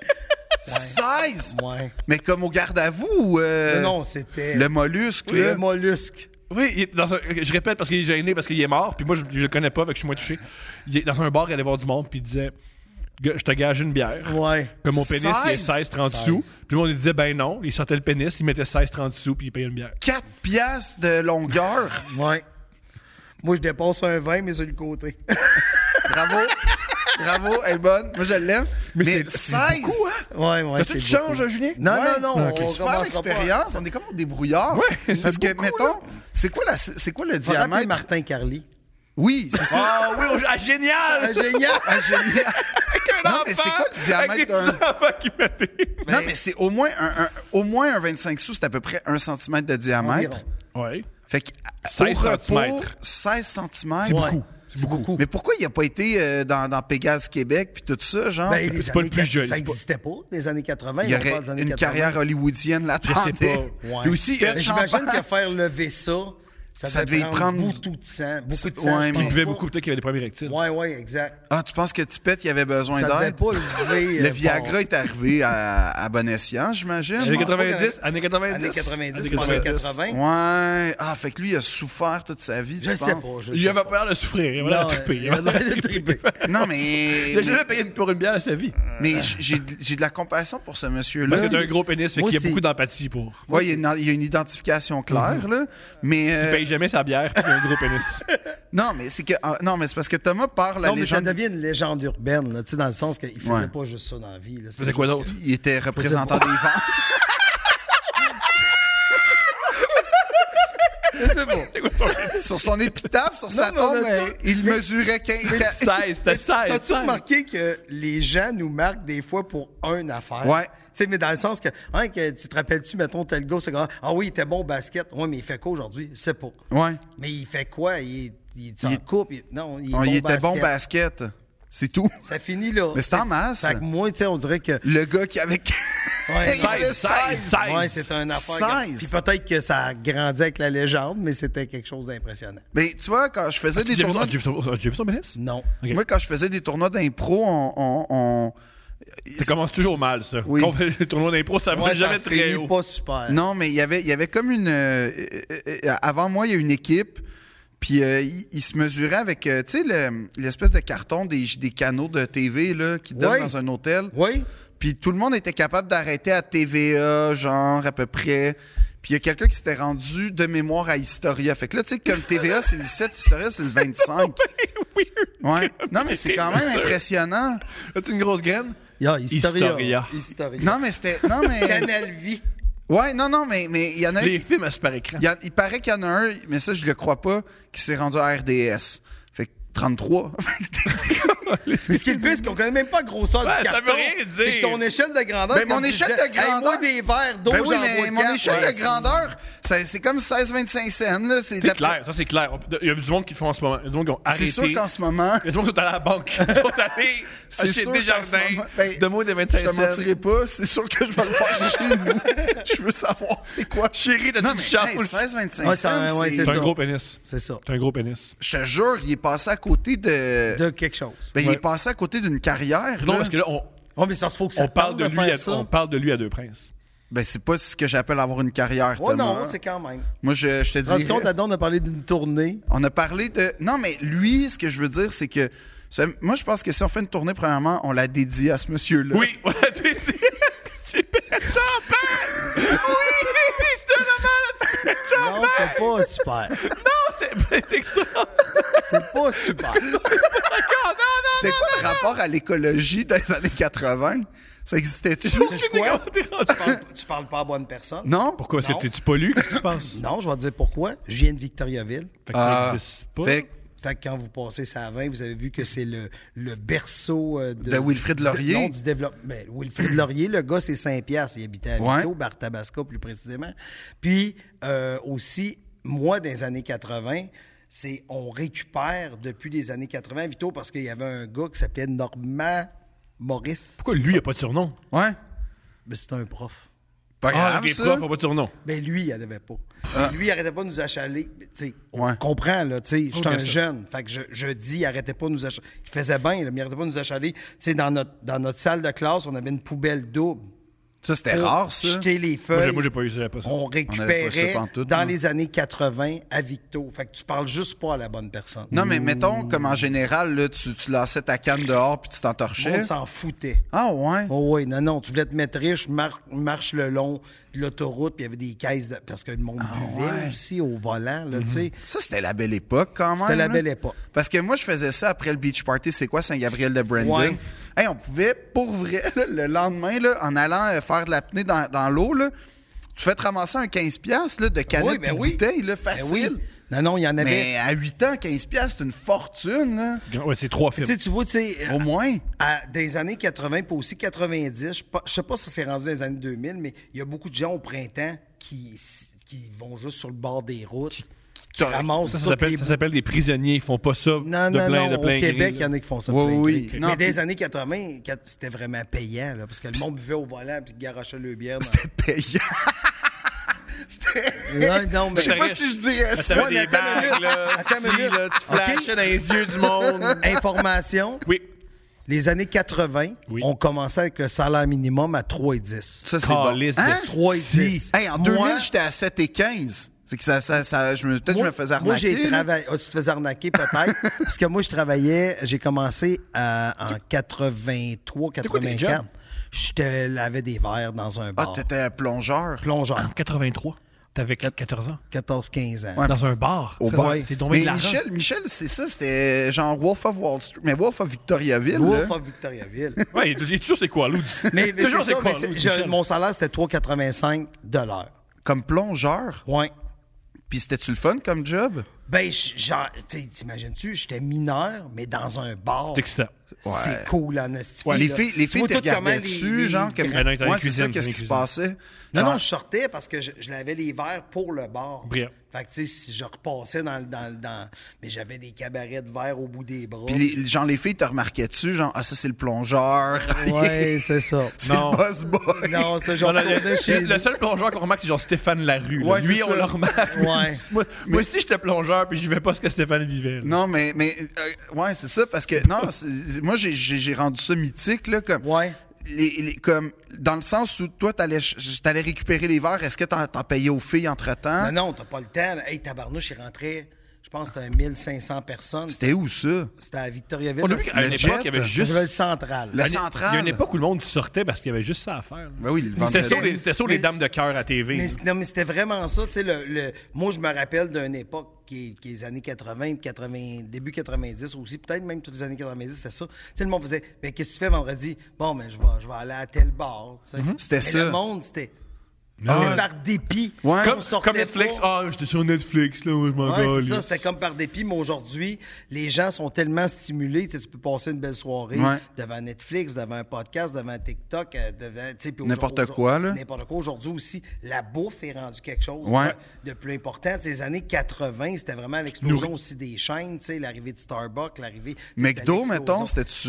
[SPEAKER 2] 16!
[SPEAKER 3] Ouais.
[SPEAKER 2] Mais comme au garde à vous ou... euh,
[SPEAKER 3] non, c'était
[SPEAKER 2] Le mollusque,
[SPEAKER 3] le
[SPEAKER 2] là.
[SPEAKER 3] mollusque.
[SPEAKER 5] Oui, il est dans un- je répète parce qu'il est gêné, parce qu'il est mort, puis moi je, je le connais pas, fait que je suis moins touché. Il est dans un bar, il allait voir du monde, puis il disait Gars, Je te gage une bière.
[SPEAKER 3] Ouais.
[SPEAKER 5] Comme mon pénis, il est
[SPEAKER 2] 16,
[SPEAKER 5] 16-30 sous. Puis le monde il disait Ben non, il sortait le pénis, il mettait 16-30 sous, puis il payait une bière.
[SPEAKER 2] 4 piastres de longueur.
[SPEAKER 3] Ouais. Moi, je dépense un 20, mais sur le côté.
[SPEAKER 2] Bravo. Bravo, elle est bonne. Moi, je l'aime. Mais,
[SPEAKER 5] c'est-
[SPEAKER 2] 16!
[SPEAKER 3] hein? ouais, ouais.
[SPEAKER 5] T'as-tu
[SPEAKER 3] c'est
[SPEAKER 5] du change,
[SPEAKER 3] beaucoup.
[SPEAKER 5] Julien
[SPEAKER 3] Non, non, non.
[SPEAKER 2] Ah On
[SPEAKER 3] On
[SPEAKER 2] tu fais
[SPEAKER 3] commence
[SPEAKER 2] l'expérience, on est comme des brouillards.
[SPEAKER 5] Ouais,
[SPEAKER 2] Parce
[SPEAKER 5] c'est
[SPEAKER 2] que,
[SPEAKER 5] beaucoup,
[SPEAKER 2] mettons, c'est quoi, la- c'est quoi le diamètre?
[SPEAKER 3] Martin Carly.
[SPEAKER 2] Oui, c'est ça.
[SPEAKER 5] Ah oui, oh, ah,
[SPEAKER 3] Ah,
[SPEAKER 5] génial
[SPEAKER 3] génial!
[SPEAKER 2] Ah, génial.
[SPEAKER 5] Avec un
[SPEAKER 2] Non, mais c'est
[SPEAKER 5] enfant,
[SPEAKER 2] quoi le diamètre
[SPEAKER 5] Avec des
[SPEAKER 2] d'un-
[SPEAKER 5] petits enfants qui mettaient.
[SPEAKER 2] Non, mais c'est au moins un, un- au moins un 25 sous, c'est à peu près 1 cm de diamètre.
[SPEAKER 3] Environ.
[SPEAKER 5] Ouais.
[SPEAKER 2] Fait que,
[SPEAKER 5] 16
[SPEAKER 2] au repos,
[SPEAKER 5] centimètres.
[SPEAKER 2] 16 cm.
[SPEAKER 5] C'est beaucoup. C'est beaucoup.
[SPEAKER 2] Mais pourquoi il n'a pas été euh, dans, dans Pégase Québec puis tout ça, genre?
[SPEAKER 3] Ben, les
[SPEAKER 5] Ah, c'est pas le
[SPEAKER 3] années
[SPEAKER 5] plus
[SPEAKER 3] 80,
[SPEAKER 5] joli,
[SPEAKER 3] Ça
[SPEAKER 5] c'est pas-
[SPEAKER 3] n'existait pas, les années 80.
[SPEAKER 2] il y
[SPEAKER 3] on parle
[SPEAKER 2] aurait
[SPEAKER 3] des années
[SPEAKER 2] une
[SPEAKER 3] 80.
[SPEAKER 2] carrière hollywoodsienne
[SPEAKER 5] Je sais
[SPEAKER 2] l'attendait.
[SPEAKER 5] pas.
[SPEAKER 3] Ouais.
[SPEAKER 5] Et aussi, euh,
[SPEAKER 3] Ben, J'imagine
[SPEAKER 2] champagne.
[SPEAKER 3] qu'à faire lever ça, ça,
[SPEAKER 2] Ça
[SPEAKER 3] devait
[SPEAKER 2] devait
[SPEAKER 3] prendre,
[SPEAKER 2] prendre-
[SPEAKER 3] beaucoup de sang. Beaucoup
[SPEAKER 2] C'est-
[SPEAKER 3] de sang.
[SPEAKER 2] ouais, mais-
[SPEAKER 3] je pense
[SPEAKER 5] il buvait
[SPEAKER 3] pas.
[SPEAKER 5] beaucoup, peut-être qu'il avait des premiers rectiles.
[SPEAKER 3] Ouais, ouais, exact.
[SPEAKER 2] Ah, tu penses que Tipette, il avait besoin
[SPEAKER 3] Ça devait
[SPEAKER 2] d'aide?
[SPEAKER 3] pas lever. euh,
[SPEAKER 2] Le
[SPEAKER 3] bon.
[SPEAKER 2] Viagra est arrivé à, à bon escient, j'imagine.
[SPEAKER 5] Années
[SPEAKER 3] pense pas
[SPEAKER 5] 90,
[SPEAKER 3] que-
[SPEAKER 5] années 90.
[SPEAKER 3] Années 90,
[SPEAKER 5] Années
[SPEAKER 3] pas années 80.
[SPEAKER 2] Ouais. Ah, fait que lui, il a souffert toute sa vie.
[SPEAKER 3] Je
[SPEAKER 2] tu
[SPEAKER 3] sais
[SPEAKER 2] penses?
[SPEAKER 3] pas. je
[SPEAKER 5] Il
[SPEAKER 3] sais
[SPEAKER 5] avait
[SPEAKER 3] pas.
[SPEAKER 5] peur de souffrir, il avait l'air
[SPEAKER 3] Non,
[SPEAKER 5] trippé.
[SPEAKER 3] il avait l'air de triper.
[SPEAKER 2] Non, mais.
[SPEAKER 5] Il a jamais payé pour une bière à sa vie.
[SPEAKER 2] Mais j- j'ai de- j'ai de la compassion pour ce
[SPEAKER 5] Parce que
[SPEAKER 2] monsieur-là.
[SPEAKER 5] c'est un gros pénis, fait
[SPEAKER 3] Moi
[SPEAKER 5] qu'il y a
[SPEAKER 3] aussi.
[SPEAKER 5] beaucoup d'empathie pour.
[SPEAKER 2] Ouais, il y, a une, il y a une identification claire, là. Mais.
[SPEAKER 5] Il
[SPEAKER 2] euh,
[SPEAKER 5] Mhm. paye jamais sa bière, puis il a un gros pénis.
[SPEAKER 2] non, mais c'est que. ah, non, mais c'est parce que Thomas parle à
[SPEAKER 3] Non, mais ça
[SPEAKER 2] légende.
[SPEAKER 3] devient une légende urbaine, là, tu sais, dans le sens qu'il faisait
[SPEAKER 2] Ouais.
[SPEAKER 3] pas juste ça dans la vie. là,
[SPEAKER 5] C'est quoi
[SPEAKER 3] juste-
[SPEAKER 5] d'autre?
[SPEAKER 2] Il était représentant des ventes.
[SPEAKER 5] C'est quoi son pénis?
[SPEAKER 2] sur son épitaphe, sur sa
[SPEAKER 3] mais on a
[SPEAKER 2] tombe, euh,
[SPEAKER 3] tout-
[SPEAKER 2] il mesurait 15.
[SPEAKER 5] 16, c'était 16.
[SPEAKER 3] T'as-tu
[SPEAKER 5] 16.
[SPEAKER 3] remarqué que les gens nous marquent des fois pour une affaire?
[SPEAKER 2] Ouais.
[SPEAKER 3] Tu sais, mais dans le sens que, hein, que tu te rappelles-tu, mettons, tel gars, c'est comme, ah oui, il était bon au basket. Ouais, mais il fait quoi aujourd'hui? C'est pas.
[SPEAKER 2] Ouais.
[SPEAKER 3] Mais il fait quoi? Il, il, tu
[SPEAKER 2] Il-
[SPEAKER 3] en coupe? Il- non, il est
[SPEAKER 2] On-
[SPEAKER 3] bon
[SPEAKER 2] il était
[SPEAKER 3] basket.
[SPEAKER 2] bon basket. C'est tout.
[SPEAKER 3] Ça finit là.
[SPEAKER 2] Mais c'est en masse.
[SPEAKER 3] Fait que moi, tu sais, on dirait que.
[SPEAKER 2] Le gars qui avait.
[SPEAKER 3] Ouais,
[SPEAKER 2] Il avait
[SPEAKER 5] 16, 16, 16.
[SPEAKER 3] Ouais, c'est un affaire.
[SPEAKER 2] 16.
[SPEAKER 3] Puis peut-être que ça a grandi avec la légende, mais c'était quelque chose d'impressionnant.
[SPEAKER 2] Mais Ben, tu vois, quand je faisais des
[SPEAKER 5] J'ai vu,
[SPEAKER 2] tournois.
[SPEAKER 5] j'ai vu son- j'ai vu son pénis?
[SPEAKER 3] Non.
[SPEAKER 5] Ok.
[SPEAKER 2] Moi, quand je faisais des tournois d'impro, on. on- on-
[SPEAKER 5] Ça commence toujours mal, ça.
[SPEAKER 2] Oui.
[SPEAKER 5] Quand on fait le tournoi d'impro, ça ne
[SPEAKER 3] Moi,
[SPEAKER 5] va jamais
[SPEAKER 3] ça
[SPEAKER 5] très
[SPEAKER 3] finit
[SPEAKER 5] haut.
[SPEAKER 3] pas super.
[SPEAKER 2] Non, mais il y avait, il y avait comme une. euh, euh, euh, avant moi, il y a une équipe. Puis euh, il il se mesurait avec, euh, tu sais, le- l'espèce de carton des, des canaux de TV là, qui donnent
[SPEAKER 3] Oui.
[SPEAKER 2] dans un hôtel.
[SPEAKER 3] Oui?
[SPEAKER 2] Puis tout le monde était capable d'arrêter à TVA, genre à peu près. Puis il y a quelqu'un qui s'était rendu de mémoire à Historia. Fait que là, tu sais, comme TVA, c'est le 7, Historia, c'est le 25. Ouais. Non, mais c'est quand même impressionnant.
[SPEAKER 5] As-tu une grosse graine?
[SPEAKER 3] Yeah, Historia.
[SPEAKER 5] Historia.
[SPEAKER 3] Historia.
[SPEAKER 2] Non, mais c'était. Non, mais.
[SPEAKER 3] Canal Vie.
[SPEAKER 2] Ouais, non, non, mais mais il y en a un
[SPEAKER 5] Les films à super écran.
[SPEAKER 2] Il, y en- il paraît qu'il y en a un, mais ça, je le crois pas, qui s'est rendu à RDS. Fait que 33. Fait que t'es-
[SPEAKER 3] Mais ce qui est le pire, c'est qu'on connaît même pas la grosseur
[SPEAKER 5] Ouais,
[SPEAKER 3] du
[SPEAKER 5] ça
[SPEAKER 3] carton.
[SPEAKER 5] veut rien dire.
[SPEAKER 3] C'est que ton échelle de grandeur.
[SPEAKER 2] Ben,
[SPEAKER 3] c'est
[SPEAKER 2] mon
[SPEAKER 3] comme tu
[SPEAKER 2] échelle
[SPEAKER 3] disais,
[SPEAKER 2] de
[SPEAKER 3] Hey, moi,
[SPEAKER 2] grandeur-
[SPEAKER 3] des verres d'eau,
[SPEAKER 2] ben oui,
[SPEAKER 3] j'en bois
[SPEAKER 2] mais mon
[SPEAKER 3] quatre.
[SPEAKER 2] échelle
[SPEAKER 3] Ouais.
[SPEAKER 2] de grandeur, ça- c'est comme 16-25 cents. là.
[SPEAKER 5] C'est
[SPEAKER 2] d'après-
[SPEAKER 5] clair, ça c'est clair. On- Il y a du monde qui le font en ce moment. Il y a du monde qui ont arrêté.
[SPEAKER 2] C'est sûr qu'en ce moment,
[SPEAKER 5] Il y a du monde qui sont allés à la banque. Ils sont allés
[SPEAKER 2] C'est
[SPEAKER 5] acheter
[SPEAKER 2] sûr qu'en ce
[SPEAKER 5] Desjardins,
[SPEAKER 2] moment- Ben,
[SPEAKER 5] de moins de 25
[SPEAKER 2] je te
[SPEAKER 5] cents.
[SPEAKER 2] mentirai pas, c'est sûr que je vais le faire chez nous. Je veux savoir c'est quoi.
[SPEAKER 5] Chérie, t'as
[SPEAKER 2] Non,
[SPEAKER 5] une
[SPEAKER 2] mais
[SPEAKER 5] chance.
[SPEAKER 2] hey, 16-25
[SPEAKER 3] Ouais, ça-
[SPEAKER 2] cents,
[SPEAKER 3] ouais,
[SPEAKER 2] c'est-
[SPEAKER 3] c'est
[SPEAKER 5] T'as
[SPEAKER 3] ça.
[SPEAKER 5] un gros pénis.
[SPEAKER 3] C'est ça.
[SPEAKER 5] T'as un gros pénis.
[SPEAKER 2] je te jure, il est passé à côté de...
[SPEAKER 3] De quelque chose.
[SPEAKER 2] Ben, Il
[SPEAKER 5] Ouais.
[SPEAKER 2] est passé à côté d'une carrière.
[SPEAKER 5] Non,
[SPEAKER 2] là.
[SPEAKER 5] parce que là, on,
[SPEAKER 3] Oh, mais ça se faut que ça
[SPEAKER 5] on parle de, lui
[SPEAKER 3] faire
[SPEAKER 5] à,
[SPEAKER 3] ça.
[SPEAKER 5] on parle de lui à deux princes.
[SPEAKER 2] Ben, c'est pas ce que j'appelle avoir une carrière,
[SPEAKER 3] Ouais,
[SPEAKER 2] Thomas. hein.
[SPEAKER 3] non, c'est quand même.
[SPEAKER 2] Moi, je, je te
[SPEAKER 3] Rends-tu compte,
[SPEAKER 2] dis...
[SPEAKER 3] là-dedans, on a parlé d'une tournée.
[SPEAKER 2] On a parlé de. Non, mais lui, ce que je veux dire, c'est que. ça- Moi, je pense que si on fait une tournée, premièrement, on la dédie à ce monsieur-là.
[SPEAKER 5] Oui, on l'a dit.
[SPEAKER 3] Non, c'est pas super.
[SPEAKER 7] C'est extraordinaire.
[SPEAKER 3] C'est pas super.
[SPEAKER 2] C'était quoi le rapport à l'écologie dans les années 80? Ça existait-tu?
[SPEAKER 3] Sais-tu quoi? Tu parles, tu parles pas à bonne personne.
[SPEAKER 2] Non?
[SPEAKER 7] Pourquoi? Est-ce
[SPEAKER 3] Non.
[SPEAKER 7] que t'es- tu pollues? Qu'est-ce qui se passe?
[SPEAKER 3] Non, je vais te dire pourquoi. Je viens de Victoriaville.
[SPEAKER 7] Fait que ça
[SPEAKER 2] Ah.
[SPEAKER 7] existe pas.
[SPEAKER 2] Fait que
[SPEAKER 3] Euh, Fait que quand vous passez ça 20, vous avez vu que c'est le, le berceau euh, de,
[SPEAKER 2] De Wilfrid Laurier.
[SPEAKER 3] Non, du développement. Mais Wilfrid Laurier, le gars, c'est Saint-Pierre. Il habitait à
[SPEAKER 2] Ouais.
[SPEAKER 3] Vito, Bartabasca plus précisément. Puis euh, aussi, moi, dans les années 80, c'est on récupère depuis les années 80 à Vito parce qu'il y avait un gars qui s'appelait Normand Maurice.
[SPEAKER 7] Pourquoi lui, il a pas de surnom?
[SPEAKER 2] Ouais.
[SPEAKER 3] Mais c'était un prof.
[SPEAKER 2] Pas
[SPEAKER 7] Ah,
[SPEAKER 2] grave,
[SPEAKER 7] les
[SPEAKER 2] ça.
[SPEAKER 7] profs n'ont pas de surnom.
[SPEAKER 3] Ben lui, il n'avait pas. Lui, il arrêtait pas de nous achaler. Tu sais, on
[SPEAKER 2] Ouais.
[SPEAKER 3] comprend, là, tu sais, je suis
[SPEAKER 7] Ok,
[SPEAKER 3] un
[SPEAKER 7] ça.
[SPEAKER 3] jeune. Fait que je, je dis, il arrêtait pas de nous achaler. Il faisait bien, là, mais il arrêtait pas de nous achaler. Tu sais, dans notre, dans notre salle de classe, on avait une poubelle double.
[SPEAKER 2] Ça, c'était rare, ça.
[SPEAKER 3] Jeter les
[SPEAKER 7] Moi,
[SPEAKER 3] feuilles.
[SPEAKER 7] j'ai- moi, j'ai pas eu ça. j'avais pas ça.
[SPEAKER 3] on
[SPEAKER 2] avait pas ça
[SPEAKER 3] récupérait
[SPEAKER 2] pantoute,
[SPEAKER 3] dans
[SPEAKER 2] non.
[SPEAKER 3] les années 80 à Victo. Fait que tu parles juste pas à la bonne personne.
[SPEAKER 2] Non, mais mettons, comme en général, là, tu, tu lançais ta canne dehors puis tu
[SPEAKER 3] Le monde
[SPEAKER 2] t'entorchais.
[SPEAKER 3] s'en foutait.
[SPEAKER 2] Ah, ouais.
[SPEAKER 3] Oh oui, non, non, tu voulais te mettre riche, mar- marche le long de l'autoroute, puis il y avait des caisses, de- parce que le monde buvait
[SPEAKER 2] ouais.
[SPEAKER 3] aussi au volant, là, tu sais.
[SPEAKER 2] Ça, c'était la belle époque, quand même.
[SPEAKER 3] C'était la
[SPEAKER 2] là.
[SPEAKER 3] belle époque.
[SPEAKER 2] Parce que moi, je faisais ça après le beach party, c'est quoi Saint-Gabriel de Brandon?
[SPEAKER 3] Ouais.
[SPEAKER 2] Hey, on pouvait, pour vrai, là, le lendemain, là, en allant euh, faire de l'apnée dans, dans l'eau, là, tu fais te ramasser un 15$ là, de canettes
[SPEAKER 3] Oui, ben
[SPEAKER 2] et de
[SPEAKER 3] oui.
[SPEAKER 2] bouteilles, là,
[SPEAKER 3] Ben
[SPEAKER 2] facile.
[SPEAKER 3] oui. ben Non, non, il y en avait.
[SPEAKER 2] Mais à 8 ans, 15$, c'est une fortune, là.
[SPEAKER 7] Grand- Ouais, c'est trois
[SPEAKER 3] Tu
[SPEAKER 7] films.
[SPEAKER 3] sais, tu vois, tu sais,
[SPEAKER 2] euh,
[SPEAKER 3] euh,
[SPEAKER 2] au moins.
[SPEAKER 3] à- des années 80 puis aussi 90, je pa- je sais pas si ça s'est rendu dans les années 2000, mais il y a beaucoup de gens au printemps qui, s- qui vont juste sur le bord des routes, qui, ramassent
[SPEAKER 7] Ça, ça
[SPEAKER 3] toutes les
[SPEAKER 7] s'appelle- ça s'appelle des prisonniers. Ils font pas ça
[SPEAKER 3] Non,
[SPEAKER 7] de plein,
[SPEAKER 3] non, non.
[SPEAKER 7] de plein
[SPEAKER 3] au
[SPEAKER 7] gré,
[SPEAKER 3] Québec, il y
[SPEAKER 7] là.
[SPEAKER 3] en a qui font ça.
[SPEAKER 2] Oui,
[SPEAKER 3] plein
[SPEAKER 2] oui,
[SPEAKER 3] gré.
[SPEAKER 2] oui.
[SPEAKER 3] Mais
[SPEAKER 2] Non,
[SPEAKER 3] des
[SPEAKER 2] puis-
[SPEAKER 3] années 80, quand c'était vraiment payant, là, parce que le monde buvait au volant puis garachait le bière. Dans...
[SPEAKER 2] Payant.
[SPEAKER 3] Non, non, mais...
[SPEAKER 2] Je sais pas si je dirais
[SPEAKER 7] Ça, ça
[SPEAKER 2] ça.
[SPEAKER 3] Ouais,
[SPEAKER 7] fait
[SPEAKER 3] mais
[SPEAKER 7] des
[SPEAKER 3] attends une
[SPEAKER 7] bagues,
[SPEAKER 3] minute.
[SPEAKER 7] là,
[SPEAKER 3] Attends une
[SPEAKER 7] tu dis,
[SPEAKER 3] minute.
[SPEAKER 7] là, tu
[SPEAKER 3] OK. Hein?
[SPEAKER 7] flashais dans les yeux du monde.
[SPEAKER 3] Information,
[SPEAKER 7] Oui.
[SPEAKER 3] les années 80,
[SPEAKER 7] Oui.
[SPEAKER 3] on commençait avec le salaire minimum à 3,10.
[SPEAKER 2] Ça, c'est
[SPEAKER 7] Calice de
[SPEAKER 2] Hein?
[SPEAKER 7] sou-
[SPEAKER 3] 3,10.
[SPEAKER 2] Hey, en
[SPEAKER 3] Moi-
[SPEAKER 2] 2000, j'étais à 7,15. Fait que ça, ça, ça, je me- peut-être que je me faisais arnaquer.
[SPEAKER 3] Moi, j'ai
[SPEAKER 2] là.
[SPEAKER 3] travaillé. Ah, tu te faisais arnaquer, peut-être. parce que moi, je travaillais. J'ai commencé à- en 83,
[SPEAKER 7] quoi tes
[SPEAKER 3] 84. Je te lavais des verres dans un
[SPEAKER 2] Ah,
[SPEAKER 3] bar.
[SPEAKER 2] t'étais un plongeur.
[SPEAKER 3] Plongeur.
[SPEAKER 7] 83. T'avais 14 ans.
[SPEAKER 3] 14-15 ans.
[SPEAKER 2] Ouais,
[SPEAKER 7] Dans un bar.
[SPEAKER 2] Au
[SPEAKER 7] Ça,
[SPEAKER 2] bar.
[SPEAKER 7] C'est tombé
[SPEAKER 2] Mais
[SPEAKER 7] de l'argent.
[SPEAKER 2] Michel, Michel, c'est ça, c'était genre Wolf of Wall Street. Mais Wolf of Victoriaville.
[SPEAKER 3] Wolf
[SPEAKER 2] là.
[SPEAKER 3] of Victoriaville.
[SPEAKER 7] Ouais, il est toujours c'est quoi, Lourdes?
[SPEAKER 3] mais mais
[SPEAKER 7] toujours
[SPEAKER 3] c'est ça, mais
[SPEAKER 7] Lourdes,
[SPEAKER 3] c'est- je-
[SPEAKER 7] Michel?
[SPEAKER 3] mon salaire, c'était 3,85 dollars.
[SPEAKER 2] Comme plongeur.
[SPEAKER 3] Ouais.
[SPEAKER 2] Puis c'était-tu le fun comme job?
[SPEAKER 3] Ben, je- genre, tu sais, t'imagines-tu, j'étais mineur, mais dans un bar.
[SPEAKER 7] C'est excitant.
[SPEAKER 2] Ouais.
[SPEAKER 3] C'est cool, en esti,
[SPEAKER 2] les
[SPEAKER 3] là.
[SPEAKER 2] filles, les
[SPEAKER 3] Tu
[SPEAKER 2] filles
[SPEAKER 3] vois
[SPEAKER 2] te
[SPEAKER 3] tout comment
[SPEAKER 2] regardaient
[SPEAKER 3] les- les-
[SPEAKER 2] dessus, genre, comme.
[SPEAKER 7] Ah non, il était dans la
[SPEAKER 2] Moi, c'est ça,
[SPEAKER 7] cuisine,
[SPEAKER 2] qu'est-ce qui se
[SPEAKER 7] il était dans la
[SPEAKER 2] passait?
[SPEAKER 3] Non,
[SPEAKER 2] Genre,
[SPEAKER 3] non, je sortais parce que je, je lavais les verres pour le bar.
[SPEAKER 7] Brillant.
[SPEAKER 3] Fait que, tu sais, si je repassais dans le. Dans, le- dans... Mais j'avais des cabarets de verre au bout des bras.
[SPEAKER 2] Puis les, genre, les filles te remarquaient dessus, genre, ah, ça, c'est le plongeur.
[SPEAKER 3] Ouais, c'est ça.
[SPEAKER 2] c'est
[SPEAKER 7] Non.
[SPEAKER 2] le boss boy.
[SPEAKER 3] Non, ça, je
[SPEAKER 7] Non, non,
[SPEAKER 3] retournais chez
[SPEAKER 7] le, le seul plongeur qu'on remarque, c'est genre Stéphane Larue. là.
[SPEAKER 2] Ouais,
[SPEAKER 7] Lui,
[SPEAKER 2] c'est
[SPEAKER 7] on
[SPEAKER 2] ça.
[SPEAKER 7] le remarque.
[SPEAKER 3] Ouais.
[SPEAKER 7] Moi, moi aussi, j'étais plongeur, puis je vivais pas ce que Stéphane vivait. là.
[SPEAKER 2] Non, mais, mais euh, ouais, c'est ça, parce que non, c'est- moi, j'ai- j'ai j'ai rendu ça mythique, là, comme.
[SPEAKER 3] Ouais.
[SPEAKER 2] les- les- comme, dans le sens où toi, t'allais, ch- t'allais récupérer les verres, est-ce que t'en, t'en payais aux filles entre-temps?
[SPEAKER 3] Non, non, t'as pas le temps. là. Hey, tabarnouche, il rentrait, je pense que c'était 1500 personnes.
[SPEAKER 2] C'était où, ça?
[SPEAKER 3] C'était à Victoriaville.
[SPEAKER 7] On a
[SPEAKER 3] là,
[SPEAKER 7] vu
[SPEAKER 3] c'est
[SPEAKER 7] qu'à une
[SPEAKER 2] le
[SPEAKER 7] époque,
[SPEAKER 2] jet,
[SPEAKER 7] il y avait juste.
[SPEAKER 3] Victoriaville centrale.
[SPEAKER 2] La
[SPEAKER 7] Il y a-
[SPEAKER 2] centrale?
[SPEAKER 7] Il y a une époque où le monde sortait parce qu'il y avait juste ça à faire. là.
[SPEAKER 2] Ben oui, le
[SPEAKER 7] C'était
[SPEAKER 2] vendredi.
[SPEAKER 7] sur les- C'était sur les dames de cœur à TV.
[SPEAKER 3] Mais, non, mais c'était vraiment ça. tu sais, Le, le- moi, je me rappelle d'une époque qui est, qui est les années 80, 80, début 90 aussi, peut-être même toutes les années 90, c'était ça. Tu sais, le monde faisait Mais qu'est-ce que tu fais vendredi Bon, mais je vais, je vais aller à tel bar. tu sais.
[SPEAKER 2] Mhm. C'était
[SPEAKER 3] Mais
[SPEAKER 2] ça.
[SPEAKER 3] Le monde, c'était.
[SPEAKER 2] Non.
[SPEAKER 3] c'était par dépit.
[SPEAKER 2] Ouais.
[SPEAKER 3] Si on
[SPEAKER 7] Ah, Comme,
[SPEAKER 3] sortait
[SPEAKER 7] comme Netflix.
[SPEAKER 3] pas-
[SPEAKER 7] Ah, j'étais sur Netflix, là, ouais, je m'en
[SPEAKER 3] Ouais,
[SPEAKER 7] vais.
[SPEAKER 3] c'est ça, c'était comme par dépit, mais aujourd'hui, les gens sont tellement stimulés, tu sais, tu peux passer une belle soirée
[SPEAKER 2] Ouais.
[SPEAKER 3] devant Netflix, devant un podcast, devant un TikTok, euh, devant, tu sais, puis aujourd'hui-
[SPEAKER 2] N'importe
[SPEAKER 3] aujourd'hui-
[SPEAKER 2] quoi, là.
[SPEAKER 3] N'importe quoi. Aujourd'hui aussi, la bouffe est rendue quelque chose
[SPEAKER 2] Ouais.
[SPEAKER 3] de- de plus important. Tu sais, les années 80, c'était vraiment l'explosion
[SPEAKER 7] Nourri-
[SPEAKER 3] aussi des chaînes, tu sais, l'arrivée de Starbucks, l'arrivée... tu sais, c'était
[SPEAKER 2] McDo,
[SPEAKER 3] l'explosion.
[SPEAKER 2] mettons, c'était-tu.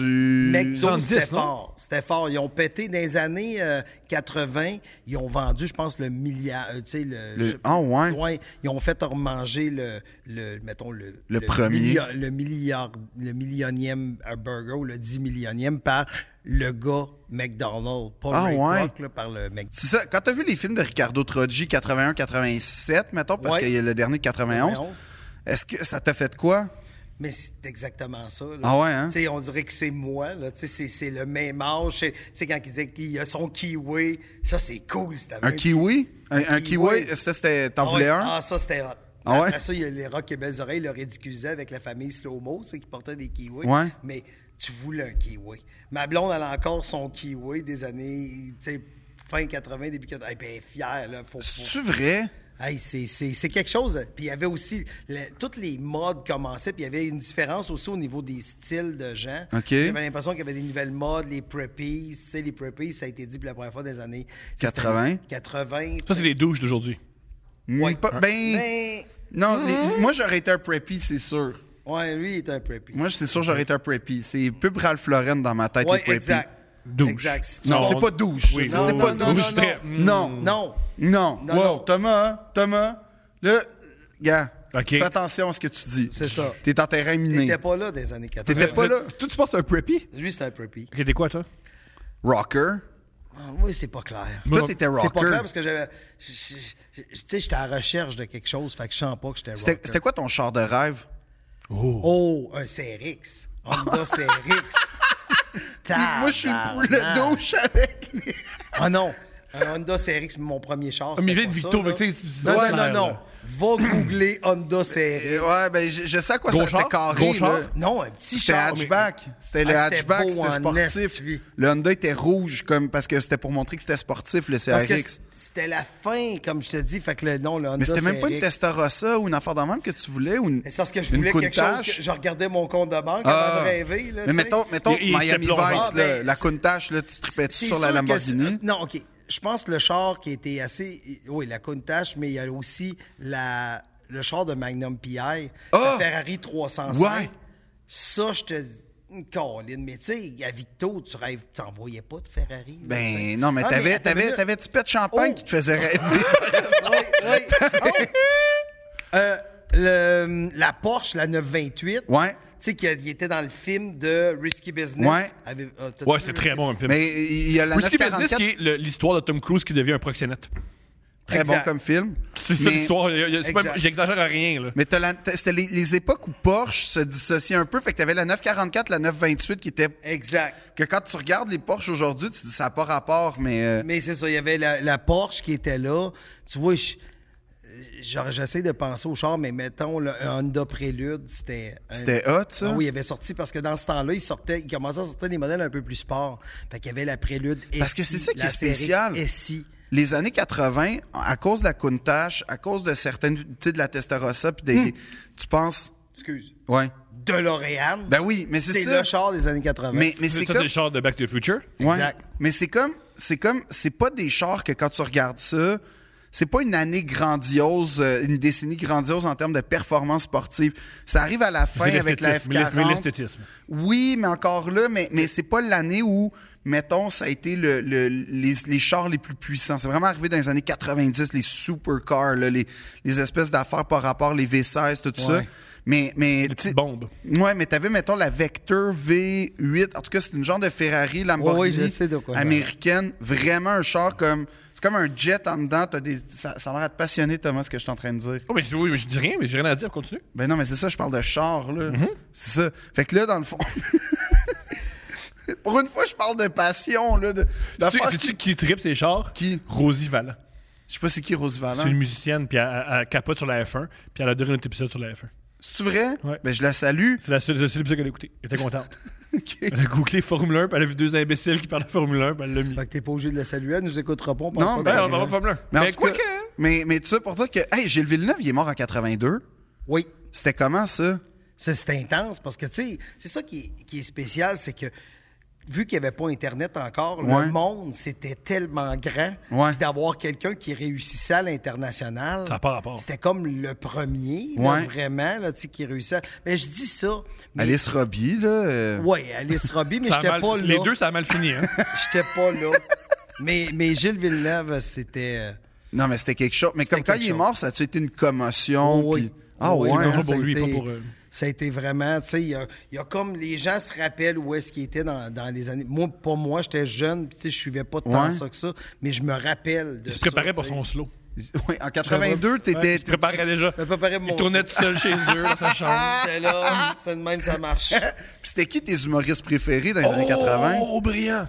[SPEAKER 3] McDo,
[SPEAKER 7] 70,
[SPEAKER 3] c'était
[SPEAKER 7] non?
[SPEAKER 3] fort. C'était fort. Ils ont pété dans les années euh, 80. Ils ont vendu, je pense, le milliard. euh, tu sais, le.
[SPEAKER 2] Le-
[SPEAKER 3] je-
[SPEAKER 2] ah, ouais.
[SPEAKER 3] Ils ont fait remanger le, le mettons, le.
[SPEAKER 2] Le premier.
[SPEAKER 3] millia- le milliard, le millionième euh, burger ou le dix millionième par le gars McDonald's. Pas
[SPEAKER 2] Ah,
[SPEAKER 3] Ray
[SPEAKER 2] ouais.
[SPEAKER 3] Kroc, là, par le McDonald's.
[SPEAKER 2] C'est ça, quand t'as vu les films de Ricardo Troggi 81-87, mettons, parce
[SPEAKER 3] Ouais.
[SPEAKER 2] qu'il y a le dernier de 91, est-ce que ça t'a fait quoi?
[SPEAKER 3] mais c'est exactement ça. là.
[SPEAKER 2] Ah ouais, hein?
[SPEAKER 3] Tu sais, on dirait que c'est moi, là. Tu sais, c'est- c'est le même âge. C'est- Tu sais, quand il disait qu'il y a son kiwi, ça, c'est cool, c'était
[SPEAKER 2] Un
[SPEAKER 3] même-
[SPEAKER 2] kiwi? Un, un
[SPEAKER 3] kiwi.
[SPEAKER 2] kiwi? Ça, c'était. T'en
[SPEAKER 3] Ah
[SPEAKER 2] voulais
[SPEAKER 3] ouais.
[SPEAKER 2] un?
[SPEAKER 3] Ah, ça, c'était hot.
[SPEAKER 2] Ah ouais?
[SPEAKER 3] Après ça, il y a les rocs et belles oreilles, le ridiculisaient avec la famille Slow-Mo, c'est qui portait des kiwis.
[SPEAKER 2] Ouais.
[SPEAKER 3] Mais tu voulais un kiwi. Ma blonde, elle a encore son kiwi des années, tu sais, fin 80, début 80. Eh ben, elle est fière, là. Faut, faut-
[SPEAKER 2] C'est-tu vrai?
[SPEAKER 3] Hey, c'est- c'est c'est quelque chose. Puis il y avait aussi, le- toutes les modes commençaient, puis il y avait une différence aussi au niveau des styles de gens.
[SPEAKER 2] OK.
[SPEAKER 3] J'avais l'impression qu'il y avait des nouvelles modes, les preppies. Tu sais, les preppies, ça a été dit pour la première fois des années
[SPEAKER 2] 80.
[SPEAKER 3] 80.
[SPEAKER 7] Ça, c'est les douches d'aujourd'hui.
[SPEAKER 2] Mm, pas- ben,
[SPEAKER 3] Mais,
[SPEAKER 2] non, les- moi, j'aurais été un preppy, c'est sûr.
[SPEAKER 3] ouais, lui, il est un preppie.
[SPEAKER 2] Moi, c'est sûr, j'aurais été un preppy. C'est pub Ralph Lauren dans ma tête,
[SPEAKER 3] Ouais,
[SPEAKER 2] les preppies.
[SPEAKER 3] exact.
[SPEAKER 7] Douche.
[SPEAKER 3] Exact. Si tu-
[SPEAKER 2] Non,
[SPEAKER 7] Non,
[SPEAKER 2] c'est
[SPEAKER 7] on-
[SPEAKER 2] pas douche.
[SPEAKER 7] Oui,
[SPEAKER 2] Ça,
[SPEAKER 3] non,
[SPEAKER 2] c'est pas
[SPEAKER 3] non, non,
[SPEAKER 2] douche.
[SPEAKER 3] non,
[SPEAKER 2] Mm. Non.
[SPEAKER 3] Non.
[SPEAKER 2] Non.
[SPEAKER 3] Non,
[SPEAKER 2] Wow,
[SPEAKER 3] non.
[SPEAKER 2] Thomas, Thomas, là, gars,
[SPEAKER 7] OK.
[SPEAKER 2] fais attention à ce que tu dis.
[SPEAKER 3] C'est ça.
[SPEAKER 2] T'es en terrain miné.
[SPEAKER 3] T'étais pas là des années 80.
[SPEAKER 2] T'étais pas là.
[SPEAKER 7] Tout, tu penses à un preppy?
[SPEAKER 3] Lui, c'est un preppie.
[SPEAKER 7] Ok, t'es quoi, toi?
[SPEAKER 2] Rocker.
[SPEAKER 3] Ah, oui, c'est pas clair.
[SPEAKER 2] Toi, t'étais rocker.
[SPEAKER 3] C'est pas clair parce que j'avais. je- je- je- Tu sais, j'étais à la recherche de quelque chose, fait que je sens pas que j'étais
[SPEAKER 2] C'était-
[SPEAKER 3] rocker.
[SPEAKER 2] C'était quoi ton char de rêve?
[SPEAKER 3] Oh, un CRX. Honda CRX.
[SPEAKER 2] Moi, je suis une poule de douche avec. les-
[SPEAKER 3] Ah non. Un Honda CRX, mon premier char.
[SPEAKER 2] Ah,
[SPEAKER 7] Mais
[SPEAKER 3] c'était
[SPEAKER 7] vite,
[SPEAKER 3] pas ça,
[SPEAKER 7] Victo,
[SPEAKER 3] là.
[SPEAKER 7] tu sais,
[SPEAKER 3] Non,
[SPEAKER 7] ouais,
[SPEAKER 3] non,
[SPEAKER 7] là.
[SPEAKER 3] non, non. Va googler Honda CRX.
[SPEAKER 2] Ouais, ben, je, je sais à quoi
[SPEAKER 7] Gros
[SPEAKER 2] ça c'était
[SPEAKER 7] char?
[SPEAKER 2] carré.
[SPEAKER 7] Gros char?
[SPEAKER 2] là.
[SPEAKER 3] Non, un petit
[SPEAKER 2] C'était
[SPEAKER 3] char.
[SPEAKER 2] hatchback. C'était le
[SPEAKER 3] Ah, c'était
[SPEAKER 2] hatchback,
[SPEAKER 3] beau
[SPEAKER 2] c'était
[SPEAKER 3] en
[SPEAKER 2] sportif.
[SPEAKER 3] esti, lui.
[SPEAKER 2] Le Honda était rouge comme parce que c'était pour montrer que c'était sportif, le
[SPEAKER 3] Parce que
[SPEAKER 2] CRX.
[SPEAKER 3] c'était la fin, comme je te dis. Fait que le nom, le Honda
[SPEAKER 2] Mais c'était même pas une
[SPEAKER 3] CRX.
[SPEAKER 2] Testarossa ou une affaire de même que tu voulais ou une.
[SPEAKER 3] Mais C'est parce que je
[SPEAKER 2] une
[SPEAKER 3] voulais quelque
[SPEAKER 2] Countach.
[SPEAKER 3] chose. Que je regardais mon compte de banque avant
[SPEAKER 2] Ah.
[SPEAKER 3] de rêver. Là,
[SPEAKER 2] mais
[SPEAKER 3] tu sais.
[SPEAKER 2] mettons, mettons
[SPEAKER 7] Il- il s'était
[SPEAKER 2] Miami Vice,
[SPEAKER 7] plongé.
[SPEAKER 2] là,
[SPEAKER 3] Ah, ben,
[SPEAKER 2] la
[SPEAKER 3] c'est-
[SPEAKER 2] Countach, là, tu tripais
[SPEAKER 3] C'est
[SPEAKER 2] sur la
[SPEAKER 3] sûr que
[SPEAKER 2] Lamborghini.
[SPEAKER 3] c'est- euh, Non, OK. Je pense que le char qui était assez. Oui, la Countach, mais il y a aussi la... le char de Magnum PI,
[SPEAKER 2] Ah!
[SPEAKER 3] la Ferrari 305.
[SPEAKER 2] Ouais.
[SPEAKER 3] Ça, je te. Caroline, mais tu sais, à Victo, tu rêves, t'en voyais pas de Ferrari. là, tu sais.
[SPEAKER 2] Ben non, mais
[SPEAKER 3] Ah,
[SPEAKER 2] t'avais,
[SPEAKER 3] attends une
[SPEAKER 2] t'avais,
[SPEAKER 3] minute.
[SPEAKER 2] t'avais du pet de champagne
[SPEAKER 3] Oh!
[SPEAKER 2] qui te faisait rêver.
[SPEAKER 3] Ouais, ouais. Oh! Euh, le- la Porsche, la 928.
[SPEAKER 2] Ouais.
[SPEAKER 3] Tu sais, qu'il était dans le film de Risky Business.
[SPEAKER 2] Ouais.
[SPEAKER 3] Avec- euh, t'as-tu
[SPEAKER 7] Ouais,
[SPEAKER 3] vu
[SPEAKER 7] c'est
[SPEAKER 3] Risky
[SPEAKER 7] très bon, un film.
[SPEAKER 2] mais il y a la
[SPEAKER 7] Risky Business,
[SPEAKER 2] 944,
[SPEAKER 7] qui est le- l'histoire de Tom Cruise qui devient un proxénète.
[SPEAKER 2] très bon
[SPEAKER 3] Exact.
[SPEAKER 2] comme film.
[SPEAKER 7] C'est ça
[SPEAKER 2] Mais-
[SPEAKER 7] l'histoire. il y a- il y a- c'est
[SPEAKER 3] Exact.
[SPEAKER 7] pas- J'exagère à rien, là.
[SPEAKER 2] Mais t'as la- t'as- c'était les, les époques où Porsche se dissociait un peu. Fait que t'avais la 944, la 928 qui était.
[SPEAKER 3] Exact.
[SPEAKER 2] Que quand tu regardes les Porsche aujourd'hui, tu dis ça n'a pas rapport, mais. euh,
[SPEAKER 3] Mais c'est ça, il y avait la, la Porsche qui était là. Tu vois, je- genre, j'essaie de penser au char, mais mettons, le Honda Prélude, c'était... un-
[SPEAKER 2] C'était hot, ça?
[SPEAKER 3] Ah oui, il avait sorti parce que dans ce temps-là, il sortait, il commençait à sortir des modèles un peu plus sport. Fait qu'il y avait la Prélude et
[SPEAKER 2] Parce que c'est ça qui est spécial. les années 80, à cause de la Countach, à cause de certaines, tu sais, de la Testarossa, puis des,
[SPEAKER 3] Hmm.
[SPEAKER 2] des- tu penses,
[SPEAKER 3] Excuse.
[SPEAKER 2] ouais.
[SPEAKER 3] DeLorean.
[SPEAKER 2] Ben oui, mais c'est ça.
[SPEAKER 3] le char des années 80.
[SPEAKER 2] Mais, mais c'est
[SPEAKER 7] C'est
[SPEAKER 2] comme,
[SPEAKER 7] des chars de Back to the Future.
[SPEAKER 2] ouais.
[SPEAKER 3] Exact.
[SPEAKER 2] Mais c'est comme, c'est comme, c'est pas des chars que quand tu regardes ça, c'est pas une année grandiose, euh, une décennie grandiose en termes de performance sportive. Ça arrive à la fin
[SPEAKER 7] C'est
[SPEAKER 2] avec la
[SPEAKER 7] l'esthétisme, mais
[SPEAKER 2] F40.
[SPEAKER 7] l'esthétisme.
[SPEAKER 2] Oui, mais encore là, mais, mais c'est pas l'année où, mettons, ça a été le, le- les, les chars les plus puissants. C'est vraiment arrivé dans les années 90, les supercars, là, les, les espèces d'affaires par rapport, les V16, tout ça. Mais,
[SPEAKER 7] Les
[SPEAKER 2] mais tu sais-
[SPEAKER 7] petites bombes.
[SPEAKER 2] Ouais, mais t'avais, mettons, la Vector V8. En tout cas, c'est une genre de Ferrari Lamborghini
[SPEAKER 3] Oui, oui, je sais de quoi je
[SPEAKER 2] américaine. Vraiment un char comme. C'est comme un jet en dedans. T'as des, ça, ça a l'air à te passionner, Thomas, ce que je suis en train de dire.
[SPEAKER 7] Oh, mais je- oui, mais je dis rien, mais j'ai rien à dire, continue.
[SPEAKER 2] Ben non, mais c'est ça, je parle de char, là. C'est ça. Fait que là, dans le fond. Pour une fois, je parle de passion, là. De,
[SPEAKER 7] Tu
[SPEAKER 2] d'affaires
[SPEAKER 7] sais-tu qui tripe ces chars?
[SPEAKER 2] Qui?
[SPEAKER 7] Rosie Vallant.
[SPEAKER 2] Je sais pas c'est qui Rose Vallant.
[SPEAKER 7] C'est une musicienne, puis elle, elle- elle capote sur la F1, puis elle a donné un épisode sur la F1.
[SPEAKER 2] C'est-tu vrai?
[SPEAKER 7] Ouais.
[SPEAKER 2] Ben je la salue.
[SPEAKER 7] C'est la seule, le seul épisode qu'elle a écouté. Elle était contente.
[SPEAKER 2] OK.
[SPEAKER 7] Elle a googlé Formule 1, puis elle a vu deux imbéciles qui parlent de Formule 1, puis elle l'a mis.
[SPEAKER 3] Fait que t'es pas obligé de le saluer, elle nous écoutera pas. on pense
[SPEAKER 2] Non,
[SPEAKER 3] pas
[SPEAKER 2] ben,
[SPEAKER 3] qu'elle-
[SPEAKER 7] on va voir Formule 1.
[SPEAKER 2] Mais en tout cas, mais, mais tout ça pour dire que, hey, Gilles Villeneuve, il est mort en 82.
[SPEAKER 3] Oui.
[SPEAKER 2] C'était comment, ça?
[SPEAKER 3] Ça, c'est intense parce que, tu sais, c'est ça qui est, qui est spécial, c'est que vu qu'il n'y avait pas Internet encore,
[SPEAKER 2] Ouais.
[SPEAKER 3] le monde, c'était tellement grand.
[SPEAKER 2] Ouais.
[SPEAKER 3] Puis D'avoir quelqu'un qui réussissait à l'international.
[SPEAKER 7] Ça n'a pas rapport.
[SPEAKER 3] C'était comme le premier, là,
[SPEAKER 2] Ouais.
[SPEAKER 3] vraiment, là, tu sais, qui réussissait. Mais je dis ça. Mais...
[SPEAKER 2] Alice Robbie, là. euh,
[SPEAKER 3] Oui, Alice Robbie, mais
[SPEAKER 7] Ça a
[SPEAKER 3] j'étais
[SPEAKER 7] mal-
[SPEAKER 3] pas là.
[SPEAKER 7] Les deux, ça a mal fini. Hein?
[SPEAKER 3] J'étais pas là. mais, mais Gilles Villeneuve, c'était. euh,
[SPEAKER 2] Non, mais c'était quelque chose. Mais
[SPEAKER 3] C'était
[SPEAKER 2] comme quand
[SPEAKER 3] quelque
[SPEAKER 2] il est
[SPEAKER 3] chose. Oh,
[SPEAKER 2] mort, ça a-tu été une commotion?
[SPEAKER 7] Oh
[SPEAKER 3] Oui.
[SPEAKER 2] puis- Ah
[SPEAKER 3] Oui,
[SPEAKER 2] ouais,
[SPEAKER 3] oui,
[SPEAKER 2] hein?
[SPEAKER 7] bonjour.
[SPEAKER 3] ça a
[SPEAKER 7] pour lui,
[SPEAKER 3] été-
[SPEAKER 7] pas pour, euh,
[SPEAKER 3] Ça a été vraiment, tu sais, il y a, il y a comme les gens se rappellent où est-ce qu'il était dans, dans les années. Moi, pas moi, j'étais jeune, puis tu sais, je suivais pas tant
[SPEAKER 2] Ouais.
[SPEAKER 3] ça que ça, mais je me rappelle de
[SPEAKER 7] Il se préparait
[SPEAKER 3] ça,
[SPEAKER 7] pour
[SPEAKER 3] tu sais.
[SPEAKER 7] son slow.
[SPEAKER 2] Oui, en 82, t'étais.
[SPEAKER 7] Je préparais déjà.
[SPEAKER 3] Je me préparais pour
[SPEAKER 7] Ils
[SPEAKER 3] mon
[SPEAKER 7] tournaient tout seuls chez eux, dans sa chambre.
[SPEAKER 3] C'est là, c'est de même, ça marche.
[SPEAKER 2] Puis c'était qui tes humoristes préférés dans les années 80?
[SPEAKER 1] Oh, brillant!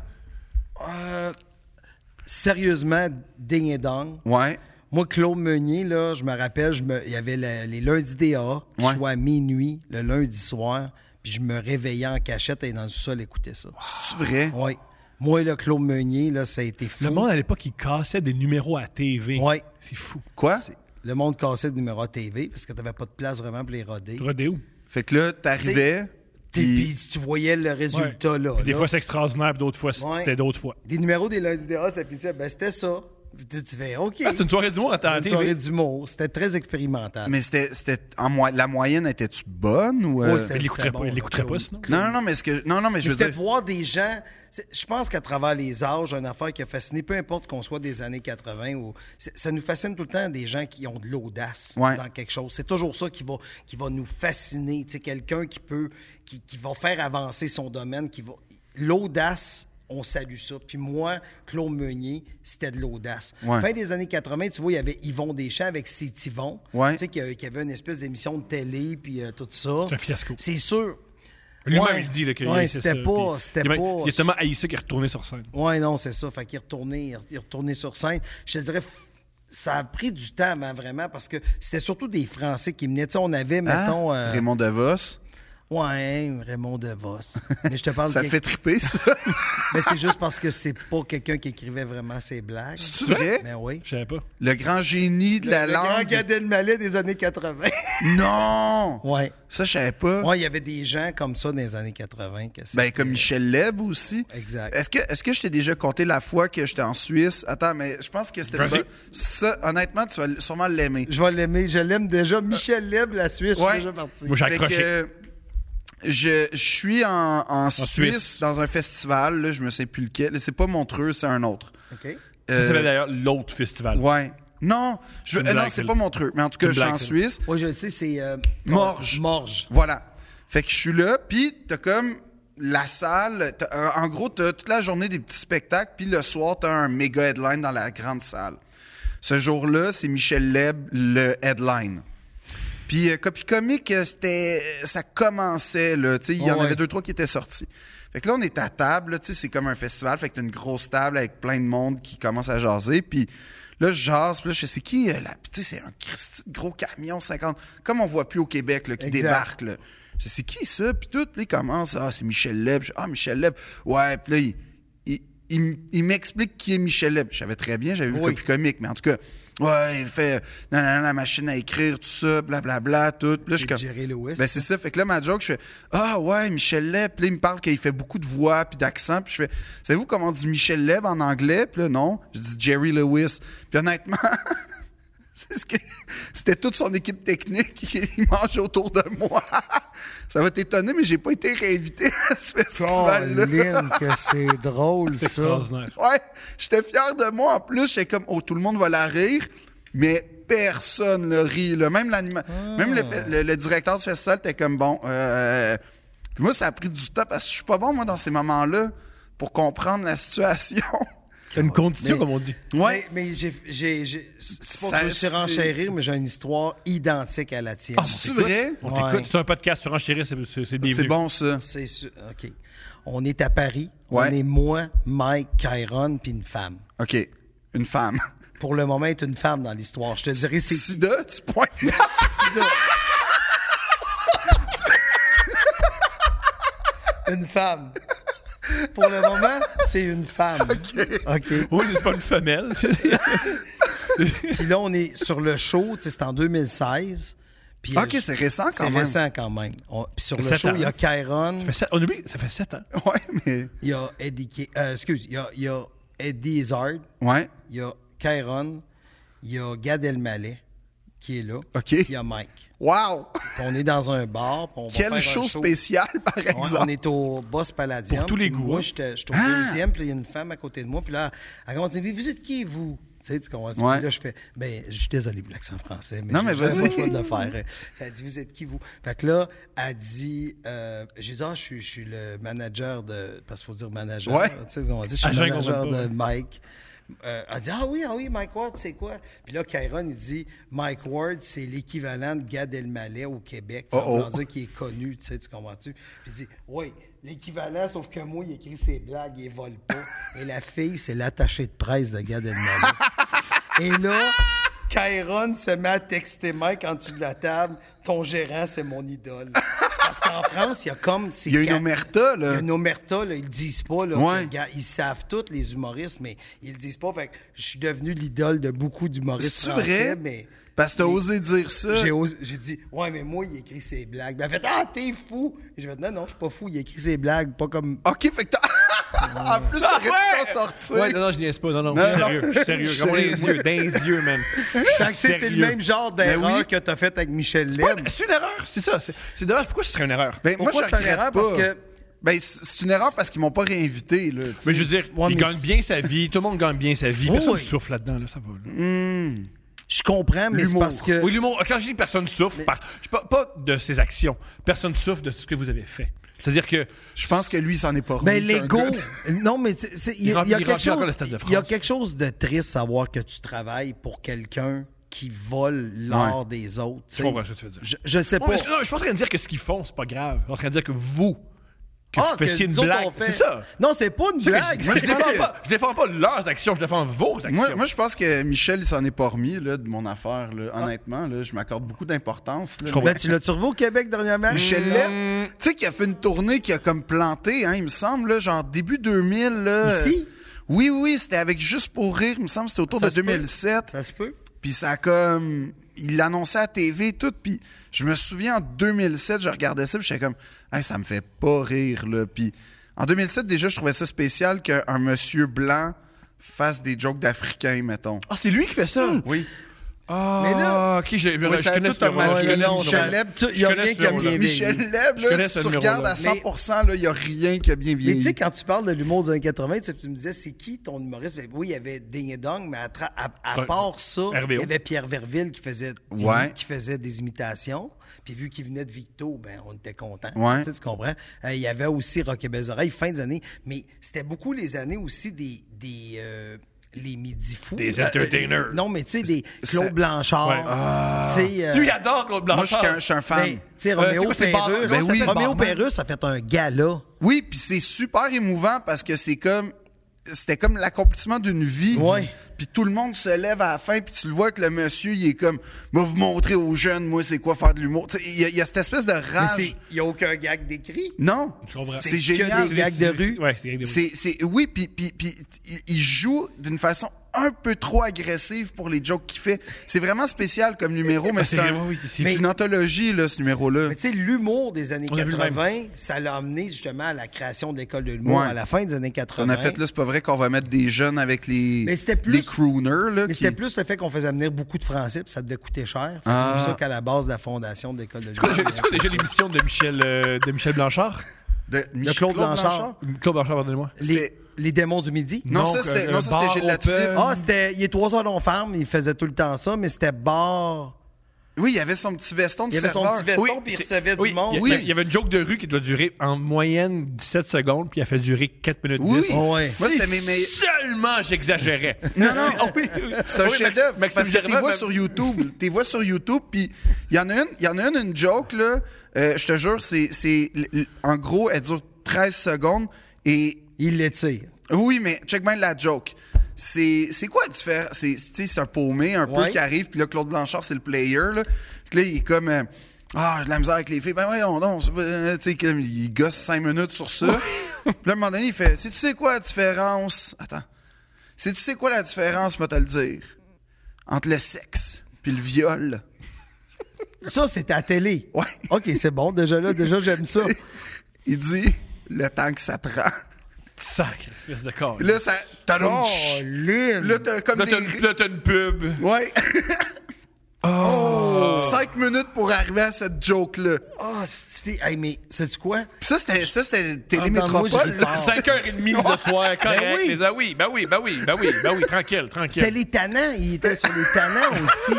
[SPEAKER 3] Euh, sérieusement, ding et dong.
[SPEAKER 2] Ouais.
[SPEAKER 3] Moi, Claude Meunier, là, je me rappelle, je me- il y avait le- les lundis DA, qui
[SPEAKER 2] Ouais.
[SPEAKER 3] jouaient à minuit, le lundi soir, puis je me réveillais en cachette et dans le sol écouter ça.
[SPEAKER 2] C'est vrai?
[SPEAKER 3] Oui. Moi, là, Claude Meunier, là, ça a été fou.
[SPEAKER 7] Le monde à l'époque, il cassait des numéros à TV.
[SPEAKER 3] Ouais.
[SPEAKER 7] C'est fou.
[SPEAKER 2] Quoi?
[SPEAKER 3] C'est- Le monde cassait de numéro à TV parce que t'avais pas de place vraiment pour les roder.
[SPEAKER 7] Rodéo.
[SPEAKER 2] Fait que là, t'arrivais.
[SPEAKER 3] T'es-
[SPEAKER 2] Puis.
[SPEAKER 3] Puis tu voyais le résultat, là.
[SPEAKER 7] Puis Des
[SPEAKER 3] là.
[SPEAKER 7] fois, c'est extraordinaire, puis d'autres fois, c'était
[SPEAKER 3] Ouais.
[SPEAKER 7] d'autres fois.
[SPEAKER 3] Des numéros des lundis DA, ça finissait, ben c'était ça. Puis tu tu fais, OK.
[SPEAKER 7] Ah, c'est une soirée d'humour à
[SPEAKER 3] C'est
[SPEAKER 7] la
[SPEAKER 3] une
[SPEAKER 7] TV.
[SPEAKER 3] soirée d'humour. C'était très expérimental.
[SPEAKER 2] Mais c'était. c'était en moi- La moyenne était-tu bonne ou. euh,
[SPEAKER 3] Ouais, c'était-
[SPEAKER 7] Il l'écouterait
[SPEAKER 3] c'était
[SPEAKER 7] pas,
[SPEAKER 3] bon,
[SPEAKER 7] il
[SPEAKER 3] là,
[SPEAKER 7] l'écouterait pas
[SPEAKER 3] Claude.
[SPEAKER 7] sinon.
[SPEAKER 2] non, non, non, mais ce que. Non, non, mais je
[SPEAKER 3] Mais
[SPEAKER 2] veux
[SPEAKER 3] C'était de
[SPEAKER 2] dire.
[SPEAKER 3] voir des gens. c'est- Je pense qu'à travers les âges, une affaire qui a fasciné, peu importe qu'on soit des années 80 ou. c'est- Ça nous fascine tout le temps des gens qui ont de l'audace
[SPEAKER 2] Ouais.
[SPEAKER 3] dans quelque chose. C'est toujours ça qui va, qui va nous fasciner. Tu sais, quelqu'un qui peut. Qui, qui va faire avancer son domaine, qui va. L'audace. On salue ça. Puis moi, Claude Meunier, c'était de l'audace.
[SPEAKER 2] Ouais.
[SPEAKER 3] Fin des années 80, tu vois, il y avait Yvon Deschamps avec ses Yvon,
[SPEAKER 2] Ouais.
[SPEAKER 3] tu sais, qui, qui avait une espèce d'émission de télé, puis euh, tout ça.
[SPEAKER 7] C'est un fiasco.
[SPEAKER 3] C'est sûr.
[SPEAKER 7] Lui-même,
[SPEAKER 3] Ouais.
[SPEAKER 7] il dit là, qu'il
[SPEAKER 3] Ouais,
[SPEAKER 7] haïssait
[SPEAKER 3] c'était
[SPEAKER 7] ça,
[SPEAKER 3] pas.
[SPEAKER 7] puis-
[SPEAKER 3] C'était
[SPEAKER 7] il y a-
[SPEAKER 3] pas.
[SPEAKER 7] Il est tellement haïssé qu'il est retourné sur scène.
[SPEAKER 3] Ouais, non, c'est ça. Fait qu'il est retourné, il est- il est retourné sur scène. Je te dirais, f- ça a pris du temps, mais vraiment, parce que c'était surtout des Français qui venaient. Tu sais, on avait,
[SPEAKER 2] Hein?
[SPEAKER 3] mettons. euh,
[SPEAKER 2] Raymond DeVos.
[SPEAKER 3] Ouais, Raymond DeVos. Mais je te parle
[SPEAKER 2] Ça
[SPEAKER 3] de
[SPEAKER 2] te fait
[SPEAKER 3] quelqu'un-
[SPEAKER 2] triper, ça?
[SPEAKER 3] Mais c'est juste parce que c'est pas quelqu'un qui écrivait vraiment ses blagues.
[SPEAKER 2] C'est vrai?
[SPEAKER 3] Mais oui.
[SPEAKER 7] Je savais pas.
[SPEAKER 2] Le grand génie de la
[SPEAKER 3] Le grand
[SPEAKER 2] langue.
[SPEAKER 3] Gad Elmaleh des années 80.
[SPEAKER 2] Non!
[SPEAKER 3] ouais.
[SPEAKER 2] Ça, je savais pas.
[SPEAKER 3] Ouais, il y avait des gens comme ça dans les années 80. Que c'était-
[SPEAKER 2] Ben, comme Michel Leb aussi.
[SPEAKER 3] Exact.
[SPEAKER 2] Est-ce que, est-ce que je t'ai déjà conté la fois que j'étais en Suisse? Attends, mais je pense que c'était le
[SPEAKER 7] Vas-y.
[SPEAKER 2] bon- Ça, honnêtement, tu vas l- sûrement l'aimer.
[SPEAKER 3] euh, Je vais l'aimer. Je l'aime déjà. Michel Leb, la Suisse, je
[SPEAKER 2] Ouais.
[SPEAKER 3] suis déjà parti.
[SPEAKER 7] Moi, j'ai
[SPEAKER 2] Fait
[SPEAKER 7] accroché.
[SPEAKER 2] que, je, je suis en, en Suisse,
[SPEAKER 7] Suisse.
[SPEAKER 2] dans un festival, là, je me sais plus lequel. C'est pas Montreux, c'est un autre.
[SPEAKER 3] OK.
[SPEAKER 7] Ça
[SPEAKER 2] Euh,
[SPEAKER 7] s'appelait d'ailleurs l'autre festival.
[SPEAKER 2] ouais. Non, je,
[SPEAKER 7] une
[SPEAKER 2] euh, non,
[SPEAKER 7] blague,
[SPEAKER 2] c'est
[SPEAKER 7] ça.
[SPEAKER 2] pas Montreux, mais en tout cas,
[SPEAKER 7] une
[SPEAKER 2] je suis
[SPEAKER 7] blague,
[SPEAKER 2] en
[SPEAKER 7] ça.
[SPEAKER 2] Suisse.
[SPEAKER 3] Oui, je le sais, c'est. euh,
[SPEAKER 2] Morge.
[SPEAKER 3] Morge.
[SPEAKER 2] Voilà. Fait que je suis là, puis t'as comme la salle. t'as- euh, en gros, t'as toute la journée des petits spectacles, puis le soir, t'as un méga headline dans la grande salle. Ce jour-là, c'est Michel Leb, le headline. Puis euh, Copy Comique, euh, c'était, ça commençait, là. tu sais, Il y en
[SPEAKER 3] Ouais.
[SPEAKER 2] avait deux, trois qui étaient sortis. Fait que là, on est à table, là, tu sais, c'est comme un festival. Fait que t'as une grosse table avec plein de monde qui commence à jaser. Puis là, je jase, puis là, je sais, c'est qui, euh, là? Puis tu sais, c'est un Christi de gros camion 50, comme on voit plus au Québec, là, qui
[SPEAKER 3] Exact.
[SPEAKER 2] débarque, là. Je dis, c'est qui ça? Puis tout, puis il commence, ah, c'est Michel Leb. Je- Ah, Michel Leb. Ouais, puis là, il- il, il m- il m'explique qui est Michel Leb. Je savais très bien, j'avais vu
[SPEAKER 3] Oui.
[SPEAKER 2] le copie comique, mais en tout cas, ouais, il fait, euh, non, non, non, la machine à écrire, tout ça, blablabla, tout. Puis Là, je suis
[SPEAKER 3] C'est
[SPEAKER 2] comme-
[SPEAKER 3] Jerry Lewis, hein.
[SPEAKER 2] Ben, c'est ça. Fait que là, ma joke, je fais, ah, ouais, Michel Leb. Puis là, il me parle qu'il fait beaucoup de voix, puis d'accent. Puis je fais, savez-vous comment on dit Michel Leb en anglais? Puis là, non. Je dis Jerry Lewis. Puis honnêtement, c'est ce que- C'était toute son équipe technique qui mangeait autour de moi. Ça va t'étonner, mais j'ai pas été réinvité à ce festival-là.
[SPEAKER 3] Colin, que c'est drôle,
[SPEAKER 7] C'est
[SPEAKER 3] ça.
[SPEAKER 7] extraordinaire.
[SPEAKER 2] Ouais, j'étais fier de moi en plus. J'étais comme, oh, tout le monde va la rire, mais personne ne rit. là. Même, l'anima- Même le, fait- le- le directeur du festival était comme, bon. euh, Puis moi, ça a pris du temps parce que je suis pas bon, moi, dans ces moments-là, pour comprendre la situation.
[SPEAKER 7] C'est une condition, comme on dit.
[SPEAKER 3] Ouais. Mais, mais j'ai- j'ai. j'ai- C'est pas
[SPEAKER 2] Ça,
[SPEAKER 3] que je veux
[SPEAKER 2] c'est-
[SPEAKER 3] surenchérir, mais j'ai une histoire identique à la tienne.
[SPEAKER 2] Ah, c'est vrai?
[SPEAKER 7] On
[SPEAKER 3] Ouais.
[SPEAKER 7] t'écoute. C'est un podcast sur Enchérie, c'est c'est- c'est bienvenu.
[SPEAKER 2] C'est bon, ça.
[SPEAKER 3] C'est sûr. OK. On est à Paris.
[SPEAKER 2] Ouais.
[SPEAKER 3] On est moi, Mike, Kyron, puis une femme.
[SPEAKER 2] OK. Une femme.
[SPEAKER 3] Pour le moment, est une femme dans l'histoire. Je te dirais, c'est
[SPEAKER 2] Sida, tu pointes.
[SPEAKER 3] une femme. Pour le moment, c'est une femme. OK.
[SPEAKER 7] Oui, c'est pas une femelle.
[SPEAKER 3] Puis là, on est sur le show, tu sais, c'est en 2016. Puis,
[SPEAKER 2] Ok,
[SPEAKER 3] euh,
[SPEAKER 2] c'est récent quand même.
[SPEAKER 3] C'est récent quand même. On- puis sur le
[SPEAKER 7] Sept
[SPEAKER 3] show,
[SPEAKER 7] ans. hein?
[SPEAKER 3] il y a Kyron,
[SPEAKER 7] Ça fait sept- on oublie, ça fait 7 ans.
[SPEAKER 2] Ouais, mais.
[SPEAKER 3] il y a Eddie... K- euh, excuse, il y a, il y a Eddie Izzard,
[SPEAKER 2] Ouais.
[SPEAKER 3] il y a Kyron, il y a Gad Elmaleh qui est là.
[SPEAKER 2] OK.
[SPEAKER 3] Puis il y a Mike.
[SPEAKER 2] Wow!
[SPEAKER 3] Puis on est dans un bar, puis on va faire
[SPEAKER 2] Quelle
[SPEAKER 3] un
[SPEAKER 2] chose
[SPEAKER 3] show.
[SPEAKER 2] spéciale, par
[SPEAKER 3] Ouais,
[SPEAKER 2] exemple.
[SPEAKER 3] on est au Boss Palladium.
[SPEAKER 7] Pour tous les
[SPEAKER 3] puis
[SPEAKER 7] goûts,
[SPEAKER 3] Moi,
[SPEAKER 7] hein.
[SPEAKER 3] j'étais j'étais au deuxième, puis il y a une femme à côté de moi, puis là, elle commence à dire, Mais vous êtes qui, vous? Tu sais, tu comprends? Puis
[SPEAKER 2] Ouais.
[SPEAKER 3] là, je fais, ben, je suis désolé pour l'accent français, mais
[SPEAKER 2] Non, mais
[SPEAKER 3] j'ai- j'ai pas
[SPEAKER 2] vas-y.
[SPEAKER 3] le choix de le faire. Elle dit, vous êtes qui, vous? Fait que là, elle dit, euh, j'ai dit, ah, je suis, je suis le manager de, parce qu'il faut dire manager.
[SPEAKER 2] Ouais.
[SPEAKER 3] Tu sais, on dit, je suis
[SPEAKER 7] Agent
[SPEAKER 3] le manager
[SPEAKER 7] qu'on veut pas,
[SPEAKER 3] de Mike. euh, a dit Ah oui, ah oui, Mike Ward, c'est quoi? Puis là, Kyron, il dit Mike Ward, c'est l'équivalent de Gad Elmaleh au Québec. Tu sais,
[SPEAKER 2] Oh, oh.
[SPEAKER 3] On va dire qu'il est connu, tu sais, tu comprends-tu? Puis il dit Oui, l'équivalent, sauf que moi, il écrit ses blagues, il vole pas. Et la fille, c'est l'attachée de presse de Gad Elmaleh. Et là, Kyron se met à texter Mike en dessous de la table. Ton gérant, c'est mon idole. Parce qu'en France, il y a comme. c'est
[SPEAKER 2] Il y a une
[SPEAKER 3] quand-
[SPEAKER 2] omerta, là.
[SPEAKER 3] Il y a une omerta, là. Ils le disent pas, là.
[SPEAKER 2] Ouais.
[SPEAKER 3] que, gars, Ils savent tous, les humoristes, mais ils le disent pas. Fait que je suis devenu l'idole de beaucoup d'humoristes
[SPEAKER 2] C'est
[SPEAKER 3] français,
[SPEAKER 2] vrai?
[SPEAKER 3] mais.
[SPEAKER 2] Parce que t'as
[SPEAKER 3] mais-
[SPEAKER 2] osé dire ça.
[SPEAKER 3] J'ai osé- j'ai dit, ouais, mais moi, il écrit ses blagues. Ben, elle fait, ah, t'es fou! Et je vais non, non, je suis pas fou, il écrit ses blagues, pas comme.
[SPEAKER 2] OK, fait que t'as... en plus, t'aurais pu t'en sortir.
[SPEAKER 5] Ouais, non, non, je niaise pas. Non, non,
[SPEAKER 2] Non,
[SPEAKER 5] je suis
[SPEAKER 2] non.
[SPEAKER 5] sérieux. Je suis sérieux.
[SPEAKER 2] Je suis
[SPEAKER 5] Regarde-moi les
[SPEAKER 2] sérieux.
[SPEAKER 5] yeux, dans les yeux, man.
[SPEAKER 3] Fait que, tu sais, c'est le
[SPEAKER 5] Ah, Sérieux.
[SPEAKER 3] même genre
[SPEAKER 2] Mais
[SPEAKER 3] d'erreur
[SPEAKER 2] oui.
[SPEAKER 3] que t'as faite avec Michel Leb.
[SPEAKER 5] C'est une erreur, c'est ça. C'est c'est dommage. Pourquoi ce serait une erreur?
[SPEAKER 2] Ben, moi, je
[SPEAKER 3] Pourquoi c'est une
[SPEAKER 2] regrette
[SPEAKER 3] erreur?
[SPEAKER 2] pas.
[SPEAKER 3] Parce que-
[SPEAKER 2] Ben, c'est c'est une erreur parce qu'ils m'ont pas réinvité, là. tu sais.
[SPEAKER 5] Mais je veux dire,
[SPEAKER 3] Ouais,
[SPEAKER 5] il
[SPEAKER 3] mais
[SPEAKER 5] gagne
[SPEAKER 3] c'est-
[SPEAKER 5] bien sa vie. Tout le monde gagne bien sa vie.
[SPEAKER 3] Oui.
[SPEAKER 5] Personne ne souffle là-dedans, là, ça va. là.
[SPEAKER 3] Je comprends, mais c'est
[SPEAKER 2] L'humour.
[SPEAKER 3] parce que.
[SPEAKER 5] Oui, l'humour. Quand je dis personne souffre, par- je parle pas de ses actions. Personne souffre de ce que vous avez fait. C'est-à-dire que
[SPEAKER 2] Je pense que lui, il s'en est pas
[SPEAKER 3] Ben,
[SPEAKER 2] remis qu'un
[SPEAKER 3] l'ego.
[SPEAKER 2] gars.
[SPEAKER 3] Non, mais tu sais, c'est- il y a,
[SPEAKER 5] Il
[SPEAKER 3] il y a
[SPEAKER 5] remplit- il
[SPEAKER 3] quelque
[SPEAKER 5] remplit encore le
[SPEAKER 3] chose.
[SPEAKER 5] Stade de
[SPEAKER 3] Il y a
[SPEAKER 5] France.
[SPEAKER 3] quelque chose de triste savoir que tu travailles pour quelqu'un qui vole l'art
[SPEAKER 2] Ouais.
[SPEAKER 3] des autres. tu sais.
[SPEAKER 5] Je comprends ce que tu veux dire.
[SPEAKER 3] Je, je sais
[SPEAKER 5] Bon,
[SPEAKER 3] pas.
[SPEAKER 5] parce que- non, je suis pas en train de dire que ce qu'ils font, c'est pas grave. Je suis en train de dire que vous, que
[SPEAKER 3] Ah,
[SPEAKER 5] vous faisiez
[SPEAKER 3] nous
[SPEAKER 5] une
[SPEAKER 3] autres,
[SPEAKER 5] blague.
[SPEAKER 3] on fait-
[SPEAKER 5] C'est ça.
[SPEAKER 3] Non, c'est pas une
[SPEAKER 5] C'est ça que je
[SPEAKER 3] blague.
[SPEAKER 5] dis. Moi, je
[SPEAKER 3] C'est parce
[SPEAKER 5] défends
[SPEAKER 3] que-
[SPEAKER 5] pas, je défends pas leurs actions, je défends vos actions.
[SPEAKER 2] Moi, moi, je pense que Michel, il s'en est pas remis, là, de mon affaire, là. Honnêtement, là, je m'accorde beaucoup d'importance, là.
[SPEAKER 3] Ben, tu l'as trouvé au Québec dernièrement?
[SPEAKER 2] Michel Leb, tu sais, qui a fait une tournée qui a comme planté, hein, il me semble, là, genre début 2000. Là,
[SPEAKER 3] Ici?
[SPEAKER 2] Oui, oui, c'était avec Juste pour rire, il me semble, c'était autour
[SPEAKER 3] Ça
[SPEAKER 2] de
[SPEAKER 3] se peut.
[SPEAKER 2] 2007.
[SPEAKER 3] Ça se peut?
[SPEAKER 2] Puis ça a comme. Il l'annonçait à la TV et tout. Puis je me souviens en 2007, je regardais ça, puis j'étais comme, hey, ça me fait pas rire, là. Puis en 2007, déjà, je trouvais ça spécial qu'un monsieur blanc fasse des jokes d'Africains, mettons.
[SPEAKER 5] Ah, c'est lui qui fait ça?
[SPEAKER 2] Hmm. Oui.
[SPEAKER 5] Ah,
[SPEAKER 3] Mais là-
[SPEAKER 5] ok, j'ai- je,
[SPEAKER 2] Oui, ça a
[SPEAKER 5] connais
[SPEAKER 2] tout
[SPEAKER 5] ce numéro-là,
[SPEAKER 2] un
[SPEAKER 5] je
[SPEAKER 2] mal
[SPEAKER 5] connais
[SPEAKER 2] vieilli.
[SPEAKER 5] ce numéro-là.
[SPEAKER 2] Michel-
[SPEAKER 3] Il y a
[SPEAKER 5] je connais
[SPEAKER 3] rien
[SPEAKER 5] ce
[SPEAKER 3] qui a bien
[SPEAKER 5] numéro-là.
[SPEAKER 3] vieilli.
[SPEAKER 2] Michel Leb,
[SPEAKER 5] Je
[SPEAKER 2] là,
[SPEAKER 5] connais
[SPEAKER 2] si
[SPEAKER 5] ce
[SPEAKER 2] tu regardes à
[SPEAKER 5] numéro-là.
[SPEAKER 2] 100%, là, il n'y a rien qui a bien
[SPEAKER 3] Mais tu
[SPEAKER 2] vieilli.
[SPEAKER 3] sais, quand tu parles de l'humour des années 80, tu sais, tu me disais, c'est qui ton humoriste? Ben oui, il y avait Ding et Dong, mais à, tra- à- à
[SPEAKER 5] Ouais.
[SPEAKER 3] part ça,
[SPEAKER 5] RBO.
[SPEAKER 3] il y avait Pierre Verville qui faisait, qui,
[SPEAKER 2] Ouais.
[SPEAKER 3] qui faisait des imitations. Puis vu qu'il venait de Victo, ben on était contents.
[SPEAKER 2] Ouais.
[SPEAKER 3] Tu sais, tu comprends? Euh, il y avait aussi Rock et Belles Oreilles, fin des années. Mais c'était beaucoup les années aussi des... des euh, les midi fous.
[SPEAKER 5] Des
[SPEAKER 3] Euh, euh,
[SPEAKER 5] entertainers.
[SPEAKER 3] non, mais tu sais, des Claude
[SPEAKER 2] Ça-
[SPEAKER 3] Blanchard.
[SPEAKER 5] Ouais. Ah.
[SPEAKER 3] Tu sais, euh,
[SPEAKER 5] Lui, il adore Claude Blanchard.
[SPEAKER 2] Moi, je suis un- je suis un fan.
[SPEAKER 3] ben, tu sais,
[SPEAKER 5] Euh, c'est
[SPEAKER 3] Roméo
[SPEAKER 5] quoi, c'est Bar-
[SPEAKER 3] Pérus.
[SPEAKER 5] Ben
[SPEAKER 2] oui.
[SPEAKER 3] Roméo
[SPEAKER 5] Barman.
[SPEAKER 3] Pérus a fait un gala.
[SPEAKER 2] Oui, puis c'est super émouvant parce que c'est comme c'était comme l'accomplissement d'une vie.
[SPEAKER 3] Ouais.
[SPEAKER 2] Puis tout le monde se lève à la fin, puis tu le vois que le monsieur, il est comme, va vous montrer aux jeunes, moi, c'est quoi faire de l'humour. Tu sais, Il y, a- il y a cette espèce de
[SPEAKER 3] Mais
[SPEAKER 5] Ah,
[SPEAKER 2] rage.
[SPEAKER 3] c'est- il n'y a aucun gag d'écrit.
[SPEAKER 2] non,
[SPEAKER 5] comprends.
[SPEAKER 2] c'est
[SPEAKER 3] C'est
[SPEAKER 2] génial.
[SPEAKER 3] que des gags de rue.
[SPEAKER 5] Ouais, c'est des-
[SPEAKER 2] C'est, c'est- oui, puis, puis, puis il- il joue d'une façon un peu trop agressive pour les jokes qu'il fait. C'est vraiment spécial comme numéro, mais
[SPEAKER 5] Ah, c'est
[SPEAKER 2] c'est, un-
[SPEAKER 5] vraiment- oui, c'est-
[SPEAKER 2] c'est une anthologie, là, ce numéro-là.
[SPEAKER 3] Mais tu sais, l'humour des années
[SPEAKER 5] On a vu le
[SPEAKER 3] 80, ça l'a amené justement à la création de l'école de l'humour
[SPEAKER 2] Ouais.
[SPEAKER 3] à la fin des années
[SPEAKER 2] On
[SPEAKER 3] 80.
[SPEAKER 2] a fait là, c'est pas vrai qu'on va mettre des jeunes avec les,
[SPEAKER 3] Mais c'était plus-
[SPEAKER 2] les crooners. Là,
[SPEAKER 3] Mais
[SPEAKER 2] qui-
[SPEAKER 3] c'était plus le fait qu'on faisait venir beaucoup de Français, puis ça devait coûter cher. Fait que
[SPEAKER 2] Ah.
[SPEAKER 3] C'est pour ça qu'à la base de la fondation de l'école de l'humour.
[SPEAKER 5] C'est quoi déjà l'émission de Michel, euh, de Michel Blanchard?
[SPEAKER 2] De
[SPEAKER 3] Le Claude Blanchard.
[SPEAKER 5] Claude Blanchard, pardonnez-moi.
[SPEAKER 3] Les, les démons du midi.
[SPEAKER 2] Non,
[SPEAKER 5] Donc,
[SPEAKER 2] ça, c'était,
[SPEAKER 5] euh,
[SPEAKER 2] non, ça, c'était
[SPEAKER 5] bar
[SPEAKER 2] Gilles Latulippe.
[SPEAKER 5] open.
[SPEAKER 3] Ah, c'était. Il est trois heures long ferme, il faisait tout le temps ça, mais c'était bar.
[SPEAKER 2] Oui, il avait son petit veston de
[SPEAKER 3] Il avait son
[SPEAKER 2] serveur.
[SPEAKER 3] petit veston,
[SPEAKER 2] Oui.
[SPEAKER 3] puis il recevait
[SPEAKER 5] Oui,
[SPEAKER 3] du monde.
[SPEAKER 5] il y a- il y avait une joke de rue qui doit durer en moyenne 17 secondes, puis il a fait durer 4 minutes
[SPEAKER 2] Oui,
[SPEAKER 5] 10.
[SPEAKER 2] oui.
[SPEAKER 3] Ouais.
[SPEAKER 2] Moi, c'était
[SPEAKER 5] Si
[SPEAKER 2] mes meilleurs.
[SPEAKER 5] Seulement j'exagérais.
[SPEAKER 2] Non, non.
[SPEAKER 5] C'est- oui, oui.
[SPEAKER 2] C'est un
[SPEAKER 5] Oui, Max-
[SPEAKER 2] chef-d'œuvre.
[SPEAKER 5] Maxime
[SPEAKER 2] Parce que t'es
[SPEAKER 5] Gervais,
[SPEAKER 2] vois
[SPEAKER 5] même-
[SPEAKER 2] sur YouTube. T'es vois sur YouTube, puis il y en a une, il y en a une, une joke, là. euh, je te jure, c'est, c'est. l- l- En gros, elle dure 13 secondes. Et
[SPEAKER 3] Il l'étire.
[SPEAKER 2] Oui, mais check bien la joke. C'est c'est quoi la différence? C'est c'est- tu sais, c'est un paumé un peu
[SPEAKER 3] Ouais.
[SPEAKER 2] qui arrive, puis là, Claude Blanchard, c'est le player. Là, Puis là, il est comme. euh, ah, j'ai de la misère avec les filles. Ben voyons, non. c'est pas- euh, Tu sais, comme, il gosse cinq minutes sur ça. puis là, à un moment donné, il fait Si tu sais quoi la différence. Attends. Si tu sais quoi la différence, moi, te le dire. Entre le sexe puis le viol.
[SPEAKER 3] Ça, c'était à télé.
[SPEAKER 2] Ouais.
[SPEAKER 3] OK, c'est bon. Déjà là, déjà, j'aime ça.
[SPEAKER 2] Il dit Le temps que ça prend.
[SPEAKER 5] Sacrifice de corps.
[SPEAKER 2] Puis là, ça. tadam,
[SPEAKER 3] Oh,
[SPEAKER 2] tch.
[SPEAKER 3] l'île.
[SPEAKER 2] Là, t'as comme
[SPEAKER 5] Là,
[SPEAKER 2] des.
[SPEAKER 5] t'as une- là, t'as une pub.
[SPEAKER 2] Ouais. Cinq minutes pour arriver à cette joke-là.
[SPEAKER 3] Ah, c'est hey, mais sais-tu quoi?
[SPEAKER 2] Puis ça, c'était, ça,
[SPEAKER 3] Ah,
[SPEAKER 2] c'était
[SPEAKER 3] Entends-moi, j'ai
[SPEAKER 2] Télémétropole.
[SPEAKER 3] le
[SPEAKER 2] là.
[SPEAKER 3] fort.
[SPEAKER 5] 5h30 le soir, correct.
[SPEAKER 3] Ben oui.
[SPEAKER 5] les- ah oui, ben oui, ben oui, ben oui, ben oui, tranquille, tranquille.
[SPEAKER 3] C'était les tannants. Il était sur les tannants aussi.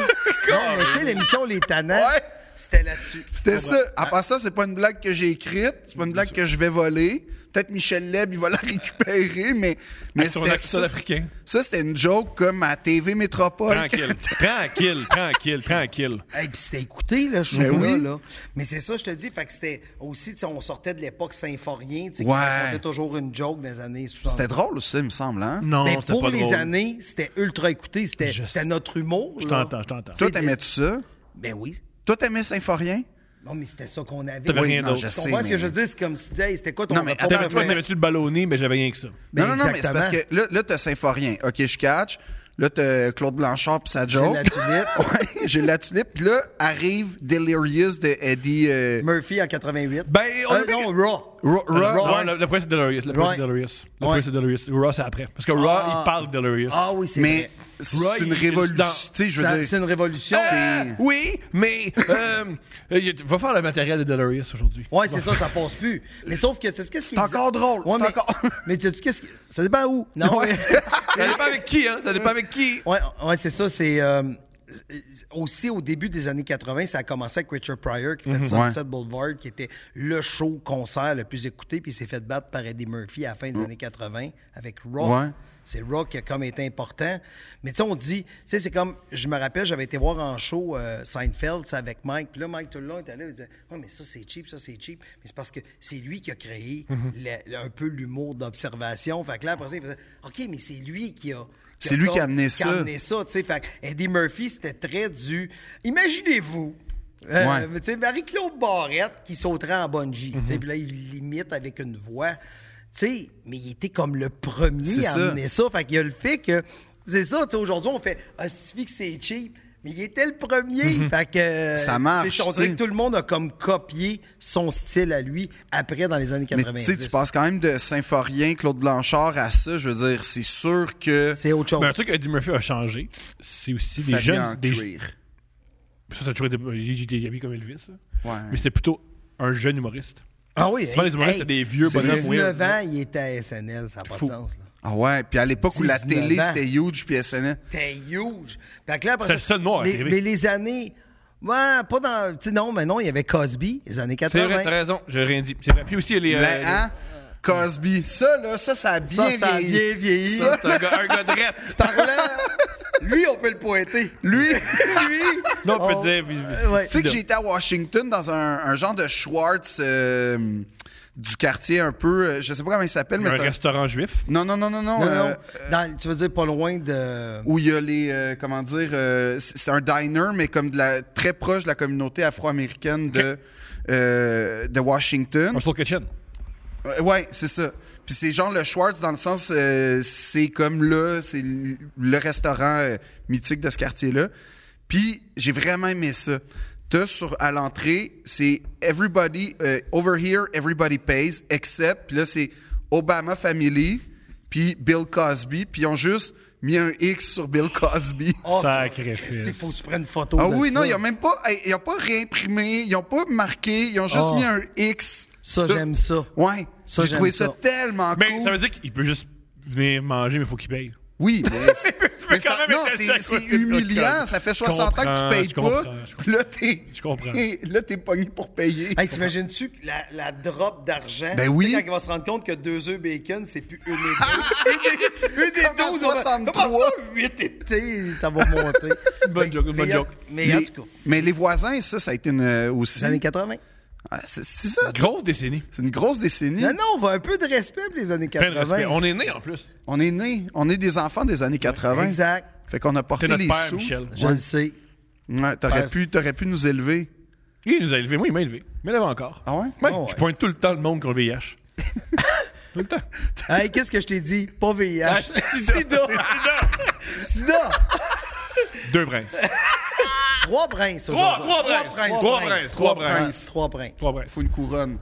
[SPEAKER 3] non, mais tu sais, l'émission Les Tannants.
[SPEAKER 2] Ouais.
[SPEAKER 3] C'était là-dessus.
[SPEAKER 2] C'était ça. À part ça, c'est pas une blague que j'ai écrite, c'est pas une blague que je vais voler. Peut-être Michel Leb, il va la récupérer, mais, mais
[SPEAKER 5] Sur
[SPEAKER 2] c'était-
[SPEAKER 5] l'accent
[SPEAKER 2] ça,
[SPEAKER 5] africain.
[SPEAKER 2] ça, c'était une joke comme à TV Métropole.
[SPEAKER 5] Tranquille, tranquille, tranquille, tranquille.
[SPEAKER 3] Hey, puis c'était écouté, là, je
[SPEAKER 2] Ben oui.
[SPEAKER 3] là. Mais c'est ça, je te dis, fait que c'était aussi, tu sais, on sortait de l'époque symphorien, tu sais, qui
[SPEAKER 2] Ouais.
[SPEAKER 3] racontait toujours une joke des années 60.
[SPEAKER 2] C'était drôle ça, il me semble, hein?
[SPEAKER 5] Non,
[SPEAKER 3] Mais
[SPEAKER 5] c'était
[SPEAKER 3] pour
[SPEAKER 5] pas
[SPEAKER 3] les
[SPEAKER 5] drôle.
[SPEAKER 3] années, c'était ultra écouté, c'était
[SPEAKER 5] Je
[SPEAKER 3] c'était
[SPEAKER 5] sais.
[SPEAKER 3] notre humour.
[SPEAKER 5] Je t'entends, je t'entends.
[SPEAKER 2] Toi, t'aimais-tu ça?
[SPEAKER 3] Ben oui.
[SPEAKER 2] Toi, t'aimais Symphorien?
[SPEAKER 3] Non, mais c'était ça qu'on avait.
[SPEAKER 5] T'avais
[SPEAKER 3] Oui,
[SPEAKER 5] rien
[SPEAKER 3] non,
[SPEAKER 5] d'autre.
[SPEAKER 3] je
[SPEAKER 2] Je
[SPEAKER 3] sais.
[SPEAKER 2] sais,
[SPEAKER 3] ce que
[SPEAKER 2] mais-
[SPEAKER 3] je dis, c'est comme si, hey, c'était quoi ton
[SPEAKER 2] Non, mais
[SPEAKER 3] rapport
[SPEAKER 2] attends,
[SPEAKER 3] avec-
[SPEAKER 5] Toi, t'aimais-tu le ballonné, mais j'avais rien que ça.
[SPEAKER 3] Ben,
[SPEAKER 2] non, non, non, mais c'est parce
[SPEAKER 3] exactement.
[SPEAKER 2] que là, là t'as Symphorien. OK, je catch. Là, t'as Claude Blanchard pis sa joke.
[SPEAKER 3] la tulipe.
[SPEAKER 2] ouais, j'ai la tulipe. Puis là, arrive Delirious de Eddie... euh,
[SPEAKER 3] Murphy en 88.
[SPEAKER 5] Ben, on
[SPEAKER 3] Euh,
[SPEAKER 5] a-
[SPEAKER 3] non, Raw.
[SPEAKER 2] Ra- Ra-
[SPEAKER 3] Raw.
[SPEAKER 5] Non, le, le premier, c'est Delirious. Le premier,
[SPEAKER 3] Ouais.
[SPEAKER 5] c'est Delirious. Le
[SPEAKER 3] Ouais.
[SPEAKER 5] premier, c'est Delirious. Raw, c'est après. Parce que Raw,
[SPEAKER 3] Ah.
[SPEAKER 5] il parle de Delirious.
[SPEAKER 3] Ah oui, c'est
[SPEAKER 2] mais
[SPEAKER 3] vrai.
[SPEAKER 2] c'est
[SPEAKER 5] Roy,
[SPEAKER 2] une
[SPEAKER 5] il est
[SPEAKER 2] révolution.
[SPEAKER 5] dans-
[SPEAKER 2] Tu sais, je
[SPEAKER 3] Ça,
[SPEAKER 2] veux
[SPEAKER 3] C'est
[SPEAKER 2] dire...
[SPEAKER 3] une révolution.
[SPEAKER 5] Ah,
[SPEAKER 2] C'est-
[SPEAKER 5] oui, mais euh, il y a- va faire le matériel de Delirious aujourd'hui.
[SPEAKER 3] Ouais, c'est ça, ça passe plus. Mais sauf que, tu sais, qu'est-ce qui
[SPEAKER 2] C'est encore drôle,
[SPEAKER 3] Ouais,
[SPEAKER 2] c'est
[SPEAKER 3] mais,
[SPEAKER 2] encore-
[SPEAKER 3] mais tu sais, qu'est-ce qui. Ça dépend où. Non, ouais.
[SPEAKER 5] Ça dépend avec qui, hein? Ça dépend avec qui.
[SPEAKER 3] Ouais, ouais, c'est ça. C'est euh, c'est- aussi au début des années 80, ça a commencé avec Richard Pryor qui fait Sunset Boulevard, qui était le show concert le plus écouté, puis il s'est fait battre par Eddie Murphy à la fin des années 80 avec Rock.
[SPEAKER 2] Ouais.
[SPEAKER 3] C'est Rock qui a comme été important. Mais tu sais, on dit, tu sais, c'est comme, je me rappelle, j'avais été voir en show euh, Seinfeld tu sais, avec Mike. Puis là, Mike, tout le long, était là, il disait, ouais, mais ça, c'est cheap, ça, c'est cheap. Mais c'est parce que c'est lui qui a créé le- le- un peu l'humour d'observation. Fait que là, après ça, il faisait, OK, mais c'est lui qui a.
[SPEAKER 2] C'est lui qui a amené ça.
[SPEAKER 3] amené ça, tu sais. Fait que Eddie Murphy, c'était très du. Imaginez-vous. euh,
[SPEAKER 2] Ouais. Mhm.
[SPEAKER 3] Tu sais, Marie-Claude Barrette qui sauterait en bungee. tu sais, Puis là, il l'imite avec une voix. Tu sais, mais il était comme le premier
[SPEAKER 2] C'est
[SPEAKER 3] à
[SPEAKER 2] ça.
[SPEAKER 3] amener ça. Fait qu'il y a le fait que. C'est ça, tu sais, aujourd'hui, on fait. Ah, suffit que c'est cheap. Mais il était le premier. Fait que. euh,
[SPEAKER 2] Mhm. Ça marche,
[SPEAKER 3] c'est- On dirait
[SPEAKER 2] tu sais.
[SPEAKER 3] que tout le monde a comme copié son style à lui après dans les années
[SPEAKER 2] Mais
[SPEAKER 3] 90.
[SPEAKER 2] tu sais, tu passes quand même de Symphorien, Claude Blanchard à ça, je veux dire, c'est sûr que...
[SPEAKER 3] C'est autre chose.
[SPEAKER 5] Mais Ben, un truc que Eddie Murphy a changé, c'est aussi
[SPEAKER 2] ça
[SPEAKER 5] des
[SPEAKER 2] vient en
[SPEAKER 5] jeunes. Des,
[SPEAKER 2] cuir.
[SPEAKER 5] ça, ça a toujours été. euh, Il il était habillé comme Elvis. là.
[SPEAKER 2] Ouais.
[SPEAKER 5] Mais c'était plutôt un jeune humoriste.
[SPEAKER 3] Ah oui,
[SPEAKER 5] Souvent,
[SPEAKER 3] hey,
[SPEAKER 5] les humoristes,
[SPEAKER 3] hey,
[SPEAKER 5] c'est des vieux
[SPEAKER 3] c'est
[SPEAKER 5] bonhommes
[SPEAKER 3] 19
[SPEAKER 5] weird.
[SPEAKER 3] ans, il était à SNL, ça n'a pas
[SPEAKER 5] Fou.
[SPEAKER 3] de sens. là.
[SPEAKER 2] Ah ouais, puis à l'époque où la
[SPEAKER 3] 19
[SPEAKER 2] télé,
[SPEAKER 3] ans.
[SPEAKER 2] c'était huge, puis SNL...
[SPEAKER 3] C'était huge. Fait que là, après
[SPEAKER 5] C'était
[SPEAKER 3] ça-
[SPEAKER 5] le seul noir à la
[SPEAKER 3] mais,
[SPEAKER 5] TV.
[SPEAKER 3] mais les années. Ouais, pas dans. Tu sais, non, mais non, il y avait Cosby, les années
[SPEAKER 5] C'est
[SPEAKER 3] 80.
[SPEAKER 5] vrai, t'as raison, j'ai rien dit. C'est vrai. Puis aussi, les. euh,
[SPEAKER 2] Ben, hein? Cosby, ça là, ça, ça a bien
[SPEAKER 3] ça a
[SPEAKER 2] vieilli.
[SPEAKER 3] bien vieilli.
[SPEAKER 2] Ça,
[SPEAKER 5] c'est un gars, un gars de rette.
[SPEAKER 3] Par là, lui, on peut le pointer.
[SPEAKER 2] lui,
[SPEAKER 3] lui.
[SPEAKER 5] Non, on peut
[SPEAKER 3] on-
[SPEAKER 5] dire.
[SPEAKER 3] Euh, ouais.
[SPEAKER 2] tu sais que j'ai été à Washington dans un, un genre de Schwartz euh, du quartier un peu, euh, je sais pas comment il s'appelle, mais
[SPEAKER 5] Un
[SPEAKER 2] c'est un-
[SPEAKER 5] restaurant juif.
[SPEAKER 2] Non, non, non, non, non.
[SPEAKER 3] Non, non,
[SPEAKER 2] euh,
[SPEAKER 3] dans- tu veux dire pas loin de.
[SPEAKER 2] où il y a les, euh, comment dire, euh, c'est c'est un diner, mais comme de la, très proche de la communauté afro-américaine de, euh, de Washington.
[SPEAKER 5] Un slow kitchen.
[SPEAKER 2] Euh, Ouais, c'est ça. Puis c'est genre le Schwartz dans le sens, euh, c'est comme là, c'est l- le restaurant euh, mythique de ce quartier-là. Puis j'ai vraiment aimé ça. T'as sur à l'entrée, c'est everybody euh, over here, everybody pays, except. Puis là c'est Obama Family, puis Bill Cosby, puis ils ont juste mis un X sur Bill Cosby.
[SPEAKER 3] Oh,
[SPEAKER 5] Sacrifice.
[SPEAKER 3] Il faut que tu prennes une photo.
[SPEAKER 2] Ah
[SPEAKER 3] de
[SPEAKER 2] oui,
[SPEAKER 3] ça.
[SPEAKER 2] non, ils ont même pas, hey, ils ont pas réimprimé, ils ont pas marqué, ils ont juste
[SPEAKER 3] Ah.
[SPEAKER 2] mis un X.
[SPEAKER 3] Ça,
[SPEAKER 2] sur-
[SPEAKER 3] j'aime ça.
[SPEAKER 2] Ouais,
[SPEAKER 3] Ça,
[SPEAKER 2] j'ai
[SPEAKER 3] j'aime
[SPEAKER 2] trouvé ça,
[SPEAKER 3] ça.
[SPEAKER 2] tellement
[SPEAKER 5] Mais
[SPEAKER 2] cool.
[SPEAKER 5] Ben, ça veut dire qu'il peut juste venir manger, mais il faut qu'il paye.
[SPEAKER 2] Oui, mais, c'est- mais
[SPEAKER 5] quand
[SPEAKER 2] ça-
[SPEAKER 5] même
[SPEAKER 2] non,
[SPEAKER 5] être assis à
[SPEAKER 2] c'est c'est
[SPEAKER 5] côté de
[SPEAKER 2] humiliant.
[SPEAKER 5] quelqu'un.
[SPEAKER 2] Ça fait
[SPEAKER 5] Je
[SPEAKER 2] 60 ans que
[SPEAKER 5] comprends,
[SPEAKER 2] tu payes
[SPEAKER 5] je
[SPEAKER 2] pas.
[SPEAKER 5] comprends, je
[SPEAKER 2] puis Là, t'es
[SPEAKER 5] Je comprends.
[SPEAKER 2] là, t'es pogné pour payer.
[SPEAKER 3] Hey, t'imagines-tu que la, la drop d'argent?
[SPEAKER 2] Ben oui.
[SPEAKER 3] Tu sais, Quand il va se rendre compte que deux œufs bacon, c'est plus une et deux. une des
[SPEAKER 2] Comme à
[SPEAKER 3] douze, on va-
[SPEAKER 2] 63.
[SPEAKER 3] Comment ça, huit étés, ça va monter.
[SPEAKER 5] Bonne joke, bonne
[SPEAKER 3] mais,
[SPEAKER 5] joke.
[SPEAKER 3] Mais, en
[SPEAKER 2] les,
[SPEAKER 3] tout cas,
[SPEAKER 2] mais les voisins, ça, ça a été une euh, aussi.
[SPEAKER 3] les années 80.
[SPEAKER 2] Ah, c'est c'est ça.
[SPEAKER 5] Grosse décennie.
[SPEAKER 2] C'est une grosse décennie.
[SPEAKER 3] Non, non, on va un peu de respect pour les années
[SPEAKER 5] Plein de respect.
[SPEAKER 3] 80.
[SPEAKER 5] On est né en plus.
[SPEAKER 2] On est nés, on est des enfants des années 80.
[SPEAKER 3] Exact.
[SPEAKER 2] Fait qu'on a
[SPEAKER 5] T'es
[SPEAKER 2] porté
[SPEAKER 5] notre
[SPEAKER 2] les
[SPEAKER 5] père,
[SPEAKER 2] sous.
[SPEAKER 5] Michel.
[SPEAKER 3] Je le sais.
[SPEAKER 2] Ouais,
[SPEAKER 3] Père.
[SPEAKER 2] t'aurais pu, t'aurais pu nous élever.
[SPEAKER 5] Il nous a élevés. Moi, il m'a élevé. Il m'élève encore.
[SPEAKER 2] Ah ouais?
[SPEAKER 5] Ouais,
[SPEAKER 3] Ah ouais.
[SPEAKER 5] Je pointe tout le temps le monde qui a le VIH. tout le temps.
[SPEAKER 3] Hey, qu'est-ce que je t'ai dit? Pas
[SPEAKER 5] Ah,
[SPEAKER 3] VIH. Sida. Sida.
[SPEAKER 5] Deux princes.
[SPEAKER 3] Trois princes
[SPEAKER 5] Trois-
[SPEAKER 3] aujourd'hui.
[SPEAKER 5] trois princes. Trois princes.
[SPEAKER 3] Trois
[SPEAKER 5] Trois
[SPEAKER 3] princes.
[SPEAKER 5] princes.
[SPEAKER 3] Trois princes.
[SPEAKER 5] Trois princes.
[SPEAKER 2] Faut une couronne.